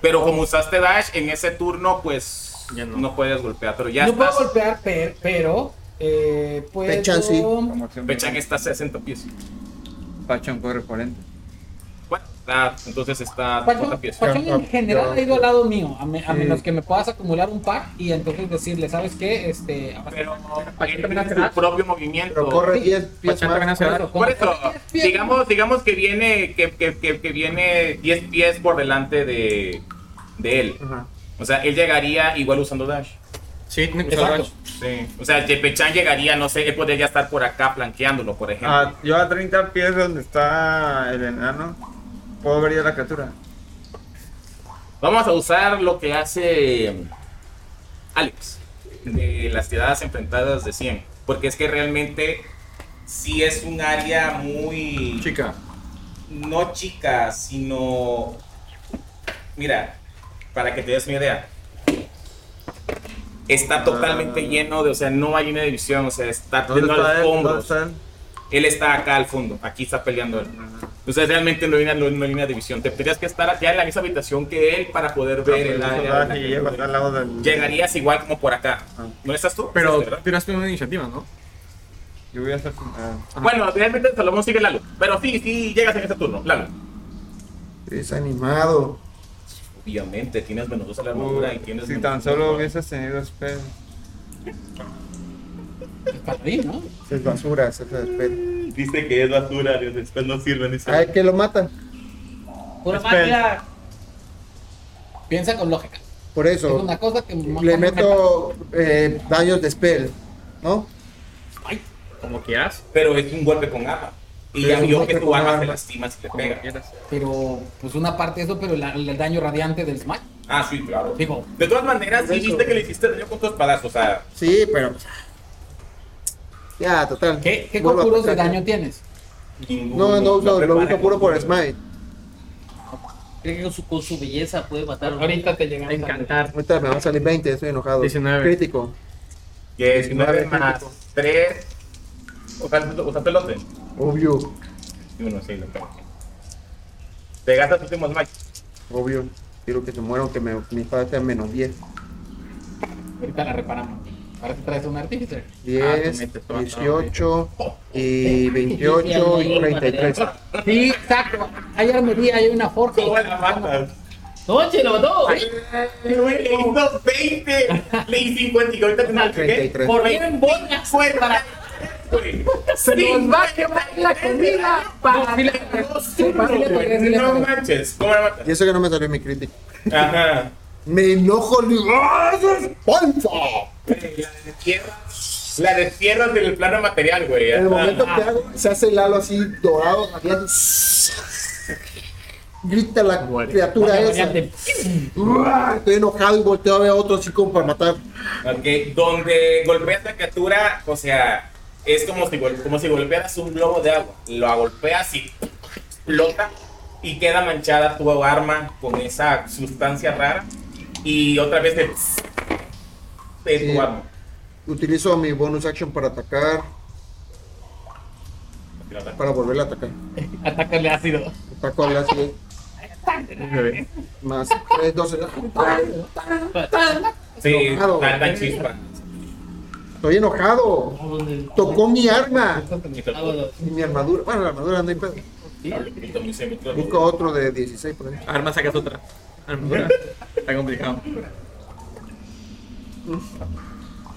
Speaker 3: Pero como usaste dash en ese turno, pues
Speaker 10: Ya
Speaker 3: no.
Speaker 10: no.
Speaker 3: puedes golpear, pero ya
Speaker 7: no
Speaker 3: estás.
Speaker 7: puedo golpear, per- pero. Eh, puedo.
Speaker 2: Pechan, sí.
Speaker 6: Como acción.
Speaker 3: Pechan está a 60 pies.
Speaker 6: Pachón corre 40.
Speaker 3: Bueno, está- entonces está
Speaker 7: Pachón-
Speaker 3: 40 pies.
Speaker 7: Pachón en
Speaker 2: Ya,
Speaker 7: general
Speaker 2: ya.
Speaker 7: ha ido al lado mío, a, me- a
Speaker 6: Sí.
Speaker 7: menos que me puedas acumular un pack y entonces decirle, ¿sabes qué? Este, ahora
Speaker 3: Pero
Speaker 10: Pachón también
Speaker 3: es
Speaker 10: hace
Speaker 3: tu
Speaker 10: dash.
Speaker 3: propio movimiento.
Speaker 2: Pero corre 10 pies
Speaker 10: Pachán también
Speaker 2: más.
Speaker 10: hace daño.
Speaker 7: como-
Speaker 3: Por eso,
Speaker 7: pies.
Speaker 3: digamos, digamos que viene, que, que- que- que viene 10 pies por delante de, de él.
Speaker 2: Ajá.
Speaker 3: O sea, él llegaría igual usando dash.
Speaker 10: Sí, tiene que usar
Speaker 7: Exacto.
Speaker 10: dash.
Speaker 3: Sí. O sea, Pechan llegaría, no sé, él podría estar por acá flanqueándolo, por ejemplo.
Speaker 6: A- Ah, yo a 30 pies donde está el enano, puedo ver ya la criatura.
Speaker 3: Vamos a usar lo que hace em, Alex de las tiradas enfrentadas de 100. Porque es que realmente sí es un área muy.
Speaker 10: Chica.
Speaker 3: No chica, sino. Mira, para que te des una idea. Está totalmente lleno de. O sea, no hay una división. O sea, está lleno de
Speaker 6: él? ¿Dónde
Speaker 3: escombros.
Speaker 6: está él?
Speaker 3: Él está acá al fondo, aquí está peleando él. Entonces realmente no hay una, no hay una línea de división. Te tendrías que estar ya en la misma habitación que él para poder ver el
Speaker 6: Ah,
Speaker 3: área.
Speaker 6: que lleva hasta al lado del.
Speaker 3: Llegarías igual como por acá.
Speaker 6: Ah.
Speaker 3: ¿No estás tú?
Speaker 10: Pero
Speaker 3: Sí, ¿verdad?
Speaker 10: tiraste una iniciativa, ¿no?
Speaker 6: Yo voy a estar. con- ah.
Speaker 3: Bueno, realmente Salomón sigue Lalo. Pero sí, sí, llegas en este turno, Lalo.
Speaker 2: Es animado.
Speaker 3: Obviamente, tienes menos dos a la armadura y
Speaker 6: Uy,
Speaker 3: tienes.
Speaker 6: si
Speaker 3: menos
Speaker 6: tan
Speaker 3: dos
Speaker 6: solo
Speaker 3: al-
Speaker 6: hubieses tenido espejo.
Speaker 7: para mí, ¿no?
Speaker 2: Es basura, es desespero.
Speaker 3: Dice que es basura, Dios, después no sirve, dice.
Speaker 2: Ay, que lo mata.
Speaker 11: Pura
Speaker 6: Espera.
Speaker 11: magia.
Speaker 7: Piensa con lógica.
Speaker 2: Por
Speaker 7: Es
Speaker 2: eso
Speaker 7: una cosa que no-
Speaker 2: le
Speaker 7: no me-
Speaker 2: meto eh, daños de spell, ¿no?
Speaker 7: Ay,
Speaker 10: Como quieras.
Speaker 3: Pero es un golpe con arma. Y
Speaker 2: Es
Speaker 3: ya
Speaker 2: un
Speaker 3: vio
Speaker 2: golpe
Speaker 3: que tu
Speaker 2: con
Speaker 3: arma
Speaker 2: arma.
Speaker 3: te lastima si te
Speaker 10: Como
Speaker 3: pega.
Speaker 10: quieras.
Speaker 7: pero pues una parte eso, pero la- el daño radiante del smite.
Speaker 3: Ah, sí, claro.
Speaker 7: Digo,
Speaker 3: De todas maneras, sí viste que le hiciste daño con tu espadazo, o sea.
Speaker 2: Sí, pero. Ya, total.
Speaker 7: ¿qué, qué
Speaker 2: Vuelvo a
Speaker 7: conjuros de
Speaker 2: atacar.
Speaker 7: daño tienes?
Speaker 2: No, no, no, lo uso puro por Smite.
Speaker 11: Cree que con su, con su belleza puede matar.
Speaker 7: Ahorita te llegamos.
Speaker 10: Encantar.
Speaker 2: Ahorita me van a salir 20, estoy enojado.
Speaker 10: 19.
Speaker 2: Crítico.
Speaker 3: 19
Speaker 2: 19
Speaker 3: más
Speaker 2: crítico.
Speaker 3: 3. O sea, o sea, pelote.
Speaker 2: Obvio,
Speaker 3: Uno, sí, lo pego. Te gastas tu último smite.
Speaker 2: obvio.
Speaker 7: Ah,
Speaker 2: Quiero que se muera, aunque me, mi espada esté a menos 10.
Speaker 7: Ahorita la reparamos.
Speaker 10: Ahora te traes un artífice.
Speaker 2: 10, 18, y 28 y 33.
Speaker 10: Sí, exacto. Hay armería, hay una forja.
Speaker 11: ¡Noche, lo mató!
Speaker 3: Le di dos 20, le di 50 y ahorita te marqué.
Speaker 2: 33.
Speaker 3: Por
Speaker 11: Tienen bolas para...
Speaker 3: güey.
Speaker 10: Se nos va a quemar la comida para
Speaker 3: No manches, ¿cómo la matas?
Speaker 2: Y eso que no me salió mi crítico.
Speaker 3: Ajá.
Speaker 2: Me enojo, le digo, ¡Ah, eso es panza!
Speaker 3: Güey, La destierras. La destierras del plano material, güey.
Speaker 2: En el
Speaker 3: Ajá.
Speaker 2: momento que hago, se hace el halo así dorado, radiante. Grita la criatura esa. ¡Uah! Estoy enojado y volteo a ver a otro así como para matar.
Speaker 3: Ok, donde golpeas la criatura, o sea, es como si, gol- como si golpearas un globo de agua. Lo golpeas y explota y queda manchada tu arma con esa sustancia rara. Y otra vez de, de
Speaker 2: Sí.
Speaker 3: tu arma.
Speaker 2: Utilizo mi bonus action para atacar, para volver a atacar.
Speaker 10: Atacarle ácido.
Speaker 2: Ataco al ácido. Más 3, 12.
Speaker 3: Sí,
Speaker 2: Claro.
Speaker 3: tanta chispa.
Speaker 2: Estoy enojado. Tocó mi arma y mi armadura. Bueno, la armadura anda en pedo. Busco otro de 16 por ahí.
Speaker 10: Arma, sacas otra. Armadura. Está complicado.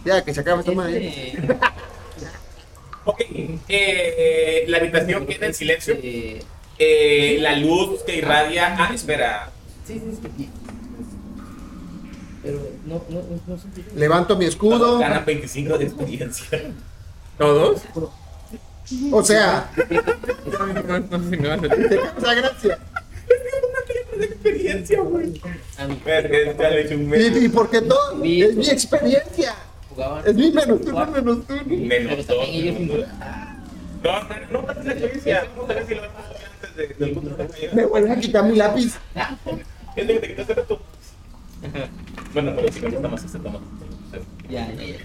Speaker 2: Ya, que se acaba esta madre.
Speaker 3: Ok, eh, la habitación queda en silencio. Eh, la luz que irradia. Ah, espera.
Speaker 11: Sí, sí, sí. Pero no, no, no, no sentí.
Speaker 2: Levanto mi escudo.
Speaker 3: Ganan 25 de experiencia.
Speaker 10: ¿Todos?
Speaker 2: O
Speaker 3: (laughs)
Speaker 2: sea,
Speaker 10: No, no sé si me va a hacer.
Speaker 2: te causa gracia.
Speaker 3: experiencia, güey.
Speaker 2: ¿Y, y por qué todo?
Speaker 11: Mi-
Speaker 2: Es mi experiencia.
Speaker 11: Jugaban.
Speaker 2: Es mi menos uno, menos uno.
Speaker 3: Menos dos.
Speaker 11: ellos
Speaker 3: menos dos. No, no, no, no, la experiencia. Vamos a ver si lo vamos a hacer antes de- del punto de partida.
Speaker 2: Me vuelve a quitar mi lápiz.
Speaker 3: Es lo que te quitaste hace rato. Bueno, pero si me gusta más este toma.
Speaker 11: Ya, ya, ya.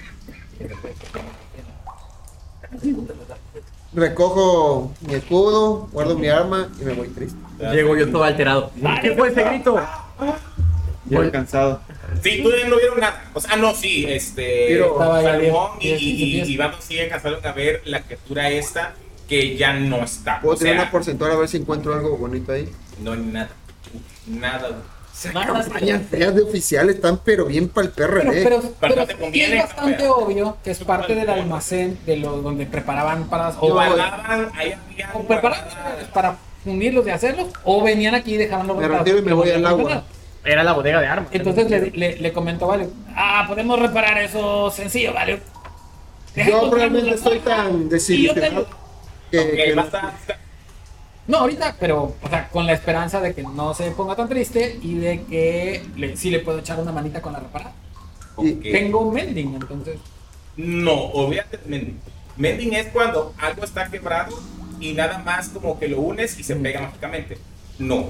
Speaker 2: Recojo mi escudo, guardo mi arma y me voy triste.
Speaker 10: Llego yo todo alterado. ¿Qué fue ese grito?
Speaker 6: Ya cansado.
Speaker 3: Sí, tú no vieron nada. O sea, no, sí, este.
Speaker 2: Pero-
Speaker 3: Salomón y, y, y Iván sí alcanzaron a ver la criatura esta que ya no está.
Speaker 2: Puedo
Speaker 3: o
Speaker 2: tirar
Speaker 3: sea,
Speaker 2: una porcentual a ver si encuentro algo bonito ahí.
Speaker 3: No, hay nada. Nada. güey.
Speaker 2: Campañas feas de oficiales están pero bien para el
Speaker 7: Pero,
Speaker 2: PRD.
Speaker 7: pero,
Speaker 3: Eh, Pero
Speaker 7: pero
Speaker 3: te
Speaker 7: sí
Speaker 3: conviene,
Speaker 7: es bastante
Speaker 3: campeón.
Speaker 7: obvio que es parte del almacén de los donde preparaban para
Speaker 3: O
Speaker 2: Yo-
Speaker 7: o,
Speaker 2: eh,
Speaker 3: guardaban, ahí había.
Speaker 7: o preparaban para unirlos y hacerlos o venían aquí y dejaban los
Speaker 2: Me retiro y me voy al agua.
Speaker 10: Era la bodega de armas.
Speaker 7: Entonces le, le, le comentó Vale, ah, podemos reparar eso sencillo, Vale.
Speaker 2: Yo realmente estoy tan desilusionado que,
Speaker 3: Ok,
Speaker 2: que no-
Speaker 3: basta, basta.
Speaker 7: No, ahorita, pero, o sea, con la esperanza de que no se ponga tan triste y de que le, sí le puedo echar una manita con la reparada.
Speaker 2: Y
Speaker 3: Ok.
Speaker 7: Tengo mending, entonces.
Speaker 3: No, obviamente mending. Mending es cuando algo está quebrado y nada más como que lo unes y se pega mágicamente. No.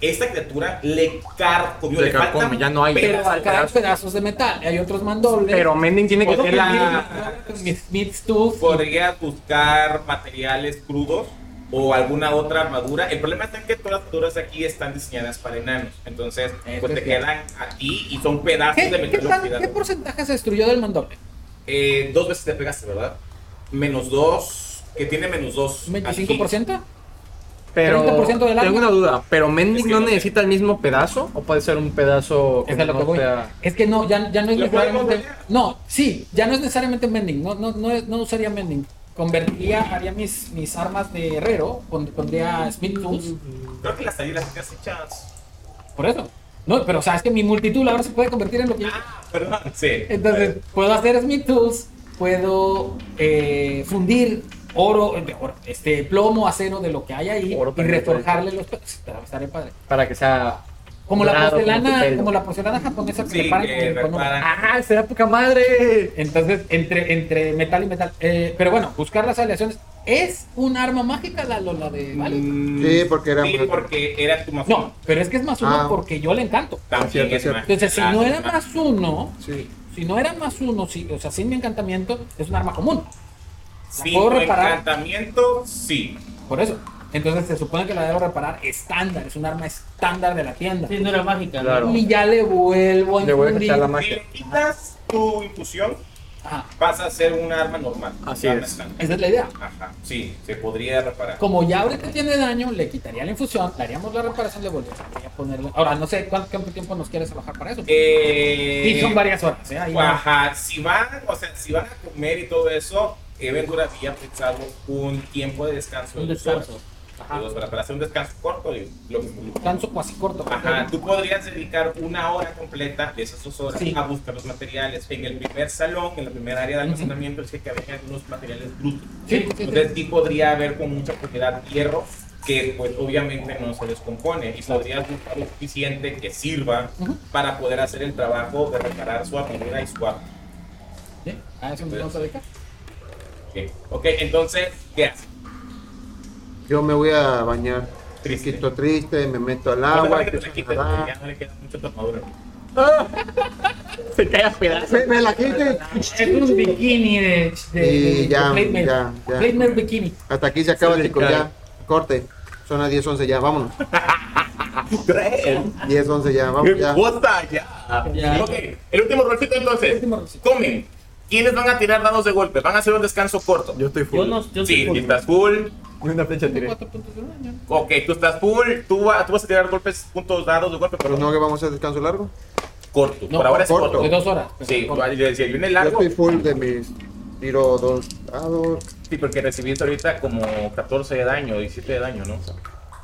Speaker 3: Esta criatura le carcomió,
Speaker 10: Le
Speaker 3: le, faltan
Speaker 10: carcome, ya no hay.
Speaker 7: Pero
Speaker 3: pedazos.
Speaker 7: acá hay pedazos de metal, hay otros mandobles.
Speaker 10: Pero Mending tiene que
Speaker 3: ¿Puedo
Speaker 10: ser la.
Speaker 3: pedir?
Speaker 7: mis Smith's Tooth.
Speaker 3: Podrías buscar materiales crudos o alguna otra armadura. El problema está en que todas las armaduras aquí están diseñadas para enanos. Entonces, pues te quedan a ti y son pedazos
Speaker 7: ¿Qué,
Speaker 3: de
Speaker 7: qué
Speaker 3: metal
Speaker 7: tan-
Speaker 3: oxidado.
Speaker 7: qué porcentaje se destruyó del mandoble?
Speaker 3: Eh, dos veces te pegaste, ¿verdad? Menos dos, que tiene menos dos.
Speaker 7: ¿Un
Speaker 3: aquí.
Speaker 7: 25%?
Speaker 10: Pero.
Speaker 7: 30% del arma.
Speaker 10: Tengo una duda. ¿Pero
Speaker 3: Es
Speaker 10: Mending
Speaker 3: que
Speaker 10: no
Speaker 3: no sé.
Speaker 10: necesita el mismo pedazo? ¿O puede ser un pedazo
Speaker 7: Es a lo
Speaker 10: no
Speaker 7: que voy.
Speaker 10: sea-
Speaker 7: Es que no, ya, ya no es
Speaker 3: ¿Lo podemos
Speaker 7: necesariamente.
Speaker 3: vender?
Speaker 7: No, sí, ya no es necesariamente mending. No, no, no, no usaría mending. Convertiría, haría mis, mis armas de herrero, pon- pondría Smith Tools.
Speaker 3: Creo que las salidas que has hechas.
Speaker 7: Por eso. No, pero sabes que mi multitud ahora se puede convertir en lo que yo.
Speaker 3: Ah, perdón. Sí.
Speaker 7: Entonces, puedo hacer Smith Tools, puedo eh, fundir oro, eh, oro, este plomo, acero de lo que hay ahí
Speaker 10: Oro
Speaker 7: y
Speaker 10: también,
Speaker 7: reforjarle los. Estaré padre.
Speaker 10: Para que sea.
Speaker 7: Como la
Speaker 10: dorado, como tu
Speaker 7: porcelana,
Speaker 10: pelo.
Speaker 7: como la porcelana japonesa que
Speaker 3: Sí,
Speaker 7: reparan
Speaker 3: que
Speaker 7: con- con oro.
Speaker 3: reparan.
Speaker 10: ¡Ah! ¡Será poca madre!
Speaker 7: Entonces, entre, entre metal y metal. Eh, pero bueno, buscar las aleaciones. ¿Es un arma mágica la Lola de Vale?
Speaker 3: Mm,
Speaker 2: Sí, porque era-
Speaker 3: Sí, porque era tu más
Speaker 7: No, pero es que es más uno
Speaker 2: Ah.
Speaker 7: porque yo le encanto.
Speaker 3: También
Speaker 2: Cierto,
Speaker 3: es
Speaker 2: cierto.
Speaker 3: más.
Speaker 7: Entonces, si no era
Speaker 3: Ah,
Speaker 7: más uno,
Speaker 2: sí.
Speaker 7: si no era más uno, sí, o sea, sin mi encantamiento, es un arma común.
Speaker 3: Sí,
Speaker 7: puedo
Speaker 3: tu
Speaker 7: reparar.
Speaker 3: encantamiento, sí.
Speaker 7: Por eso. Entonces, se supone que la debo reparar estándar. Es un arma estándar de la tienda.
Speaker 11: Sí, no era mágica.
Speaker 10: Claro.
Speaker 7: Y ya le vuelvo a
Speaker 10: Le voy a
Speaker 7: infundir.
Speaker 10: echar la
Speaker 3: Si
Speaker 10: magia.
Speaker 3: le quitas tu infusión,
Speaker 7: Ajá.
Speaker 3: pasa a ser un arma normal.
Speaker 10: Así
Speaker 3: Arma
Speaker 10: es.
Speaker 3: estándar.
Speaker 7: Esa es la idea.
Speaker 3: Ajá, sí, se podría reparar.
Speaker 7: Como ya ahorita tiene daño, le quitaría la infusión, le haríamos la reparación, le volvería a ponerle. Ahora, no sé cuánto cuánto tiempo nos quieres trabajar para eso.
Speaker 3: Eh,
Speaker 7: y son varias horas, ¿eh? Ahí no-
Speaker 3: Ajá, si van, o sea, si van a comer y todo eso, Ventura había pensado un tiempo de descanso.
Speaker 4: Un
Speaker 3: de dos
Speaker 4: descanso.
Speaker 3: horas.
Speaker 7: Ajá.
Speaker 3: De dos horas, para hacer un descanso corto. y lo mismo.
Speaker 7: Descanso cuasi corto.
Speaker 3: Ajá, tú podrías dedicar una hora completa de esas dos horas
Speaker 7: Sí.
Speaker 3: a buscar los materiales. En el primer salón, en la primera área de almacenamiento, es que había algunos materiales brutos.
Speaker 7: Sí, sí, sí.
Speaker 3: Entonces sí podría haber con mucha propiedad hierro que pues obviamente no se descompone y podrías buscar lo suficiente que sirva para poder hacer el trabajo de reparar su armadura y su arma.
Speaker 7: ¿Sí? A eso nos vamos a dedicar.
Speaker 3: Ok, Ok, entonces, ¿qué haces?
Speaker 2: Yo me voy a bañar.
Speaker 3: Triste.
Speaker 2: Quito triste, me meto al
Speaker 3: No,
Speaker 2: agua.
Speaker 3: déjame que te la
Speaker 2: empiezo
Speaker 3: quites,
Speaker 2: a nadar.
Speaker 3: porque ya no le queda mucho tu armadura.
Speaker 10: Se cae a pedazos.
Speaker 2: Me, me la quité.
Speaker 7: Es un bikini de. de,
Speaker 2: Y
Speaker 7: de-
Speaker 2: ya,
Speaker 7: de Playmate.
Speaker 2: ya, ya.
Speaker 7: Playmate bikini.
Speaker 2: Hasta aquí se acaba,
Speaker 10: Se le
Speaker 2: chicos.
Speaker 10: cae.
Speaker 2: Ya, corte. Son las 10, 11 ya, vámonos. 10, 11 ya, vamos ya.
Speaker 3: ¡Bota ya!
Speaker 4: Ya.
Speaker 3: Ah, Ok, el último rolcito entonces. Comen. ¿Quiénes van a tirar dados de golpe? Van a hacer un descanso corto.
Speaker 10: Yo estoy
Speaker 4: Yo
Speaker 10: full.
Speaker 4: no, yo
Speaker 3: sí,
Speaker 4: soy
Speaker 11: pues,
Speaker 4: full.
Speaker 3: estás full.
Speaker 10: Una flecha tiré.
Speaker 7: Cuatro puntos de daño.
Speaker 3: Ok, tú estás full. Tú, va- tú vas a tirar golpes, puntos dados de golpe, pero
Speaker 2: Pero
Speaker 3: no
Speaker 2: no que vamos a hacer descanso largo.
Speaker 3: corto.
Speaker 7: No,
Speaker 3: Por ahora es
Speaker 2: corto.
Speaker 3: corto.
Speaker 7: De dos horas.
Speaker 3: Sí,
Speaker 7: Corto.
Speaker 3: si el viene
Speaker 2: Yo
Speaker 3: largo,
Speaker 2: estoy full de mis. Tiro dos dados.
Speaker 3: sí, porque recibiste ahorita como 14 de daño, 17 de daño, ¿no?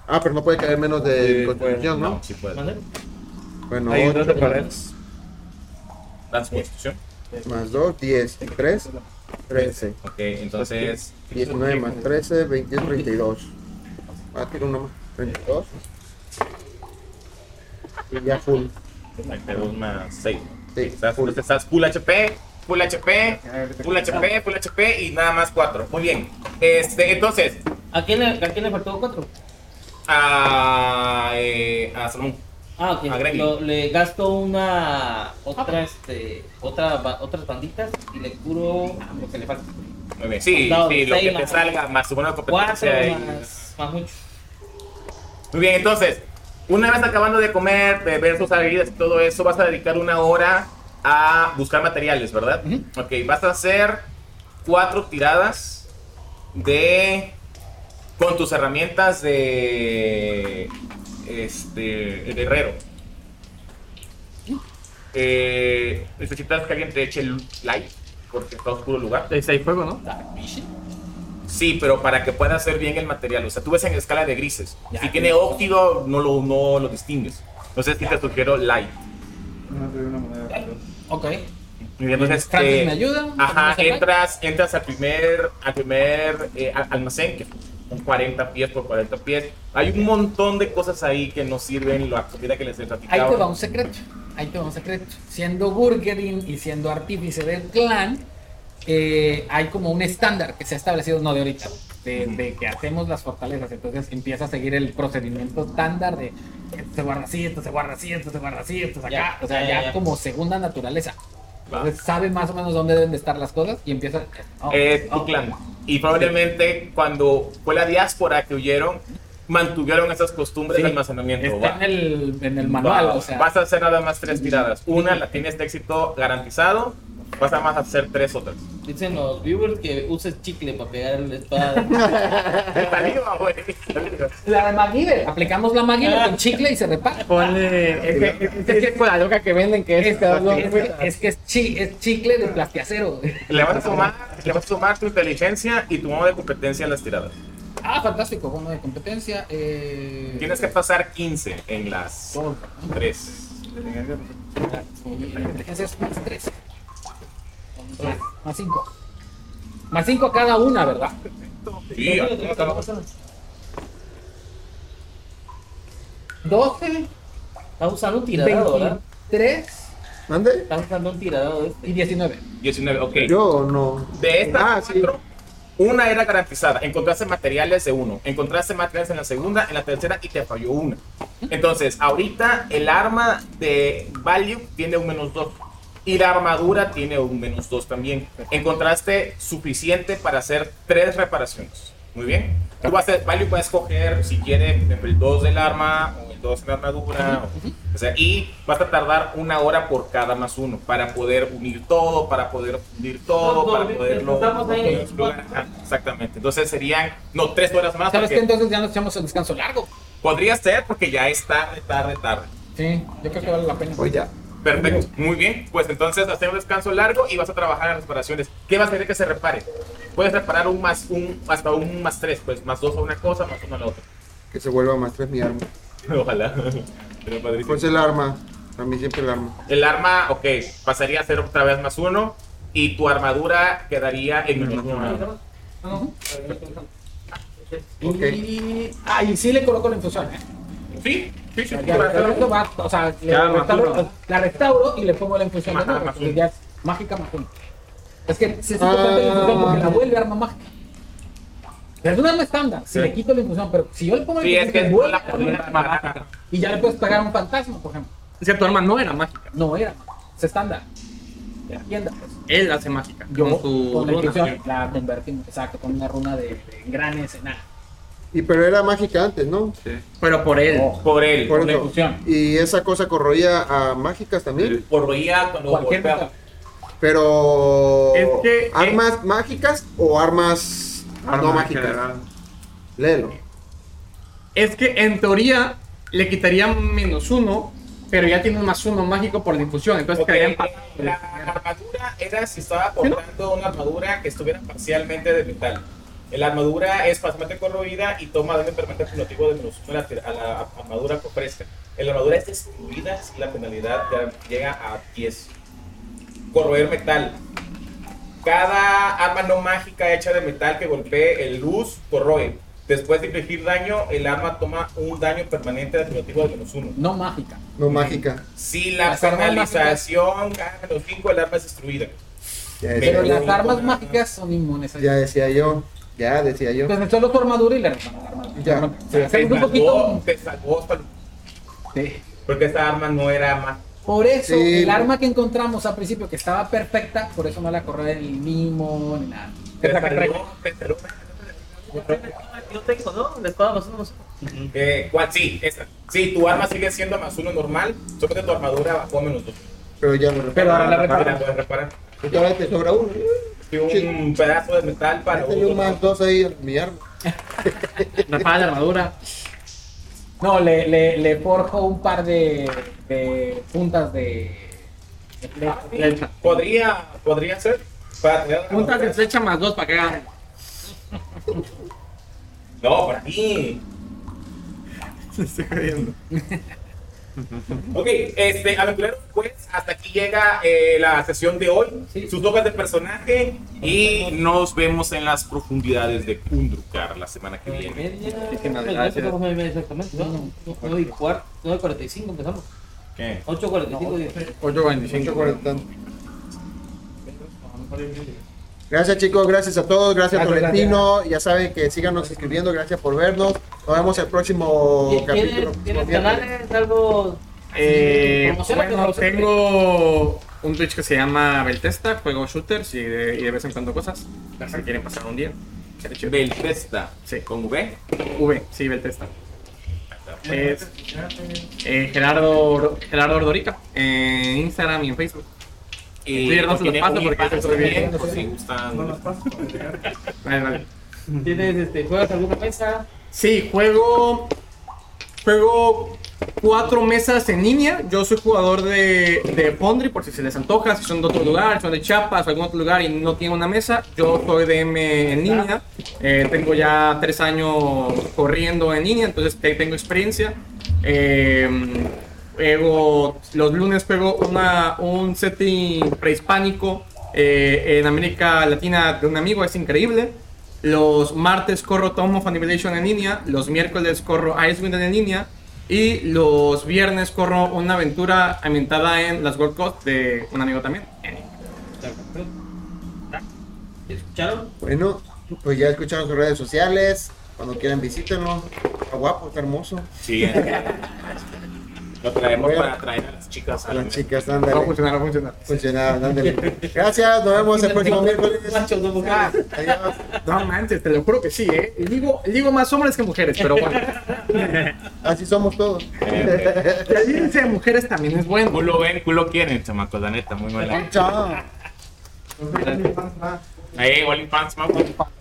Speaker 2: Ah, pero no puede caer menos de
Speaker 6: Sí,
Speaker 2: Eh, constitución, ¿no?
Speaker 3: sí puede.
Speaker 4: ¿Mande?
Speaker 2: Bueno,
Speaker 6: Ahí no
Speaker 2: 8
Speaker 6: te pared.
Speaker 3: ¿Das constitución?
Speaker 2: más 2, 10, 3, 13.
Speaker 3: Ok,
Speaker 2: Pues
Speaker 3: entonces.
Speaker 2: 19 más 13, 21, 32. Va a tirar Ah, uno más. 32. Y ya full.
Speaker 3: 32 más 6.
Speaker 2: Sí,
Speaker 3: estás,
Speaker 2: full.
Speaker 3: estás full HP, full HP, full HP, full HP y nada más 4. Muy bien. Este, entonces,
Speaker 4: ¿A quién, le, ¿A quién le faltó cuatro?
Speaker 3: a, eh, a Salomón.
Speaker 4: Ah, ok.
Speaker 3: A Gremlin.
Speaker 4: Lo- le gasto una. Otra, este. Otra, ba- otras banditas y le curo lo que le falta.
Speaker 3: Muy bien. Sí,
Speaker 4: Dado
Speaker 3: sí, lo
Speaker 4: seis
Speaker 3: que te
Speaker 4: más-
Speaker 3: salga, más una
Speaker 4: Cuatro
Speaker 3: competencia. y-
Speaker 4: más, más mucho.
Speaker 3: Muy bien, entonces, una vez acabando de comer, de ver sus habilidades y todo eso, vas a dedicar una hora a buscar materiales, ¿verdad? Ok, vas a hacer cuatro tiradas de. con tus herramientas de. este. el herrero. Eh, necesitas que alguien te eche el light, porque está oscuro el lugar.
Speaker 10: Es ahí fuego, ¿no?
Speaker 3: Sí, pero para que pueda hacer bien el material. O sea, tú ves en escala de grises. si tiene óxido, no lo, no lo distingues. Entonces, sí te sugiero light.
Speaker 6: No, te doy una moneda.
Speaker 7: Ok.
Speaker 3: Y Entonces,
Speaker 7: Francis
Speaker 3: eh,
Speaker 7: me ayuda.
Speaker 3: Ajá,
Speaker 7: Ponemos el like.
Speaker 3: entras, entras al primer, al primer eh, al- almacén, que son 40 pies por 40 pies. Hay un montón de cosas ahí que no sirven, la comida que les he
Speaker 7: Ahí te va
Speaker 3: platicado.
Speaker 7: un secreto. Ahí te va un secreto. Siendo Burgerin y siendo artífice del clan, eh, hay como un estándar que se ha establecido, no de ahorita, de, de que hacemos las fortalezas. Entonces empieza a seguir el procedimiento estándar de esto se guarda así, esto se guarda así, esto se guarda así, esto se acá.
Speaker 4: Ya,
Speaker 7: o sea,
Speaker 4: ya,
Speaker 7: ya,
Speaker 4: ya.
Speaker 7: como segunda naturaleza. Entonces sabe más o menos dónde deben de estar las cosas y empieza. oh,
Speaker 3: Es
Speaker 7: oh,
Speaker 3: tu clan. Y probablemente cuando fue la diáspora que huyeron, mantuvieron esas costumbres
Speaker 7: Sí. Este,
Speaker 3: de almacenamiento.
Speaker 7: Está
Speaker 3: ¿va?
Speaker 7: en el, en el manual,
Speaker 3: Va,
Speaker 7: o sea.
Speaker 3: Vas a hacer nada más tres tiradas. Una la tienes de éxito garantizado. Vas a más a hacer tres otras.
Speaker 4: Dicen los viewers que uses chicle para pegar la espada.
Speaker 3: Saliva, güey.
Speaker 7: La de MacGyver. Aplicamos la MacGyver con chicle y se repara.
Speaker 10: Ponle. Es que- es que es con la loca que venden que es.
Speaker 7: Es,
Speaker 10: cada uno,
Speaker 7: es-
Speaker 10: güey.
Speaker 7: es que es, chi- es chicle de plastiacero.
Speaker 3: Le vas a sumar, le vas a sumar tu inteligencia y tu modo de competencia en las tiradas.
Speaker 7: Ah, fantástico. Uno de competencia. Eh...
Speaker 3: Tienes que pasar 15 en las tres.
Speaker 7: La competencia es más 3. Más 5. Más 5 cada una, ¿verdad?
Speaker 3: Sí, ¿cómo estamos?
Speaker 7: 12,
Speaker 4: Estás usando un tiradado, ¿verdad?
Speaker 7: 23
Speaker 2: ¿Mande?
Speaker 4: Estás usando un tiradado este.
Speaker 7: y 19.
Speaker 3: 19, ok.
Speaker 2: Yo o no.
Speaker 3: De estas
Speaker 2: Ah, sí.
Speaker 3: cuatro, una era garantizada. Encontraste materiales de uno, encontraste materiales en la segunda, en la tercera y te falló una. Entonces, ahorita el arma de Value tiene un menos dos. Y la armadura tiene un menos dos también. Encontraste suficiente para hacer tres reparaciones. Muy bien. Tú vas a, Value puedes coger, si quiere, por ejemplo, el 2 del arma o el dos en armadura. o- o sea, y vas a tardar una hora por cada más uno para poder unir todo, para poder fundir todo,
Speaker 11: Todo,
Speaker 3: para
Speaker 11: bien,
Speaker 3: poderlo.
Speaker 11: estamos ahí.
Speaker 3: lo- lo- ajá, exactamente. Entonces serían, no, tres horas más.
Speaker 7: ¿Sabes qué?
Speaker 3: Ah, porque
Speaker 7: Entonces ya nos echamos el descanso largo.
Speaker 3: Podría ser porque ya es tarde, tarde, tarde.
Speaker 7: Sí, yo creo que vale la pena.
Speaker 2: Oye,
Speaker 3: Perfecto, muy bien. Pues entonces hacer un descanso largo y vas a trabajar en las reparaciones. ¿Qué vas a querer que se repare? Puedes reparar un más un hasta un más tres, pues más dos a una cosa, más uno a la otra. (laughs)
Speaker 2: que se vuelva más tres mi arma.
Speaker 3: Ojalá. Sería padrísimo.
Speaker 2: Pues el arma, a mí siempre el arma.
Speaker 3: El arma, ok, pasaría a ser otra vez más uno y tu armadura quedaría en menos uno.
Speaker 2: Ok.
Speaker 7: Y, ah, y sí le coloco la infusión, ¿eh?
Speaker 3: Sí, sí, sí.
Speaker 7: Ya,
Speaker 3: para hacerlo.
Speaker 7: esto va- o sea, le
Speaker 6: Ya,
Speaker 7: restauro-
Speaker 6: Majuro.
Speaker 7: la restauro y le pongo la infusión de
Speaker 3: Ajá,
Speaker 7: nuevo,
Speaker 3: Majuro.
Speaker 7: porque ya es mágica más uno. Es que se
Speaker 2: Ah.
Speaker 7: siente tanto la infusión porque la vuelve arma mágica. Pero es una arma estándar, si
Speaker 3: Sí.
Speaker 7: le quito la infusión, pero si yo le pongo la
Speaker 3: Sí,
Speaker 7: infusión,
Speaker 3: es que
Speaker 7: se vuelve
Speaker 3: la
Speaker 7: arma
Speaker 3: podrías
Speaker 7: mágica.
Speaker 3: matar.
Speaker 7: Y ya le puedes pegar a un fantasma, por ejemplo.
Speaker 1: Es que tu arma no era mágica.
Speaker 7: No era, es estándar. Entienda, pues.
Speaker 1: Él hace mágica.
Speaker 7: Yo
Speaker 1: con su
Speaker 7: con la
Speaker 1: runa.
Speaker 7: infusión la convertimos, exacto, con una runa de, de engranes en nada.
Speaker 2: Y pero era mágica antes, ¿no?
Speaker 1: Pero por él.
Speaker 10: Oh.
Speaker 3: Por él.
Speaker 2: Por
Speaker 3: le-
Speaker 2: eso.
Speaker 7: infusión.
Speaker 2: Y esa cosa corroía a mágicas también.
Speaker 3: Corroía cuando
Speaker 7: Cualquier
Speaker 3: golpeaba.
Speaker 7: cosa.
Speaker 2: Pero.
Speaker 1: Es que-
Speaker 2: ¿Armas mágicas o armas no
Speaker 6: Arma
Speaker 2: mágicas?
Speaker 6: general.
Speaker 2: Léelo.
Speaker 1: Es que en teoría le quitaría menos uno, pero ya tiene un más uno mágico por la infusión. Entonces
Speaker 7: Pues
Speaker 3: Ok, eh,
Speaker 1: quedaría
Speaker 3: La
Speaker 1: empatado.
Speaker 3: armadura era si estaba portando una armadura que estuviera parcialmente de metal. La armadura es parcialmente corroída y toma daño permanente cumulativo de menos uno a la- a la armadura que ofrezca. La armadura es destruida si la penalidad ya llega a 10. Corroer metal. Cada arma no mágica hecha de metal que golpee el luz corroe. Después de infligir daño, el arma toma un daño permanente cumulativo de menos uno.
Speaker 7: No mágica.
Speaker 2: No mágica.
Speaker 3: Si la
Speaker 7: Las armas
Speaker 3: penalización gana los 5, el arma es destruida.
Speaker 2: Ya
Speaker 7: Pero
Speaker 3: Pero
Speaker 2: decía,
Speaker 7: las
Speaker 3: no,
Speaker 7: armas
Speaker 3: no,
Speaker 7: mágicas son inmunes. a-
Speaker 2: ya decía yo. Ya decía yo.
Speaker 7: Pues me solo tu armadura y le reparamos la armadura.
Speaker 2: Ya.
Speaker 7: Armadura.
Speaker 2: Sí,
Speaker 7: Hacemos un
Speaker 3: salvó,
Speaker 7: poquito.
Speaker 3: te salvó, Palu,
Speaker 7: Sí.
Speaker 3: porque esta arma no era más.
Speaker 7: Por eso,
Speaker 2: Sí.
Speaker 7: el arma que encontramos al principio, que estaba perfecta, por eso no la corre el mimo ni nada.
Speaker 3: Te salvó, te salvó.
Speaker 4: Ah,
Speaker 11: Yo tengo, ¿no? La espada más uno, más uno.
Speaker 3: Eh, ¿Cuál? Sí, esta. Sí, tu arma sigue siendo más uno normal, solo que tu armadura bajó a menos dos.
Speaker 2: Pero ya no
Speaker 7: Pero ahora la
Speaker 3: Ahora la
Speaker 7: reparamos.
Speaker 3: puedes reparar.
Speaker 2: Porque ahora te sobra uno.
Speaker 3: Y un
Speaker 2: Sí.
Speaker 3: pedazo de metal para
Speaker 2: Métele un
Speaker 3: uno.
Speaker 2: más dos ahí a mi arma.
Speaker 1: Repara la armadura.
Speaker 7: No, le, le, le forjo un par de, de puntas de. de flecha.
Speaker 1: Flecha.
Speaker 3: Podría, podría ser. Para tener
Speaker 1: Puntas de flecha más dos para que hagan.
Speaker 3: No, para mí. Ok, este, aventureros, pues hasta aquí llega eh, la sesión de hoy, sus toques de personaje y nos vemos en las profundidades de Kundrukar la semana que
Speaker 4: Eh,
Speaker 3: viene.
Speaker 11: Muchísimas gracias. Exactamente, ¿no? 9 y cuarto, 9.45 empezamos.
Speaker 3: ¿Qué?
Speaker 11: 8.45, 10.
Speaker 2: 8.40. Gracias chicos, gracias a todos, gracias, Tolentino, ya saben que síganos escribiendo, gracias por vernos, nos vemos el próximo capítulo.
Speaker 11: ¿Tienes, ¿tienes canales? ¿Algo?
Speaker 1: Eh,
Speaker 11: Promociona,
Speaker 1: bueno,
Speaker 11: promociona.
Speaker 1: tengo un Twitch que se llama Beltesta, juego shooters y de, y de vez en cuando cosas. Las que quieren pasar un día. Estaría chido.
Speaker 3: Beltesta,
Speaker 1: Sí.
Speaker 3: con V.
Speaker 1: V, sí, Beltesta. Es eh, Gerardo, Gerardo Ordorica en Instagram y en Facebook.
Speaker 3: Y
Speaker 1: Twitter no se los
Speaker 3: Eh, tiene
Speaker 1: paso
Speaker 3: un
Speaker 1: porque
Speaker 3: iPad
Speaker 1: eso es bien.
Speaker 3: también, por si gustan.
Speaker 1: Vale, vale.
Speaker 11: ¿Tienes, este, juegas alguna mesa?
Speaker 1: Sí, juego. Juego cuatro mesas en línea. Yo soy jugador de, de Pondry, por si se les antoja, si son de otro lugar, si son de Chiapas o algún otro lugar y no tienen una mesa. Yo soy DM en línea. Eh, tengo ya tres años corriendo en línea, entonces te- tengo experiencia. Eh, juego- los lunes juego una, un setting prehispánico eh, en América Latina de un amigo, es increíble. Los martes corro Tom of Annihilation en línea. Los miércoles corro Icewind en línea. Y los viernes corro una aventura ambientada en las Gold Coast de un amigo también. en línea.
Speaker 11: ¿Escucharon?
Speaker 2: Bueno, pues ya escucharon sus redes sociales, cuando quieran visítenlo, está guapo, está hermoso,
Speaker 3: Sí, eh. Lo traemos
Speaker 2: Voy a-
Speaker 3: para traer a las chicas.
Speaker 2: a las
Speaker 3: al-
Speaker 2: chicas,
Speaker 1: Va a
Speaker 2: ándale,
Speaker 1: funcionar, va a funcionar.
Speaker 2: funcionar, ándale. Gracias, nos vemos el próximo miércoles,
Speaker 11: Macho, no
Speaker 4: tipo. Ah,
Speaker 11: mujer.
Speaker 2: adiós.
Speaker 1: No manches, te lo juro que sí, ¿eh? Ligo, ligo más hombres que mujeres, pero bueno.
Speaker 2: Así somos todos.
Speaker 1: Y ahí dice mujeres también es bueno.
Speaker 3: Culo ven, culo quieren, chamaco, la neta, muy mala.
Speaker 2: Chao.
Speaker 3: Ahí, OnlyFans, mamá.